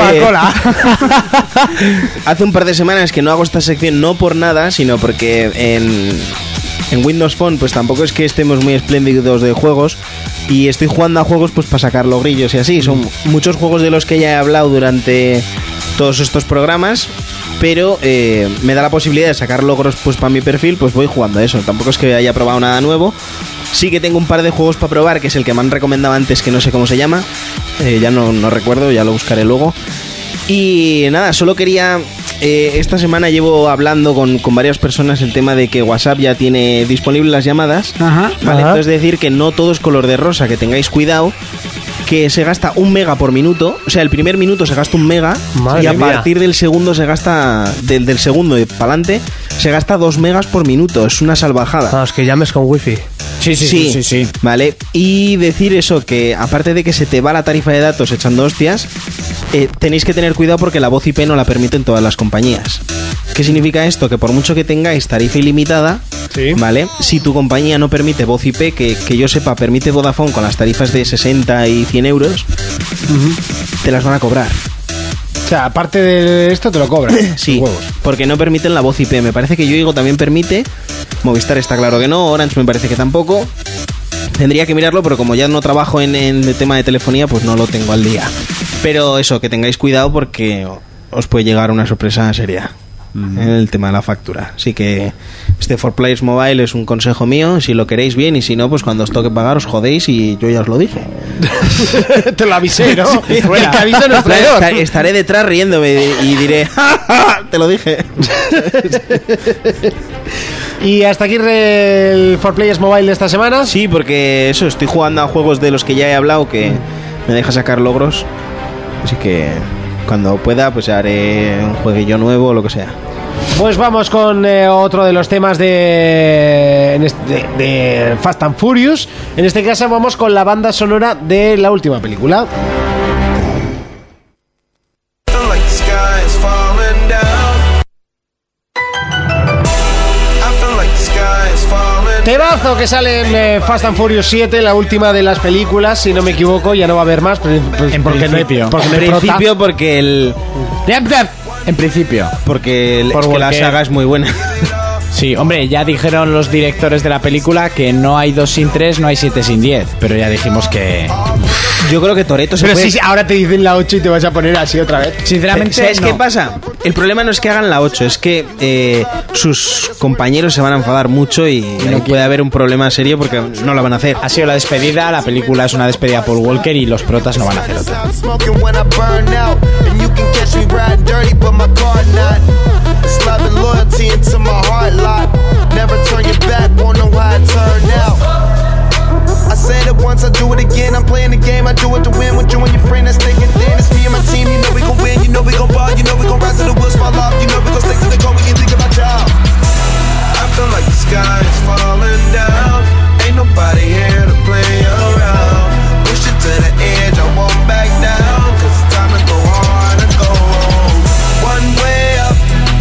Speaker 5: [LAUGHS] Hace un par de semanas que no hago esta sección no por nada, sino porque en, en Windows Phone pues tampoco es que estemos muy espléndidos de juegos y estoy jugando a juegos pues para sacar los grillos y así.
Speaker 7: Mm.
Speaker 5: Son muchos juegos de los que ya he hablado durante todos estos programas. Pero eh, me da la posibilidad de sacar logros pues para mi perfil, pues voy jugando a eso. Tampoco es que haya probado nada nuevo. Sí que tengo un par de juegos para probar, que es el que me han recomendado antes, que no sé cómo se llama. Eh, ya no, no recuerdo, ya lo buscaré luego. Y nada, solo quería. eh, esta semana llevo hablando con, con varias personas el tema de que WhatsApp ya tiene disponibles las llamadas.
Speaker 7: Ajá.
Speaker 5: Vale,
Speaker 6: Ajá.
Speaker 5: entonces decir que no todo es color de rosa, que tengáis cuidado. Que se gasta un mega por minuto. O sea, el primer minuto se gasta un mega.
Speaker 6: Madre
Speaker 5: y a
Speaker 6: mía.
Speaker 5: partir del segundo se gasta. Del, del segundo y para adelante se gasta dos megas por minuto. Es una salvajada.
Speaker 6: Vamos, que llames con wifi.
Speaker 5: Sí, Vale, y decir eso, que aparte de que se te va la tarifa de datos echando hostias, eh, tenéis que tener cuidado porque la voz IP no la permiten todas las compañías. ¿Qué significa esto? Que por mucho que tengáis tarifa ilimitada, ¿vale? Si tu compañía no permite voz IP, que, que yo sepa, permite Vodafone con las tarifas de 60 y 100 euros, te las van a cobrar.
Speaker 2: [LAUGHS] O sea, aparte de esto, te lo cobran.
Speaker 5: Sí,
Speaker 2: tus huevos.
Speaker 5: [LAUGHS] porque no permiten la voz IP. Me parece que Yoigo también permite. Movistar está claro que no. Orange me parece que tampoco. Tendría que mirarlo, pero como ya no trabajo en, en el tema de telefonía, pues no lo tengo al día. Pero eso, que tengáis cuidado porque os puede llegar una sorpresa seria en el tema de la factura. Así que este For Players Mobile es un consejo mío. Si lo queréis bien y si no, pues cuando os toque pagar os jodéis y yo ya os
Speaker 2: [LAUGHS]
Speaker 5: lo dije.
Speaker 2: te lo avisé, ¿no?
Speaker 5: [LAUGHS]
Speaker 2: El que avisa no es
Speaker 5: Claro,
Speaker 2: traidor.
Speaker 5: esta- estaré detrás riéndome y diré, [LAUGHS] "Ja, ja, ja, te lo dije.
Speaker 2: Y hasta aquí el For Players Mobile de esta semana.
Speaker 5: Sí, porque eso, estoy jugando a juegos de los que ya he hablado que me deja sacar logros. Así que cuando pueda, pues haré un jueguillo nuevo o lo que sea.
Speaker 2: Pues vamos con eh, otro de los temas de, en este- de- de Fast and Furious. En este caso vamos con la banda sonora de la última película. Temazo que sale en eh, Fast and Furious 7, la última de las películas, si no me equivoco, ya no va a haber más. pero- pues-
Speaker 4: En
Speaker 2: porque no hay-
Speaker 4: principio.
Speaker 2: porque no
Speaker 5: en
Speaker 2: hay prota.
Speaker 5: principio, porque el.
Speaker 7: En principio.
Speaker 5: Porque el- es que la
Speaker 2: porque-
Speaker 7: [LAUGHS]
Speaker 5: saga es muy buena.
Speaker 7: Sí, hombre, ya dijeron los directores de la película que no hay dos sin tres, no hay siete sin diez. Pero ya dijimos que.
Speaker 5: Yo creo que Toreto
Speaker 7: se
Speaker 2: Pero
Speaker 7: puede-
Speaker 2: sí, sí, ahora te dicen la 8 y te vas a poner así otra vez.
Speaker 7: Sinceramente,
Speaker 5: ¿Sabes qué pasa? El problema no es que hagan la 8, es que eh, sus compañeros se van a enfadar mucho y, ahí puede haber un problema serio porque no la van a hacer.
Speaker 7: Ha sido la despedida, la película es una despedida por Walker y los protas no van a hacer otra.
Speaker 14: I'm smoking when I burn out. And you can catch me riding dirty, but my car not. It's love and loyalty into my heart lot. Never turn your back, won't know how it turned out. I said it once, I do it again. I'm playing the game, I do it to win with you and your friend that's thinking thin. It's me and my team, you know we gon' win, you know we gon' ball, you know we gon' rise to the woods, fall off, you know we gon' stick to the goal, we can think about y'all. I feel like the sky is falling down. Ain't nobody here to play around. Push it to the edge, I won't back down. Cause it's time to go hard and go home. One way up,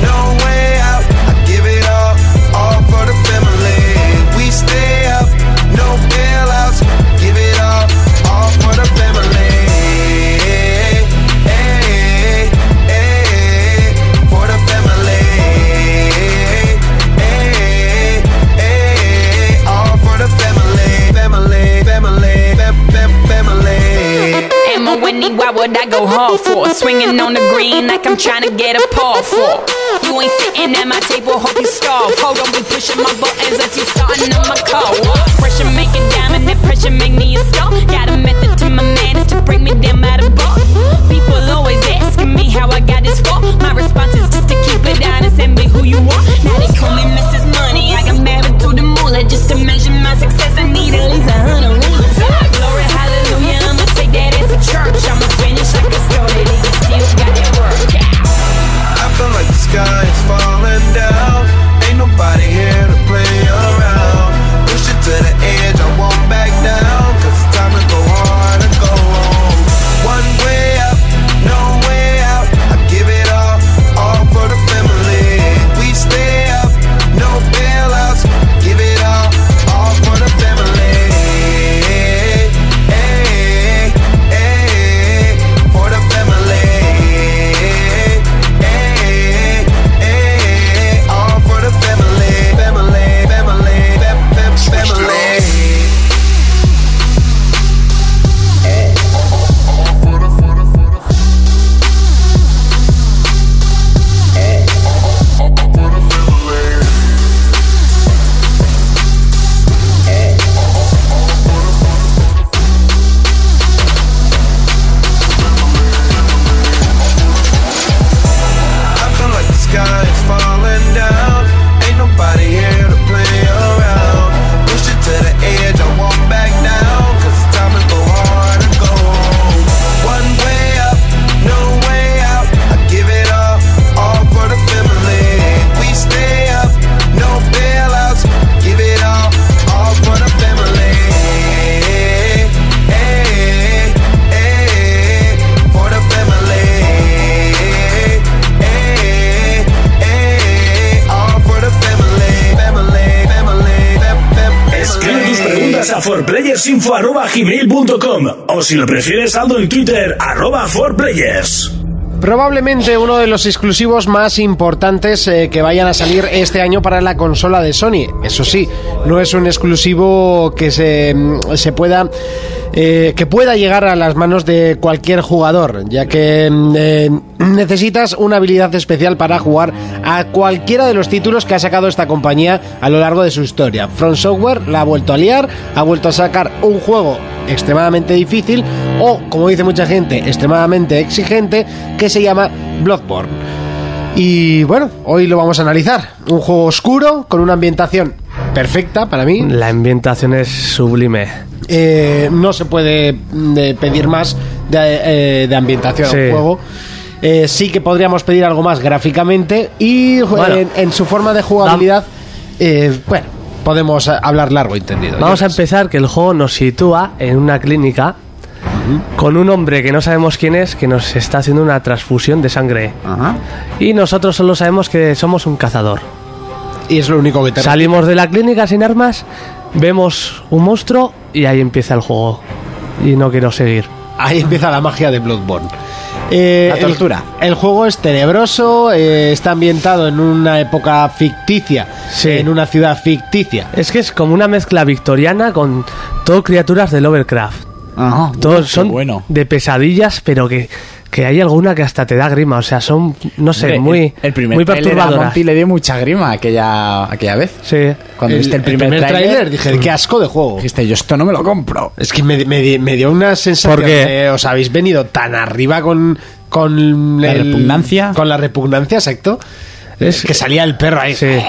Speaker 14: no way out. I give it all, all for the family. We stay up, no bailouts. Give it all, all for the family. Ay, ay, for the family. Ay, ay, all for the family, family, family, fam- fam- family.
Speaker 15: Am I Whitney? Why would I go hard for? Swinging on the green like I'm trying to get a paw for. You ain't sitting at my table, hope you starve. Hold on, be pushing my buttons as you starting on my car. Pressure make a diamond, that pressure make me a star. Got a method to my madness to bring me down by the bar. People always asking me how I got this far. My response is just to keep it honest and be who you are. Now they call me Mrs. Money, I got married to the moolah just to measure my success. I need at least a hundred rulers. Glory, hallelujah, I'ma take that as a church. I'ma finish like I started it. You still got that work.
Speaker 14: I feel like the sky is falling down. Ain't nobody here to play around. Push it to the edge, I won't back down. Cause it's time to go hard and go home. One way up, no way out. I give it all, all for the family. We stay up, no bailouts. Give it all, all for the family. Ay, ay, for the family. Ay, ay, all for the family, family, family, fam- fam- family. I feel like the sky is falling down. Ain't nobody here to play around. Push it to the edge, I won't back down. Cause it's time to go hard and go home. One way up, no way out. I give it all, all for the family. We stay up, no bailouts. Give it all, all for the family. Ay, ay, for the family. Ay, ay, all for the family, family, family, fam- fam-
Speaker 1: Escribe tus preguntas a forplayersinfo.com o si lo prefieres, saldo en Twitter, arroba forplayers.
Speaker 2: Probablemente uno de los exclusivos más importantes eh, que vayan a salir este año para la consola de Sony. Eso sí, no es un exclusivo que se, mm, se pueda eh, que pueda llegar a las manos de cualquier jugador, ya que mm, eh, necesitas una habilidad especial para jugar a cualquiera de los títulos que ha sacado esta compañía a lo largo de su historia. From Software la ha vuelto a liar, ha vuelto a sacar un juego extremadamente difícil o, como dice mucha gente, extremadamente exigente, que se llama Bloodborne. Y bueno, hoy lo vamos a analizar. Un juego oscuro, con una ambientación perfecta para mí.
Speaker 6: La ambientación es sublime.
Speaker 2: Eh, no se puede mm, de pedir más de, eh, de ambientación al
Speaker 6: Sí.
Speaker 2: juego. Eh, sí que podríamos pedir algo más gráficamente y eh,
Speaker 6: Bueno.
Speaker 2: en, en su forma de jugabilidad, eh, bueno, podemos eh, hablar largo y tendido.
Speaker 6: Vamos a empezar que el juego nos sitúa en una clínica con un hombre que no sabemos quién es que nos está haciendo una transfusión de sangre. Y nosotros solo sabemos que somos un cazador.
Speaker 2: Y es lo único que tenemos.
Speaker 6: Salimos de la clínica sin armas, vemos un monstruo y ahí empieza el juego. Y no quiero seguir.
Speaker 2: Ahí empieza la magia de Bloodborne. Eh,
Speaker 4: La
Speaker 2: el-
Speaker 4: tortura.
Speaker 2: El, juego es tenebroso, eh, está ambientado en una época ficticia, en una ciudad ficticia.
Speaker 6: Es que es como una mezcla victoriana con todo criaturas del Overcraft.
Speaker 7: Ajá.
Speaker 6: Todos
Speaker 7: Ah, qué
Speaker 6: son
Speaker 7: bueno.
Speaker 6: de pesadillas, pero que, que hay alguna que hasta te da grima. O sea, son, no sé,
Speaker 7: Hombre,
Speaker 6: muy,
Speaker 7: el- el primer
Speaker 6: muy
Speaker 7: tráiler a
Speaker 6: perturbadoras.
Speaker 7: Monty le dio mucha grima aquella, aquella vez.
Speaker 6: Sí.
Speaker 7: Cuando viste el primer, tráiler, mm.
Speaker 2: tráiler dije, qué asco de juego.
Speaker 7: Dijiste, yo esto no me lo compro.
Speaker 2: Es que me, me- me dio una sensación
Speaker 7: Porque-
Speaker 2: de, os habéis venido tan arriba con, con
Speaker 7: La repugnancia.
Speaker 2: Con la repugnancia, exacto. Es que salía el perro ahí. Eh,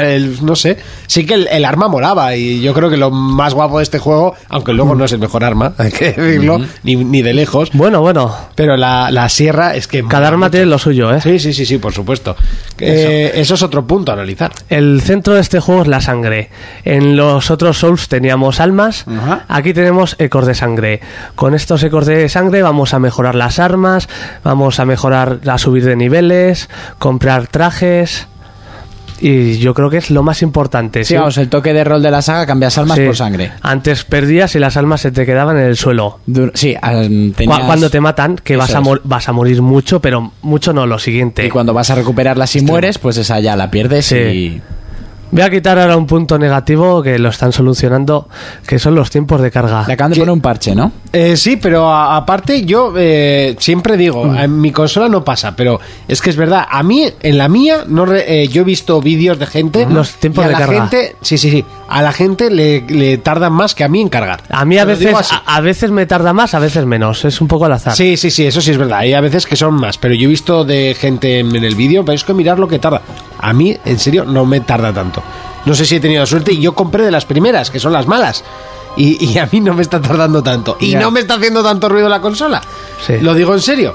Speaker 2: El- no sé. Sí que el, el arma molaba y yo creo que lo más guapo de este juego, aunque luego no es el mejor arma, [LAUGHS] hay que decirlo, ni, ni de lejos.
Speaker 6: Bueno, bueno.
Speaker 2: Pero la, la sierra es que...
Speaker 6: Cada arma tiene lo suyo, ¿eh?
Speaker 2: Sí, sí, sí, sí, por supuesto. Eh, eso. es otro punto a analizar.
Speaker 6: El centro de este juego es la sangre. En los otros Souls teníamos almas. Aquí tenemos ecos de sangre. Con estos ecos de sangre vamos a mejorar las armas, vamos a mejorar, a subir de niveles, comprar trajes. Y yo creo que es lo más importante.
Speaker 7: Sí, vamos, el toque de rol de la saga cambias almas
Speaker 6: Sí.
Speaker 7: por sangre.
Speaker 6: Antes perdías y las almas se te quedaban en el suelo.
Speaker 7: sí,
Speaker 6: Cu- Cuando te matan, que vas a, mor- vas a morir mucho, pero mucho no, lo siguiente.
Speaker 7: Y cuando vas a recuperarla si mueres, pues esa ya la pierdes y...
Speaker 6: Voy a quitar ahora un punto negativo que lo están solucionando, que son los tiempos de carga. Le
Speaker 7: acaban de poner un parche, ¿no?
Speaker 2: Eh, sí, pero a- aparte yo eh, siempre digo,
Speaker 6: Mm.
Speaker 2: en mi consola no pasa, pero es que es verdad, a mí, en la mía, no re- eh, yo he visto vídeos de gente...
Speaker 6: Los tiempos
Speaker 2: y a
Speaker 6: de
Speaker 2: la
Speaker 6: carga.
Speaker 2: Gente, sí, sí, sí, a la gente le, le tardan más que a mí en cargar.
Speaker 6: A mí a
Speaker 2: Te lo digo
Speaker 6: veces,
Speaker 2: así.
Speaker 6: a, a veces me tarda más, a veces menos. Es un poco al azar.
Speaker 2: Sí, sí, sí, eso sí es verdad. Hay a veces que son más, pero yo he visto de gente en en el vídeo, pero es que mirar lo que tarda. A mí, en serio, no me tarda tanto. No sé si he tenido suerte y yo compré de las primeras, que son las malas. Y, y a mí no me está tardando tanto. Y
Speaker 6: Ya.
Speaker 2: no me está haciendo tanto ruido la consola.
Speaker 6: Sí.
Speaker 2: Lo digo en serio.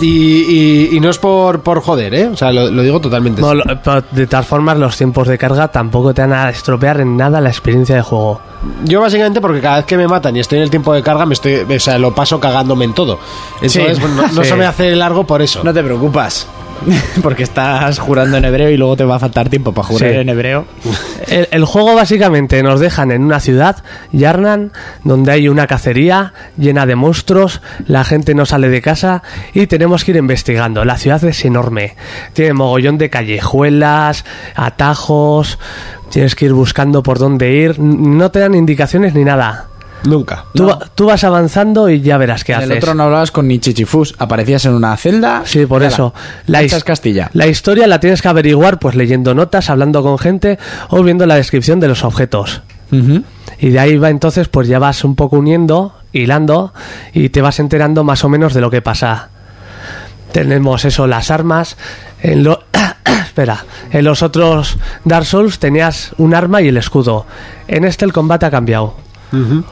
Speaker 2: Y, y- y no es por, por joder, ¿eh? O sea, lo, lo digo totalmente. en
Speaker 6: No,
Speaker 2: serio.
Speaker 6: lo- pero de todas formas, los tiempos de carga tampoco te van a estropear en nada la experiencia de juego.
Speaker 2: Yo básicamente porque cada vez que me matan y estoy en el tiempo de carga, me estoy, o sea, lo paso cagándome en todo. Entonces,
Speaker 7: Sí.
Speaker 2: bueno, no,
Speaker 7: [LAUGHS]
Speaker 2: no
Speaker 7: Sí.
Speaker 2: se me hace largo por eso.
Speaker 7: No te preocupas. [LAUGHS] Porque estás jurando en hebreo y luego te va a faltar tiempo para jurar
Speaker 6: Sí.
Speaker 7: en hebreo.
Speaker 6: [LAUGHS] El, el juego básicamente nos dejan en una ciudad, Yarnan, donde hay una cacería llena de monstruos, la gente no sale de casa y tenemos que ir investigando. La ciudad es enorme, tiene mogollón de callejuelas, atajos, tienes que ir buscando por dónde ir, n- no te dan indicaciones ni nada.
Speaker 2: Nunca.
Speaker 6: Tú, va- tú vas avanzando y ya verás qué
Speaker 7: En
Speaker 6: haces.
Speaker 7: el otro no hablabas con ni chichifus. Aparecías en una celda.
Speaker 6: Sí, por
Speaker 7: y ala,
Speaker 6: eso. La
Speaker 7: lanchas
Speaker 6: his-
Speaker 7: Castilla.
Speaker 6: La historia la tienes que averiguar pues leyendo notas, hablando con gente o viendo la descripción de los objetos. Y de ahí va entonces, pues ya vas un poco uniendo, hilando, y te vas enterando más o menos de lo que pasa. Tenemos eso, las armas. En lo... [COUGHS] Espera, en los otros Dark Souls tenías un arma y el escudo. En este el combate ha cambiado.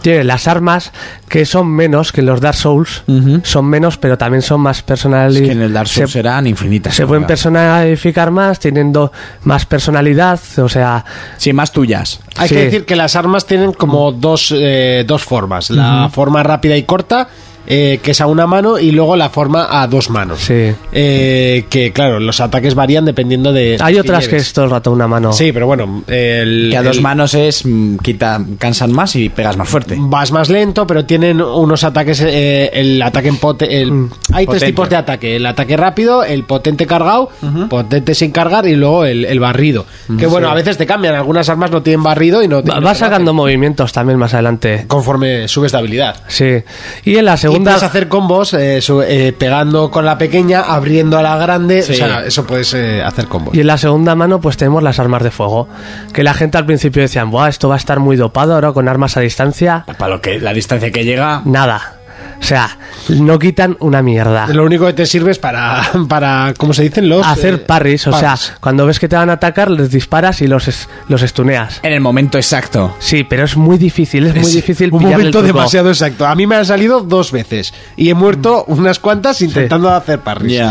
Speaker 6: Tiene las armas que son menos que en los Dark Souls, son menos, pero también son más personalizadas.
Speaker 7: que en el Dark Souls eran infinitas.
Speaker 6: Se pueden
Speaker 7: cargas.
Speaker 6: personificar más, teniendo más personalidad, o sea...
Speaker 7: Sí, más tuyas.
Speaker 2: Hay que decir que las armas tienen como dos, eh, dos formas. La
Speaker 6: Ujú.
Speaker 2: forma rápida y corta, eh, que es a una mano, y luego la forma a dos manos.
Speaker 6: Sí.
Speaker 2: Eh, que claro, los ataques varían dependiendo de...
Speaker 6: Hay
Speaker 2: de
Speaker 6: otras que
Speaker 2: lleves.
Speaker 6: es todo el rato una mano.
Speaker 2: Sí, pero bueno, el,
Speaker 7: Que a
Speaker 2: el-
Speaker 7: dos manos es... mm, Quita, cansan más y pegas más fuerte.
Speaker 2: vas más lento, pero tienen unos ataques, eh, el ataque en pote... el-
Speaker 6: Mm.
Speaker 2: Hay
Speaker 7: Potente.
Speaker 2: tres tipos de ataque. El ataque rápido, el potente cargado, potente sin cargar y luego el, el barrido. Que bueno,
Speaker 6: Mm. Sí.
Speaker 2: a veces te cambian. Algunas armas no tienen barrido y no
Speaker 6: Va-
Speaker 2: tienen...
Speaker 6: va sacando movimientos también más adelante.
Speaker 2: Conforme subes de habilidad.
Speaker 6: Sí. Y en la
Speaker 2: Y
Speaker 6: segunda...
Speaker 2: puedes hacer combos eh, su- eh, pegando con la pequeña, abriendo a la grande.
Speaker 6: Sí.
Speaker 2: O sea, eso puedes eh, hacer combos.
Speaker 6: Y en la segunda mano pues tenemos las armas de fuego. Que la gente al principio decían, Buah, esto va a estar muy dopado ahora con armas a distancia.
Speaker 7: Para lo que la distancia que llega...
Speaker 6: Nada. O sea, no quitan una mierda.
Speaker 2: Lo único que te sirve es para, [LAUGHS] para ¿cómo se dicen los? eh,
Speaker 6: Hacer parries, o
Speaker 2: parries.
Speaker 6: sea, cuando ves que te van a atacar, les disparas y los, es- los estuneas.
Speaker 7: En el momento exacto.
Speaker 6: Sí, pero es muy difícil, es muy
Speaker 2: Es
Speaker 6: difícil
Speaker 2: Un
Speaker 6: pillarle el
Speaker 2: momento
Speaker 6: truco.
Speaker 2: demasiado exacto. A mí me han salido dos veces y he muerto unas cuantas intentando hacer parries.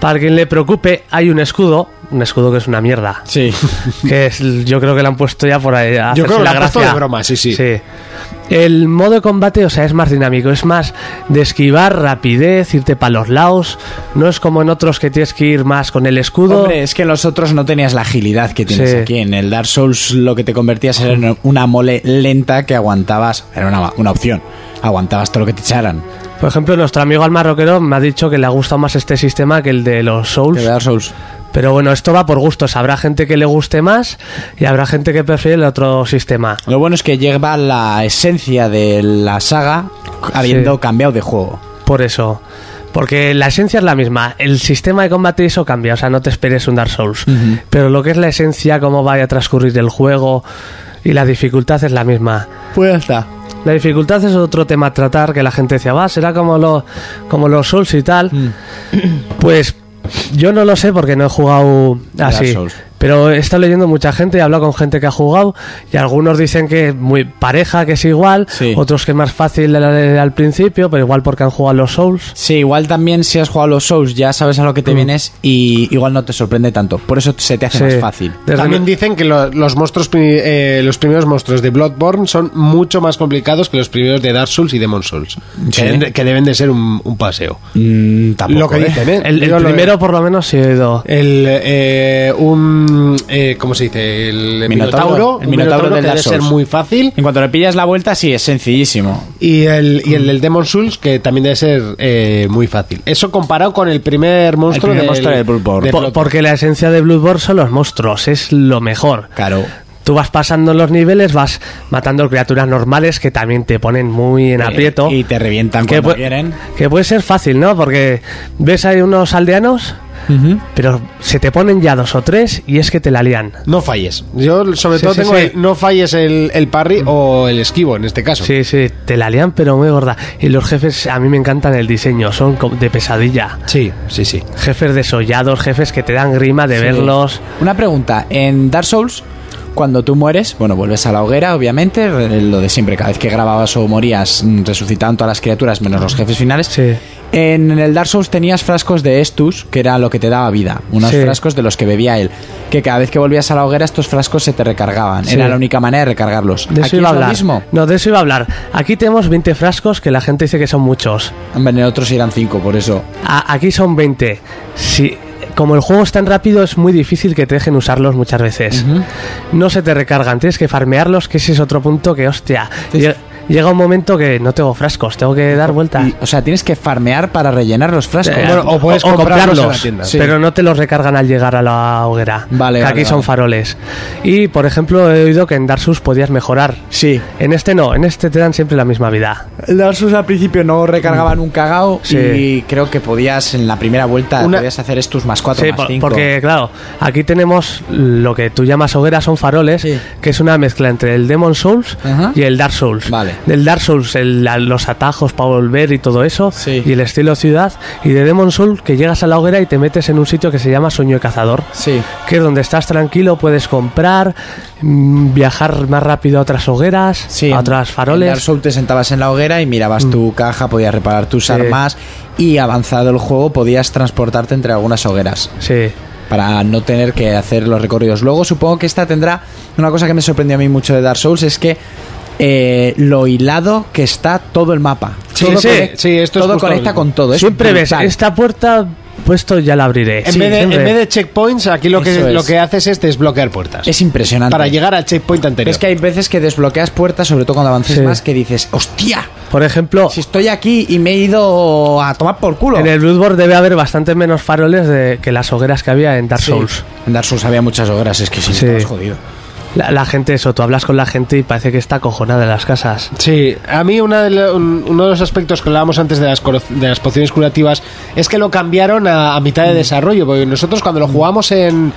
Speaker 6: Para quien le preocupe, hay un escudo. Un escudo que es una mierda.
Speaker 7: Sí.
Speaker 6: [LAUGHS] Que es, yo creo que lo han puesto ya por ahí. a
Speaker 2: Yo
Speaker 6: hacerse
Speaker 2: creo que lo
Speaker 6: la
Speaker 2: han puesto
Speaker 6: gracia.
Speaker 2: de broma, sí, sí.
Speaker 6: El modo de combate, o sea, es más dinámico. Es más de esquivar, rapidez, irte para los lados. No es como en otros que tienes que ir más con el escudo.
Speaker 7: Hombre, es que en los otros no tenías la agilidad que tienes
Speaker 6: Sí.
Speaker 7: aquí. En el Dark Souls lo que te convertías era en una mole lenta que aguantabas. Era una, una opción. Aguantabas todo lo que te echaran.
Speaker 6: Por ejemplo, nuestro amigo al marroquero me ha dicho que le ha gustado más este sistema que el de los Souls. Pero bueno, esto va por gustos. Habrá gente que le guste más y habrá gente que prefiere el otro sistema.
Speaker 4: Lo bueno es que lleva la esencia de la saga habiendo
Speaker 6: Sí.
Speaker 4: cambiado de juego.
Speaker 6: Por eso. Porque la esencia es la misma. El sistema de combate y eso cambia. O sea, no te esperes un Dark Souls. Pero lo que es la esencia, cómo vaya a transcurrir el juego y la dificultad es la misma.
Speaker 4: Pues ya está.
Speaker 6: La dificultad es otro tema a tratar que la gente decía, va, será como, lo- como los Souls y tal.
Speaker 4: Mm.
Speaker 6: [CLEARS THROAT] Pues yo no lo sé porque no he jugado
Speaker 4: Dark
Speaker 6: así.
Speaker 4: Souls.
Speaker 6: Pero he estado leyendo mucha gente, he hablado con gente que ha jugado y algunos dicen que es muy pareja, que es igual, otros que es más fácil al, al principio, pero igual porque han jugado los Souls.
Speaker 4: Sí, igual también si has jugado a los Souls ya sabes a lo que
Speaker 6: Mm.
Speaker 4: te vienes y igual no te sorprende tanto. Por eso se te hace más fácil.
Speaker 2: También dicen que lo- los monstruos, pri- eh, los primeros monstruos de Bloodborne son mucho más complicados que los primeros de Dark Souls y Demon Souls.
Speaker 4: Sí.
Speaker 2: Que, deben, que deben de ser un, un paseo. lo que
Speaker 6: ¿eh?
Speaker 2: dicen, ¿eh?
Speaker 6: El, el
Speaker 2: Yo lo-
Speaker 6: primero por lo menos sí he ido.
Speaker 2: El, eh, un, eh, ¿cómo se dice? El Minotauro.
Speaker 4: El
Speaker 2: un
Speaker 4: Minotauro, del
Speaker 2: que
Speaker 4: Dark
Speaker 2: debe ser
Speaker 4: Souls.
Speaker 2: muy fácil.
Speaker 4: En cuanto le pillas la vuelta, sí, es sencillísimo.
Speaker 2: Y el, y el del Demon Souls, que también debe ser eh, muy fácil. Eso comparado con el primer monstruo del, de
Speaker 6: Po-
Speaker 2: Bloodborne.
Speaker 6: porque la esencia de Bloodborne son los monstruos, es lo mejor.
Speaker 4: Claro.
Speaker 6: Tú vas pasando los niveles, vas matando criaturas normales que también te ponen muy en aprieto.
Speaker 4: Y te revientan
Speaker 6: que,
Speaker 4: cuando
Speaker 6: pue-
Speaker 4: quieren.
Speaker 6: que puede ser fácil, ¿no? Porque ves ahí unos aldeanos, pero se te ponen ya dos o tres y es que te la lían.
Speaker 2: No falles. Yo sobre
Speaker 6: Sí,
Speaker 2: todo
Speaker 6: sí,
Speaker 2: tengo
Speaker 6: sí.
Speaker 2: el no falles el, el parry o el esquivo en este caso.
Speaker 6: Sí, sí, te la lían, pero muy gorda. Y los jefes, a mí me encantan el diseño, son co- de pesadilla.
Speaker 2: Sí, sí, sí.
Speaker 6: Jefes desollados, jefes que te dan grima de
Speaker 4: Sí.
Speaker 6: verlos.
Speaker 4: Una pregunta, en Dark Souls, cuando tú mueres, bueno, vuelves a la hoguera, obviamente, re- lo de siempre, cada vez que grababas o morías, mm, resucitaban todas las criaturas menos
Speaker 6: Ah.
Speaker 4: los jefes finales. En el Dark Souls tenías frascos de Estus, que era lo que te daba vida, unos
Speaker 6: Sí.
Speaker 4: frascos de los que bebía él, que cada vez que volvías a la hoguera estos frascos se te recargaban,
Speaker 6: Sí.
Speaker 4: era la única manera de recargarlos.
Speaker 6: De
Speaker 4: Aquí
Speaker 6: eso iba a
Speaker 4: es lo
Speaker 6: hablar.
Speaker 4: mismo.
Speaker 6: No, de eso iba a hablar. Aquí tenemos 20 frascos que la gente dice que son muchos.
Speaker 4: Hombre, en otros eran 5, por eso.
Speaker 6: A- aquí son 20. Si, como el juego es tan rápido, es muy difícil que te dejen usarlos muchas veces. No se te recargan, tienes que farmearlos, que ese es otro punto que, hostia. lle- Llega un momento que no tengo frascos, tengo que dar vueltas.
Speaker 4: O sea, tienes que farmear para rellenar los frascos.
Speaker 6: Eh,
Speaker 4: Sí.
Speaker 6: pero no te los recargan al llegar a la hoguera.
Speaker 4: Vale, vale,
Speaker 6: que aquí son
Speaker 4: vale.
Speaker 6: faroles. Y por ejemplo, he oído que en Dark Souls podías mejorar.
Speaker 4: Sí.
Speaker 6: En este no, en este te dan siempre la misma vida.
Speaker 4: El Dark Souls al principio no recargaban un cagao
Speaker 6: Mm. Sí.
Speaker 4: y creo que podías en la primera vuelta
Speaker 6: Una-
Speaker 4: podías hacer estos más 4
Speaker 6: Sí,
Speaker 4: más
Speaker 6: por-
Speaker 4: 5.
Speaker 6: porque claro, aquí tenemos lo que tú llamas hogueras son faroles, que es una mezcla entre el Demon Souls
Speaker 4: Ajá.
Speaker 6: y el Dark Souls. Del Dark Souls, el- la- los atajos para volver y todo eso, y el estilo ciudad, y de Demon Souls que llegas a la hoguera y te metes en un sitio que se llama Sueño de Cazador, que es donde estás tranquilo, puedes comprar, mm, viajar más rápido a otras hogueras, a otras
Speaker 4: En
Speaker 6: faroles. Mm.
Speaker 4: Dark Souls te sentabas en la hoguera y mirabas tu caja, podías reparar tus
Speaker 6: Sí.
Speaker 4: armas y avanzado el juego podías transportarte entre algunas hogueras.
Speaker 6: Sí.
Speaker 4: Para no tener que hacer los recorridos. Luego supongo que esta tendrá una cosa que me sorprendió a mí mucho de Dark Souls es que eh, lo hilado que está todo el mapa.
Speaker 2: Sí,
Speaker 4: todo
Speaker 2: sí,
Speaker 4: conec-
Speaker 2: sí, esto es
Speaker 4: todo
Speaker 2: justo lo
Speaker 4: conecta
Speaker 2: mismo.
Speaker 4: con todo. es
Speaker 6: Siempre
Speaker 4: brutal.
Speaker 6: ves, esta puerta, puesto ya la abriré.
Speaker 2: En,
Speaker 6: Sí,
Speaker 2: vez de, en
Speaker 6: siempre.
Speaker 2: vez de checkpoints, aquí lo
Speaker 4: Eso
Speaker 2: que,
Speaker 4: es.
Speaker 2: lo que haces es desbloquear puertas.
Speaker 4: Es impresionante.
Speaker 2: Para llegar al checkpoint anterior.
Speaker 4: Es que hay veces que desbloqueas puertas, sobre todo cuando avances
Speaker 2: Sí.
Speaker 4: más, que dices, hostia,
Speaker 6: Por ejemplo,
Speaker 4: si estoy aquí y me he ido a tomar por culo.
Speaker 6: En el Bloodborne debe haber bastante menos faroles de, que las hogueras que había en Dark
Speaker 4: Sí.
Speaker 6: Souls.
Speaker 4: En Dark Souls había muchas hogueras, es que si no estabas jodido.
Speaker 6: La, la gente, eso, tú hablas con la gente y parece que está acojonada en las casas.
Speaker 2: Sí, a mí una de la- un- uno de los aspectos que hablábamos antes de las, coro- de las pociones curativas es que lo cambiaron a, a mitad de
Speaker 4: Mm.
Speaker 2: desarrollo, porque nosotros cuando lo jugamos en,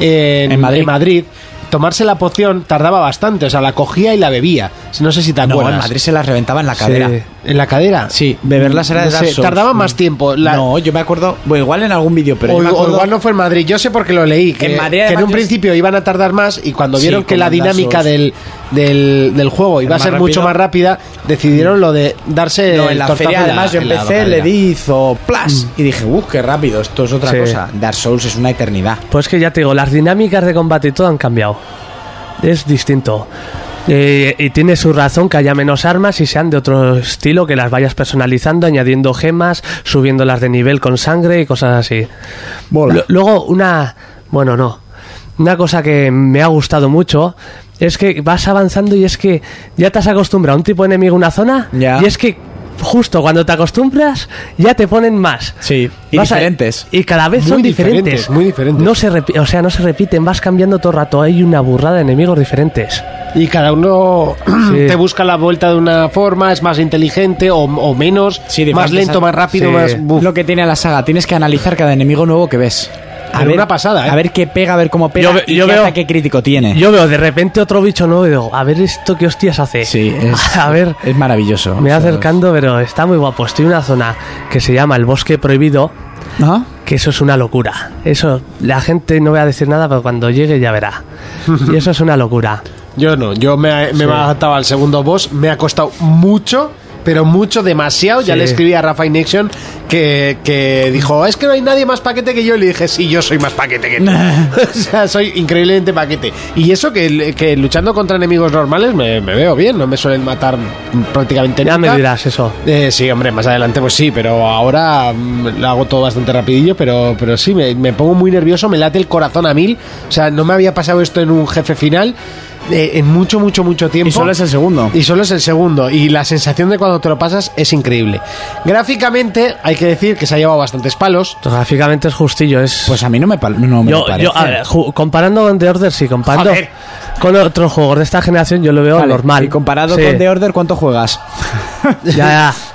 Speaker 2: en,
Speaker 4: En Madrid.
Speaker 2: en tomarse la poción tardaba bastante, o sea, la cogía y la bebía. No sé si te
Speaker 4: No,
Speaker 2: acuerdas.
Speaker 4: en Madrid se las reventaba en la cadera.
Speaker 2: ¿En la cadera?
Speaker 4: Sí, beberlas era de
Speaker 2: No
Speaker 4: Dark
Speaker 2: sé,
Speaker 4: Souls.
Speaker 2: Tardaba más
Speaker 4: Mm.
Speaker 2: tiempo. La-
Speaker 4: No, yo me acuerdo, bueno, igual en algún vídeo, pero
Speaker 2: o,
Speaker 4: yo me
Speaker 2: o
Speaker 4: acuerdo-
Speaker 2: igual no fue en Madrid. Yo sé porque lo leí. Que,
Speaker 4: En Madrid,
Speaker 2: que en
Speaker 4: además,
Speaker 2: un
Speaker 4: yo-
Speaker 2: principio iban a tardar más y cuando
Speaker 4: Sí,
Speaker 2: vieron que
Speaker 4: como
Speaker 2: la
Speaker 4: en Dark
Speaker 2: dinámica
Speaker 4: Souls.
Speaker 2: del, del, del juego iba a
Speaker 4: Más
Speaker 2: ser
Speaker 4: rápido.
Speaker 2: mucho más rápida, decidieron lo de darse.
Speaker 7: Eh,
Speaker 4: No,
Speaker 2: el
Speaker 4: en la
Speaker 2: tortazo
Speaker 4: feria
Speaker 2: en la-
Speaker 4: además yo
Speaker 2: en la
Speaker 4: empecé,
Speaker 2: cadera.
Speaker 4: le di, hizo plas
Speaker 7: Mm.
Speaker 4: y dije, uh, qué rápido, esto es otra
Speaker 6: Sí.
Speaker 4: cosa. Dark Souls es una eternidad.
Speaker 6: Pues que ya te digo, las dinámicas de combate y todo han cambiado. Es distinto. Eh, y tiene su razón que haya menos armas y sean de otro estilo, que las vayas personalizando, añadiendo gemas, subiéndolas de nivel con sangre y cosas así. Lo- Luego, una. Bueno, no. Una cosa que me ha gustado mucho es que vas avanzando y es que ya te has acostumbrado a un tipo de enemigo en una zona
Speaker 4: Ya.
Speaker 6: y es que justo cuando te acostumbras, ya te ponen más. Sí,
Speaker 7: y diferentes.
Speaker 6: y cada vez
Speaker 7: Muy
Speaker 6: son diferentes.
Speaker 7: diferentes,
Speaker 6: Muy diferentes. No se repi- o sea, no se repiten, vas cambiando todo el rato. Hay una burrada de enemigos diferentes.
Speaker 2: Y cada uno [CLEARS THROAT]
Speaker 6: Sí.
Speaker 2: te busca la vuelta de una forma, es más inteligente o, o menos, más lento, más rápido, más...
Speaker 7: Lo que tiene la saga, tienes que analizar cada enemigo nuevo que ves. A
Speaker 2: Pero
Speaker 7: ver,
Speaker 2: una pasada, ¿eh?
Speaker 7: A ver qué pega, a ver cómo pega
Speaker 6: Yo ve-
Speaker 7: y
Speaker 6: yo
Speaker 7: qué
Speaker 6: veo-
Speaker 7: ataque crítico tiene.
Speaker 6: Yo veo de repente otro bicho nuevo y digo, a ver esto qué hostias hace. Sí, [LAUGHS] a ver.
Speaker 7: Es maravilloso.
Speaker 6: Me
Speaker 7: O
Speaker 6: voy
Speaker 7: sea,
Speaker 6: acercando, pero está muy guapo. Estoy en una zona que se llama el bosque prohibido. Que eso es una locura. Eso, la gente no voy a decir nada, pero cuando llegue ya
Speaker 7: [LAUGHS]
Speaker 6: verá. Y eso es una locura.
Speaker 2: Yo no, yo me, me
Speaker 6: Sí.
Speaker 2: he adaptado al segundo boss, me ha costado mucho, pero mucho, demasiado. Ya
Speaker 6: Sí.
Speaker 2: le escribí a Rafa Inexion que, que dijo, es que no hay nadie más paquete que yo. Y le dije, sí, yo soy más paquete
Speaker 6: [LAUGHS]
Speaker 2: que tú. o sea, soy increíblemente paquete. Y eso que, que luchando contra enemigos normales me, me veo bien, no me suelen matar prácticamente
Speaker 6: Ya
Speaker 2: nunca.
Speaker 6: me dirás eso.
Speaker 2: Eh, sí, hombre, más adelante pues sí, pero ahora mm, lo hago todo bastante rapidillo, pero, pero sí, me, me pongo muy nervioso, me late el corazón a mil. O sea, no me había pasado esto en un jefe final eh, en mucho, mucho, mucho tiempo.
Speaker 7: Y solo es el segundo.
Speaker 2: Y solo es el segundo. Y la sensación de cuando te lo pasas es increíble. Gráficamente, hay que decir que se ha llevado bastantes palos.
Speaker 6: Gráficamente es justillo, es.
Speaker 7: Pues a mí no me, pal- no me
Speaker 6: Yo,
Speaker 7: parece.
Speaker 6: yo, a ver, ju- comparando con The Order, sí, comparando
Speaker 7: Joder.
Speaker 6: con otros juegos de esta generación, yo lo veo
Speaker 7: Vale,
Speaker 6: normal.
Speaker 7: y comparado con The Order, ¿cuánto juegas?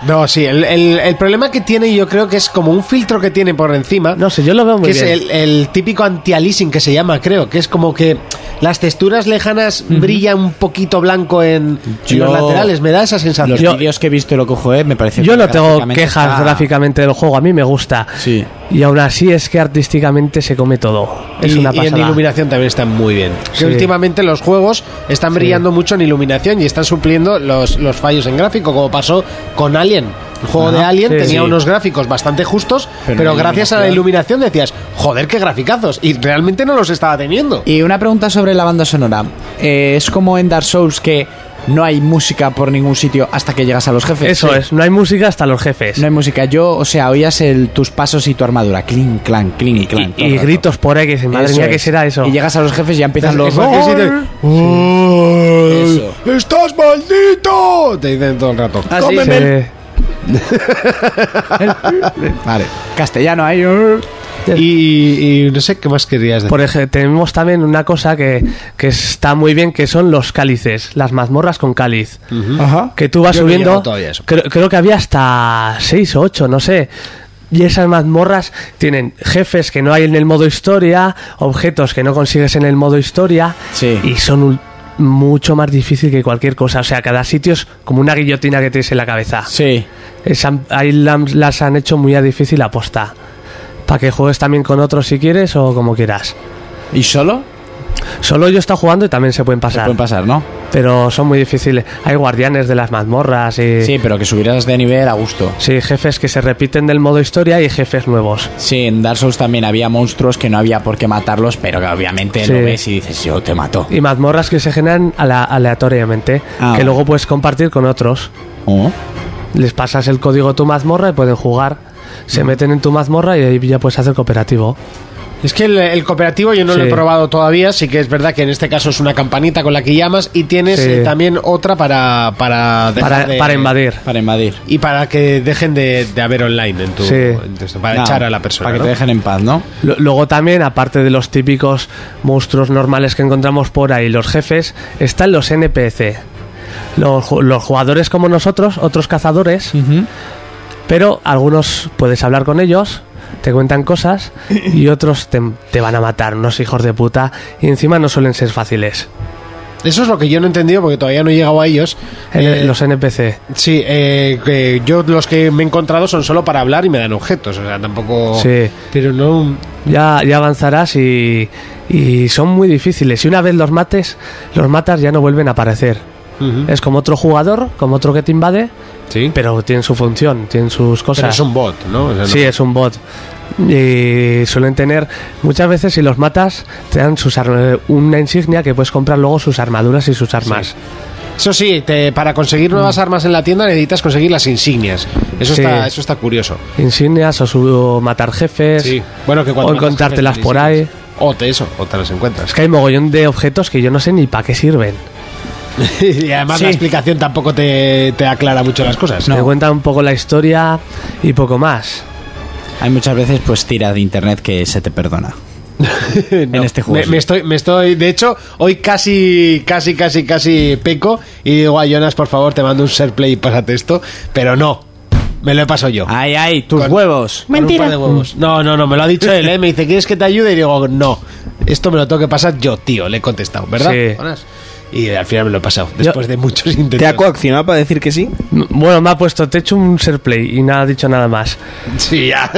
Speaker 2: No, sí, el, el- el problema que tiene yo creo que es como un filtro que tiene por encima. No
Speaker 6: sé, yo lo veo muy
Speaker 2: que
Speaker 6: bien.
Speaker 2: es el, el típico anti-aliasing que se llama, creo, que es como que las texturas lejanas brillan un poquito blanco en, en
Speaker 7: Yo-
Speaker 2: los laterales, me da esa sensación.
Speaker 7: Los vídeos que he visto y lo que jugué me parece
Speaker 6: Yo
Speaker 7: que
Speaker 6: no tengo
Speaker 7: gráficamente
Speaker 6: quejas
Speaker 7: está-
Speaker 6: gráficamente del juego, a mí me gusta.
Speaker 7: Sí.
Speaker 6: Y aún así es que artísticamente se come todo. Es
Speaker 2: y,
Speaker 6: una
Speaker 2: y en
Speaker 6: pasada.
Speaker 2: iluminación también están muy bien. Que
Speaker 6: Sí.
Speaker 2: últimamente los juegos están brillando mucho en iluminación y están supliendo los, los fallos en gráfico, como pasó con Alien. El juego
Speaker 6: Ajá.
Speaker 2: de Alien
Speaker 6: Sí.
Speaker 2: tenía
Speaker 6: Sí.
Speaker 2: unos gráficos bastante justos,
Speaker 7: Pero
Speaker 2: Ah, pero,
Speaker 7: la
Speaker 2: gracias a la iluminación decías, joder, qué graficazos. Y realmente no los estaba teniendo.
Speaker 7: Y una pregunta sobre la banda sonora. Eh, es como en Dark Souls que no hay música por ningún sitio hasta que llegas a los jefes.
Speaker 6: Eso
Speaker 7: Sí.
Speaker 6: es, no hay música hasta los jefes.
Speaker 7: No hay música. Yo, o sea, oías el, tus pasos y tu armadura. Clean, clan, clean, clan.
Speaker 6: y gritos por X, madre mía, ¿qué será eso?
Speaker 7: Y llegas a los jefes y ya empiezan los.
Speaker 2: ¡Estás maldito! Te dicen todo el rato.
Speaker 7: Ah, sí.
Speaker 2: ¡Cómeme el
Speaker 6: Sí.
Speaker 7: Vale. Castellano ahí.
Speaker 2: Y, y no sé qué más querías decir.
Speaker 6: Por ejemplo, tenemos también una cosa que, que está muy bien, que son los cálices, las mazmorras con cáliz. Que tú vas
Speaker 2: Yo no he
Speaker 6: subiendo...
Speaker 2: llegado todavía a eso.
Speaker 6: Creo, creo que había hasta 6 o 8, no sé. Y esas mazmorras tienen jefes que no hay en el modo historia, objetos que no consigues en el modo historia, y son un- mucho más difícil que cualquier cosa. O sea, cada sitio es como una guillotina que tienes en la cabeza.
Speaker 7: Sí.
Speaker 6: ahí lam- las han hecho muy a difícil aposta. Para que juegues también con otros si quieres o como quieras.
Speaker 7: ¿Y solo?
Speaker 6: Solo yo está jugando y también se pueden pasar.
Speaker 7: pueden pasar, ¿no?
Speaker 6: Pero son muy difíciles. Hay guardianes de las mazmorras y.
Speaker 7: Sí, pero que subirás de nivel a gusto.
Speaker 6: Sí, jefes que se repiten del modo historia y jefes nuevos.
Speaker 7: Sí, en Dark Souls también había monstruos que no había por qué matarlos, pero que obviamente
Speaker 6: Sí.
Speaker 7: lo ves y dices, yo te mato.
Speaker 6: Y mazmorras que se generan ala- aleatoriamente,
Speaker 7: Ah,
Speaker 6: que
Speaker 7: vale.
Speaker 6: luego puedes compartir con otros.
Speaker 7: ¿Oh?
Speaker 6: Les pasas el código a tu mazmorra y pueden jugar. Se meten en tu mazmorra y ahí ya puedes hacer cooperativo.
Speaker 2: Es que el, el cooperativo yo no lo
Speaker 6: Sí.
Speaker 2: he probado todavía, sí que es verdad que en este caso es una campanita con la que llamas y tienes
Speaker 6: Sí.
Speaker 2: eh, también otra para para, dejar
Speaker 6: Para,
Speaker 2: de-
Speaker 6: para invadir.
Speaker 7: Para invadir.
Speaker 2: y para que dejen de, de haber online en tu,
Speaker 6: Sí.
Speaker 2: en tu- para
Speaker 6: Ah,
Speaker 2: echar a la persona.
Speaker 7: para que
Speaker 2: ¿no?
Speaker 7: te dejen en paz, ¿no?
Speaker 6: Lo- Luego también, aparte de los típicos monstruos normales que encontramos por ahí, los jefes, están los NPC. Los, ju- los jugadores como nosotros, otros cazadores, pero algunos puedes hablar con ellos, te cuentan cosas y otros te, te van a matar, unos hijos de puta, y encima no suelen ser fáciles.
Speaker 2: Eso es lo que yo no he entendido porque todavía no he llegado a ellos.
Speaker 6: N-
Speaker 2: Eh,
Speaker 6: los NPC.
Speaker 2: Sí, eh, que yo los que me he encontrado son solo para hablar y me dan objetos, o sea, tampoco...
Speaker 6: Sí.
Speaker 2: Pero no...
Speaker 6: Ya, ya avanzarás y, y son muy difíciles. Y una vez los mates, los matas ya no vuelven a aparecer.
Speaker 2: Ujú.
Speaker 6: Es como otro jugador, como otro que te invade, Eh, pero tienen su función, tienen sus cosas.
Speaker 2: Pero es un bot, ¿no? O sea, no-
Speaker 6: Sí, es un bot. Y suelen tener, muchas veces si los matas, te dan sus arma- una insignia que puedes comprar luego sus armaduras y sus armas.
Speaker 2: Eso sí, te- para conseguir nuevas armas en la tienda necesitas conseguir las insignias. Eso,
Speaker 6: Mm. Sí.
Speaker 2: está, eso está curioso.
Speaker 6: Insignias o su matar jefes,
Speaker 2: Sí. Bueno, que cuando
Speaker 6: o
Speaker 2: matas
Speaker 6: encontrártelas
Speaker 2: jefes,
Speaker 6: por
Speaker 2: sí,
Speaker 6: ahí.
Speaker 2: O te eso, o te las encuentras. [LAUGHS]
Speaker 6: Es que hay mogollón de objetos que yo no sé ni para qué sirven.
Speaker 2: y además la
Speaker 6: Sí.
Speaker 2: explicación tampoco te, te aclara mucho las cosas. ¿eh?
Speaker 6: Te cuenta un poco la historia y poco más.
Speaker 4: Hay muchas veces pues tira de internet
Speaker 7: Eh,
Speaker 4: que se te perdona. en este juego.
Speaker 2: Me,
Speaker 4: sí.
Speaker 2: me estoy, me estoy, de hecho, hoy casi, casi, casi, casi peco y digo a Jonas, por favor, te mando un share play y pásate esto, pero no, me lo he pasado yo.
Speaker 4: Ay, ay, tus huevos.
Speaker 2: Mentira. No, no, no, me lo ha dicho él, ¿eh? me dice, ¿quieres que te ayude? Y digo, no, esto me lo tengo que pasar yo, tío, le he contestado, ¿verdad?
Speaker 6: Sí.
Speaker 2: Jonas? Y al final me lo he pasado, después de muchos intentos.
Speaker 5: coaccionado para decir que sí?
Speaker 6: Bueno, me ha puesto, te he hecho un serplay y nada ha dicho nada más.
Speaker 2: [LAUGHS] Sí, ya.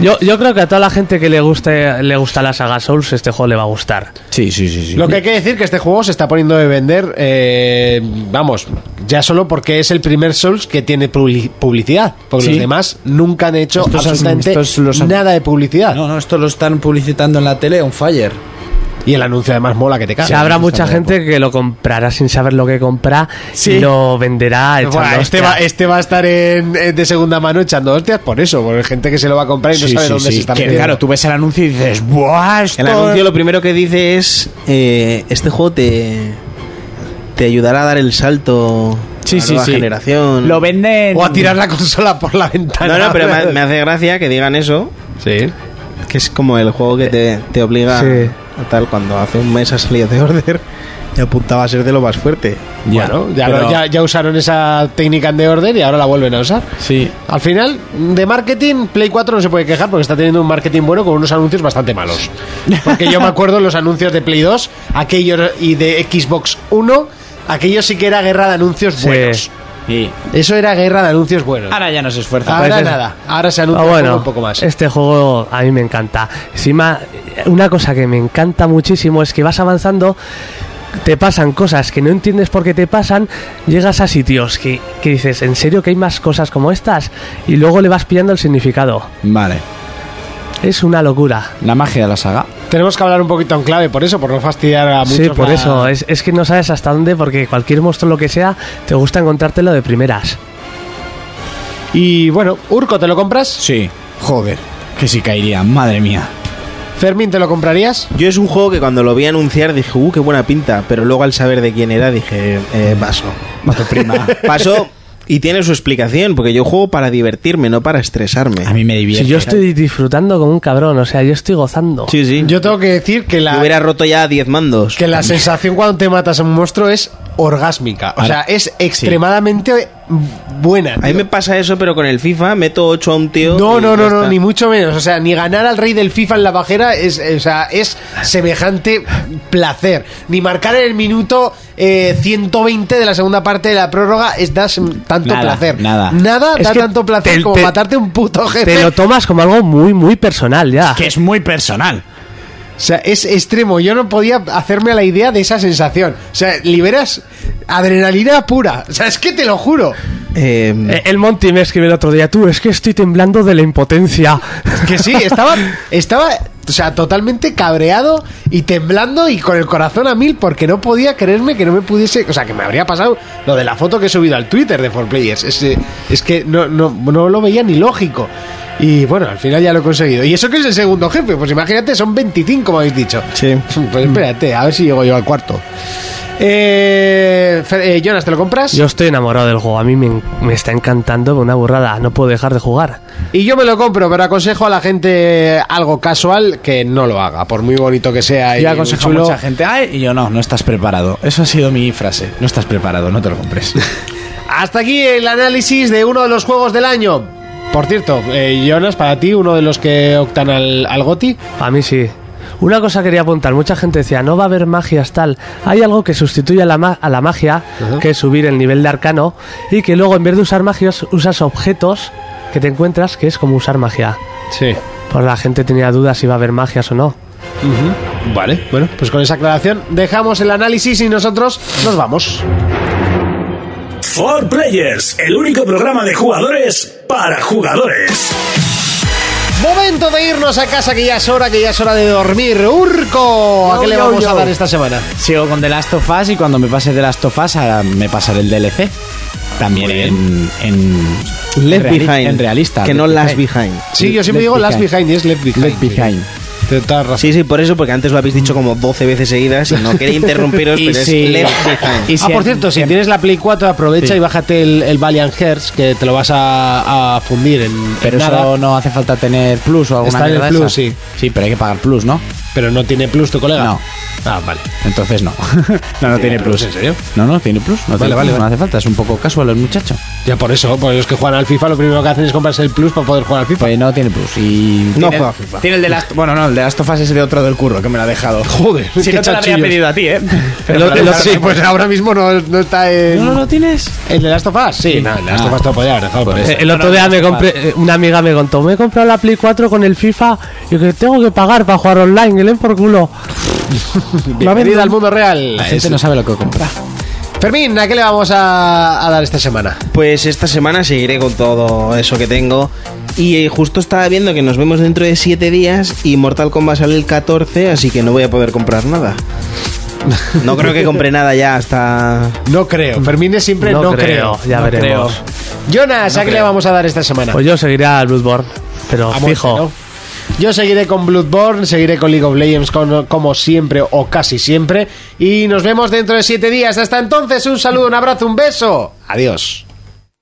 Speaker 6: yo, yo creo que a toda la gente que le guste, le gusta la saga Souls, este juego le va a gustar.
Speaker 4: Sí, sí, sí, sí.
Speaker 2: Lo que hay que decir que este juego se está poniendo de vender, eh, vamos, ya solo porque es el primer Souls que tiene publi- publicidad, porque
Speaker 4: Sí.
Speaker 2: los demás nunca han hecho
Speaker 4: Estos han-
Speaker 2: absolutamente
Speaker 4: estos los han-
Speaker 2: nada de publicidad.
Speaker 4: No, no, esto lo están publicitando en la tele, on fire.
Speaker 2: Y el anuncio además mola que te cagas.
Speaker 6: Sí, habrá mucha gente que lo comprará sin saber lo que compra y lo venderá
Speaker 2: Buah,
Speaker 6: echando
Speaker 2: este,
Speaker 6: hostia.
Speaker 2: va, este va a estar en, en- de segunda mano echando hostias por eso, por gente que se lo va a comprar y no
Speaker 4: Sí,
Speaker 2: sabe
Speaker 4: sí,
Speaker 2: dónde
Speaker 4: sí.
Speaker 2: se está
Speaker 4: Que,
Speaker 2: metiendo.
Speaker 4: claro, tú ves el anuncio y dices, ¡buah! Esto...
Speaker 5: El anuncio lo primero que dice es eh, este juego te te ayudará a dar el salto
Speaker 4: Sí,
Speaker 5: a la
Speaker 4: sí,
Speaker 5: nueva
Speaker 4: sí.
Speaker 5: generación.
Speaker 4: Lo venden.
Speaker 2: O a tirar la consola por la ventana.
Speaker 5: No, no, pero
Speaker 4: [LAUGHS]
Speaker 5: me, me hace gracia que digan eso.
Speaker 2: Sí.
Speaker 5: Que es como el juego que te, te obliga
Speaker 6: Sí.
Speaker 5: a tal cuando hace un mes ha salido de order y apuntaba a ser de lo más fuerte.
Speaker 2: Bueno, ya,
Speaker 5: pero-
Speaker 2: lo- ya, ya usaron esa técnica en The Order y ahora la vuelven a usar.
Speaker 4: Sí.
Speaker 2: Al final, de marketing, Play 4 no se puede quejar porque está teniendo un marketing bueno con unos anuncios bastante malos. Porque yo me acuerdo los anuncios de Play 2, aquellos y de Xbox 1, aquello sí que era guerra de anuncios buenos.
Speaker 4: Sí.
Speaker 2: Eso era guerra de anuncios buenos.
Speaker 4: Ahora ya no se esfuerza.
Speaker 2: Ahora
Speaker 6: pues es-
Speaker 2: nada, ahora se anuncia
Speaker 6: Ah,
Speaker 2: el
Speaker 6: bueno,
Speaker 2: juego un poco más.
Speaker 6: Este juego a mí me encanta. Encima, una cosa que me encanta muchísimo es que vas avanzando, te pasan cosas que no entiendes por qué te pasan, llegas a sitios que, que dices, ¿en serio que hay más cosas como estas? Y luego le vas pillando el significado.
Speaker 4: Vale.
Speaker 6: Es una locura.
Speaker 4: La magia de la saga.
Speaker 2: Tenemos que hablar un poquito en clave por eso, por no fastidiar a muchos.
Speaker 6: Sí, por
Speaker 2: la-
Speaker 6: eso. eh. Es, es que no sabes hasta dónde, porque cualquier monstruo, lo que sea, te gusta encontrártelo de primeras.
Speaker 2: Y bueno, Urco, ¿te lo compras?
Speaker 4: Sí. Joder. Que sí caería, madre mía.
Speaker 2: Fermín, ¿te lo comprarías?
Speaker 5: Yo es un juego que cuando lo vi anunciar dije, uh, qué buena pinta, pero luego al saber de quién era dije, eh, paso.
Speaker 4: Mato prima.
Speaker 5: [LAUGHS] Paso y tiene su explicación, porque yo juego para divertirme, no para estresarme.
Speaker 4: A mí me divierte.
Speaker 6: Si yo estoy disfrutando como un cabrón, o sea, yo estoy gozando.
Speaker 5: Sí, sí.
Speaker 2: Yo tengo que decir que
Speaker 5: Yo
Speaker 2: la,
Speaker 5: hubiera roto ya 10 mandos.
Speaker 2: Que la sensación cuando te matas a un monstruo es orgásmica. O sea,
Speaker 5: Ahora-
Speaker 2: es extremadamente buena.
Speaker 5: A mí
Speaker 2: tío.
Speaker 5: me pasa eso, pero con el FIFA meto 8 a un tío.
Speaker 2: No,
Speaker 5: y
Speaker 2: no,
Speaker 5: ya
Speaker 2: no, no,
Speaker 5: está.
Speaker 2: ni mucho menos. O sea, ni ganar al rey del FIFA en la bajera es, o sea, es semejante placer. Ni marcar en el minuto eh, 120 de la segunda parte de la prórroga es da sem- tanto
Speaker 4: Nada,
Speaker 2: placer.
Speaker 4: nada.
Speaker 2: Nada
Speaker 6: Es
Speaker 2: da
Speaker 6: que
Speaker 2: tanto placer
Speaker 6: te-
Speaker 2: como
Speaker 6: te-
Speaker 2: matarte a un puto jefe.
Speaker 6: Te lo tomas como algo muy, muy personal ya.
Speaker 4: Que es muy personal.
Speaker 2: O sea, es extremo. Yo no podía hacerme a la idea de esa sensación. O sea, liberas adrenalina pura. O sea, es que te lo juro.
Speaker 5: Eh,
Speaker 6: Eh, El Monty me escribe el otro día, tú, es que estoy temblando de la impotencia.
Speaker 2: [LAUGHS] Que sí, estaba, estaba, o sea, totalmente cabreado y temblando y con el corazón a mil porque no podía creerme que no me pudiese, o sea, que me habría pasado lo de la foto que he subido al Twitter de 4Players. Es, eh, es que no, no, no lo veía ni lógico. Y bueno, al final ya lo he conseguido. ¿Y eso que es el segundo jefe? Pues imagínate, son 25, como habéis dicho.
Speaker 5: Sí.
Speaker 2: [LAUGHS] Pues espérate, a ver si llego yo al cuarto. Eh, Fer- eh, Jonas, ¿te lo compras?
Speaker 6: [LAUGHS] Yo estoy enamorado del juego, a mí me, me está encantando, una burrada, no puedo dejar de jugar.
Speaker 2: Y yo me lo compro, pero aconsejo a la gente algo casual que no lo haga, por muy bonito que sea. y
Speaker 4: Yo
Speaker 2: muy
Speaker 4: aconsejo a
Speaker 2: chulo.
Speaker 4: mucha gente, ay, y yo no, no estás preparado. Eso ha sido mi frase. No estás preparado, no te lo compres.
Speaker 2: Hasta aquí el análisis de uno de los juegos del año. Por cierto, eh, Jonas, para ti, uno de los que optan al, al GOTI.
Speaker 6: A mí sí. Una cosa quería apuntar, mucha gente decía, no va a haber magias tal. Hay algo que sustituye a la, ma- a la magia, que es subir el nivel de arcano, y que luego en vez de usar magias, usas objetos que te encuentras, que es como usar magia.
Speaker 2: Sí.
Speaker 6: Pues la gente tenía dudas si va a haber magias o no.
Speaker 2: Vale, bueno, pues con esa aclaración dejamos el análisis y nosotros nos vamos.
Speaker 1: For Players, el único programa de jugadores para jugadores.
Speaker 2: Momento de irnos a casa, que ya es hora, que ya es hora de dormir. Urco, ¿a qué le
Speaker 4: yo,
Speaker 2: vamos
Speaker 4: yo.
Speaker 2: a dar esta semana?
Speaker 4: Sigo con The Last of Us y cuando me pase The Last of Us ahora me pasaré el DLC. También en, en,
Speaker 5: Left
Speaker 2: Eh,
Speaker 4: en reali-
Speaker 5: Behind.
Speaker 4: en realista.
Speaker 5: Que no
Speaker 4: Left
Speaker 5: Last Behind.
Speaker 2: Sí, yo siempre
Speaker 4: Left
Speaker 2: digo Last
Speaker 4: Behind.
Speaker 2: Behind y es Left Behind.
Speaker 4: Left Behind.
Speaker 5: Sí, sí, por eso, porque antes lo habéis dicho como 12 veces seguidas y no
Speaker 2: [LAUGHS]
Speaker 5: quería interrumpiros,
Speaker 2: Y
Speaker 5: pero es
Speaker 2: si-
Speaker 5: Left Behind.
Speaker 2: ah, por cierto, si tienes la Play 4, aprovecha
Speaker 5: Sí.
Speaker 2: y bájate el, el Valiant Hearts, que te lo vas a, a fundir en, en
Speaker 4: Pero
Speaker 2: nada.
Speaker 4: eso no hace falta tener plus o alguna
Speaker 2: Está en el
Speaker 4: mierda
Speaker 2: Plus,
Speaker 4: esa.
Speaker 2: sí.
Speaker 4: Sí, pero hay que pagar plus, ¿no?
Speaker 2: Pero no tiene plus tu colega.
Speaker 4: No.
Speaker 2: Ah, vale.
Speaker 4: Entonces no. [LAUGHS] no, no tiene plus.
Speaker 2: ¿En serio?
Speaker 4: No, no, tiene plus. No,
Speaker 2: Vale,
Speaker 4: tiene
Speaker 2: vale,
Speaker 4: plus, no
Speaker 2: vale.
Speaker 4: hace falta. Es un poco casual el muchacho.
Speaker 2: Ya por eso, pues los que juegan al FIFA lo primero que hacen es comprarse el plus para poder jugar al FIFA.
Speaker 4: Pues no tiene plus y...
Speaker 2: No
Speaker 4: tiene,
Speaker 2: juega FIFA.
Speaker 4: Tiene el de las... Bueno, no, el de las tofas es de otro del curro que me lo ha dejado.
Speaker 2: Joder,
Speaker 4: Si
Speaker 2: qué
Speaker 4: no te lo habría
Speaker 2: chanchullos.
Speaker 4: pedido a ti, ¿eh? Pero me
Speaker 2: El
Speaker 4: lo
Speaker 2: otro-
Speaker 4: dejaron
Speaker 2: sí,
Speaker 4: como-
Speaker 2: pues ahora mismo no, no está en.
Speaker 4: ¿No lo tienes?
Speaker 2: ¿El de Last of Us? Sí, no,
Speaker 4: Ah.
Speaker 2: el de Last of Us te lo podía haber dejado
Speaker 4: Pues
Speaker 2: por eso.
Speaker 6: Eh, El otro día me compré, eh, una amiga me contó, me he comprado la Play 4 con el FIFA y que tengo que pagar para jugar online, que leen por culo.
Speaker 2: Bienvenida al mundo real. Ah,
Speaker 4: La gente no sabe lo que compra.
Speaker 2: Fermín, ¿a qué le vamos a, a dar esta semana?
Speaker 5: Pues esta semana seguiré con todo eso que tengo. Y eh, justo estaba viendo que nos vemos dentro de 7 días y Mortal Kombat sale el 14, así que no voy a poder comprar nada. No creo que compré nada ya hasta...
Speaker 2: No creo. Fermín es siempre no,
Speaker 6: No creo, ya
Speaker 2: No
Speaker 6: veremos.
Speaker 2: creo. Jonas, ¿a qué le vamos a dar esta semana?
Speaker 6: Pues yo seguiré al Bloodborne, pero
Speaker 2: A muerte,
Speaker 6: fijo.
Speaker 2: ¿no? Yo seguiré con Bloodborne, seguiré con League of Legends con- como siempre o casi siempre. Y nos vemos dentro de siete días. Hasta entonces, un saludo, un abrazo, un beso. Adiós.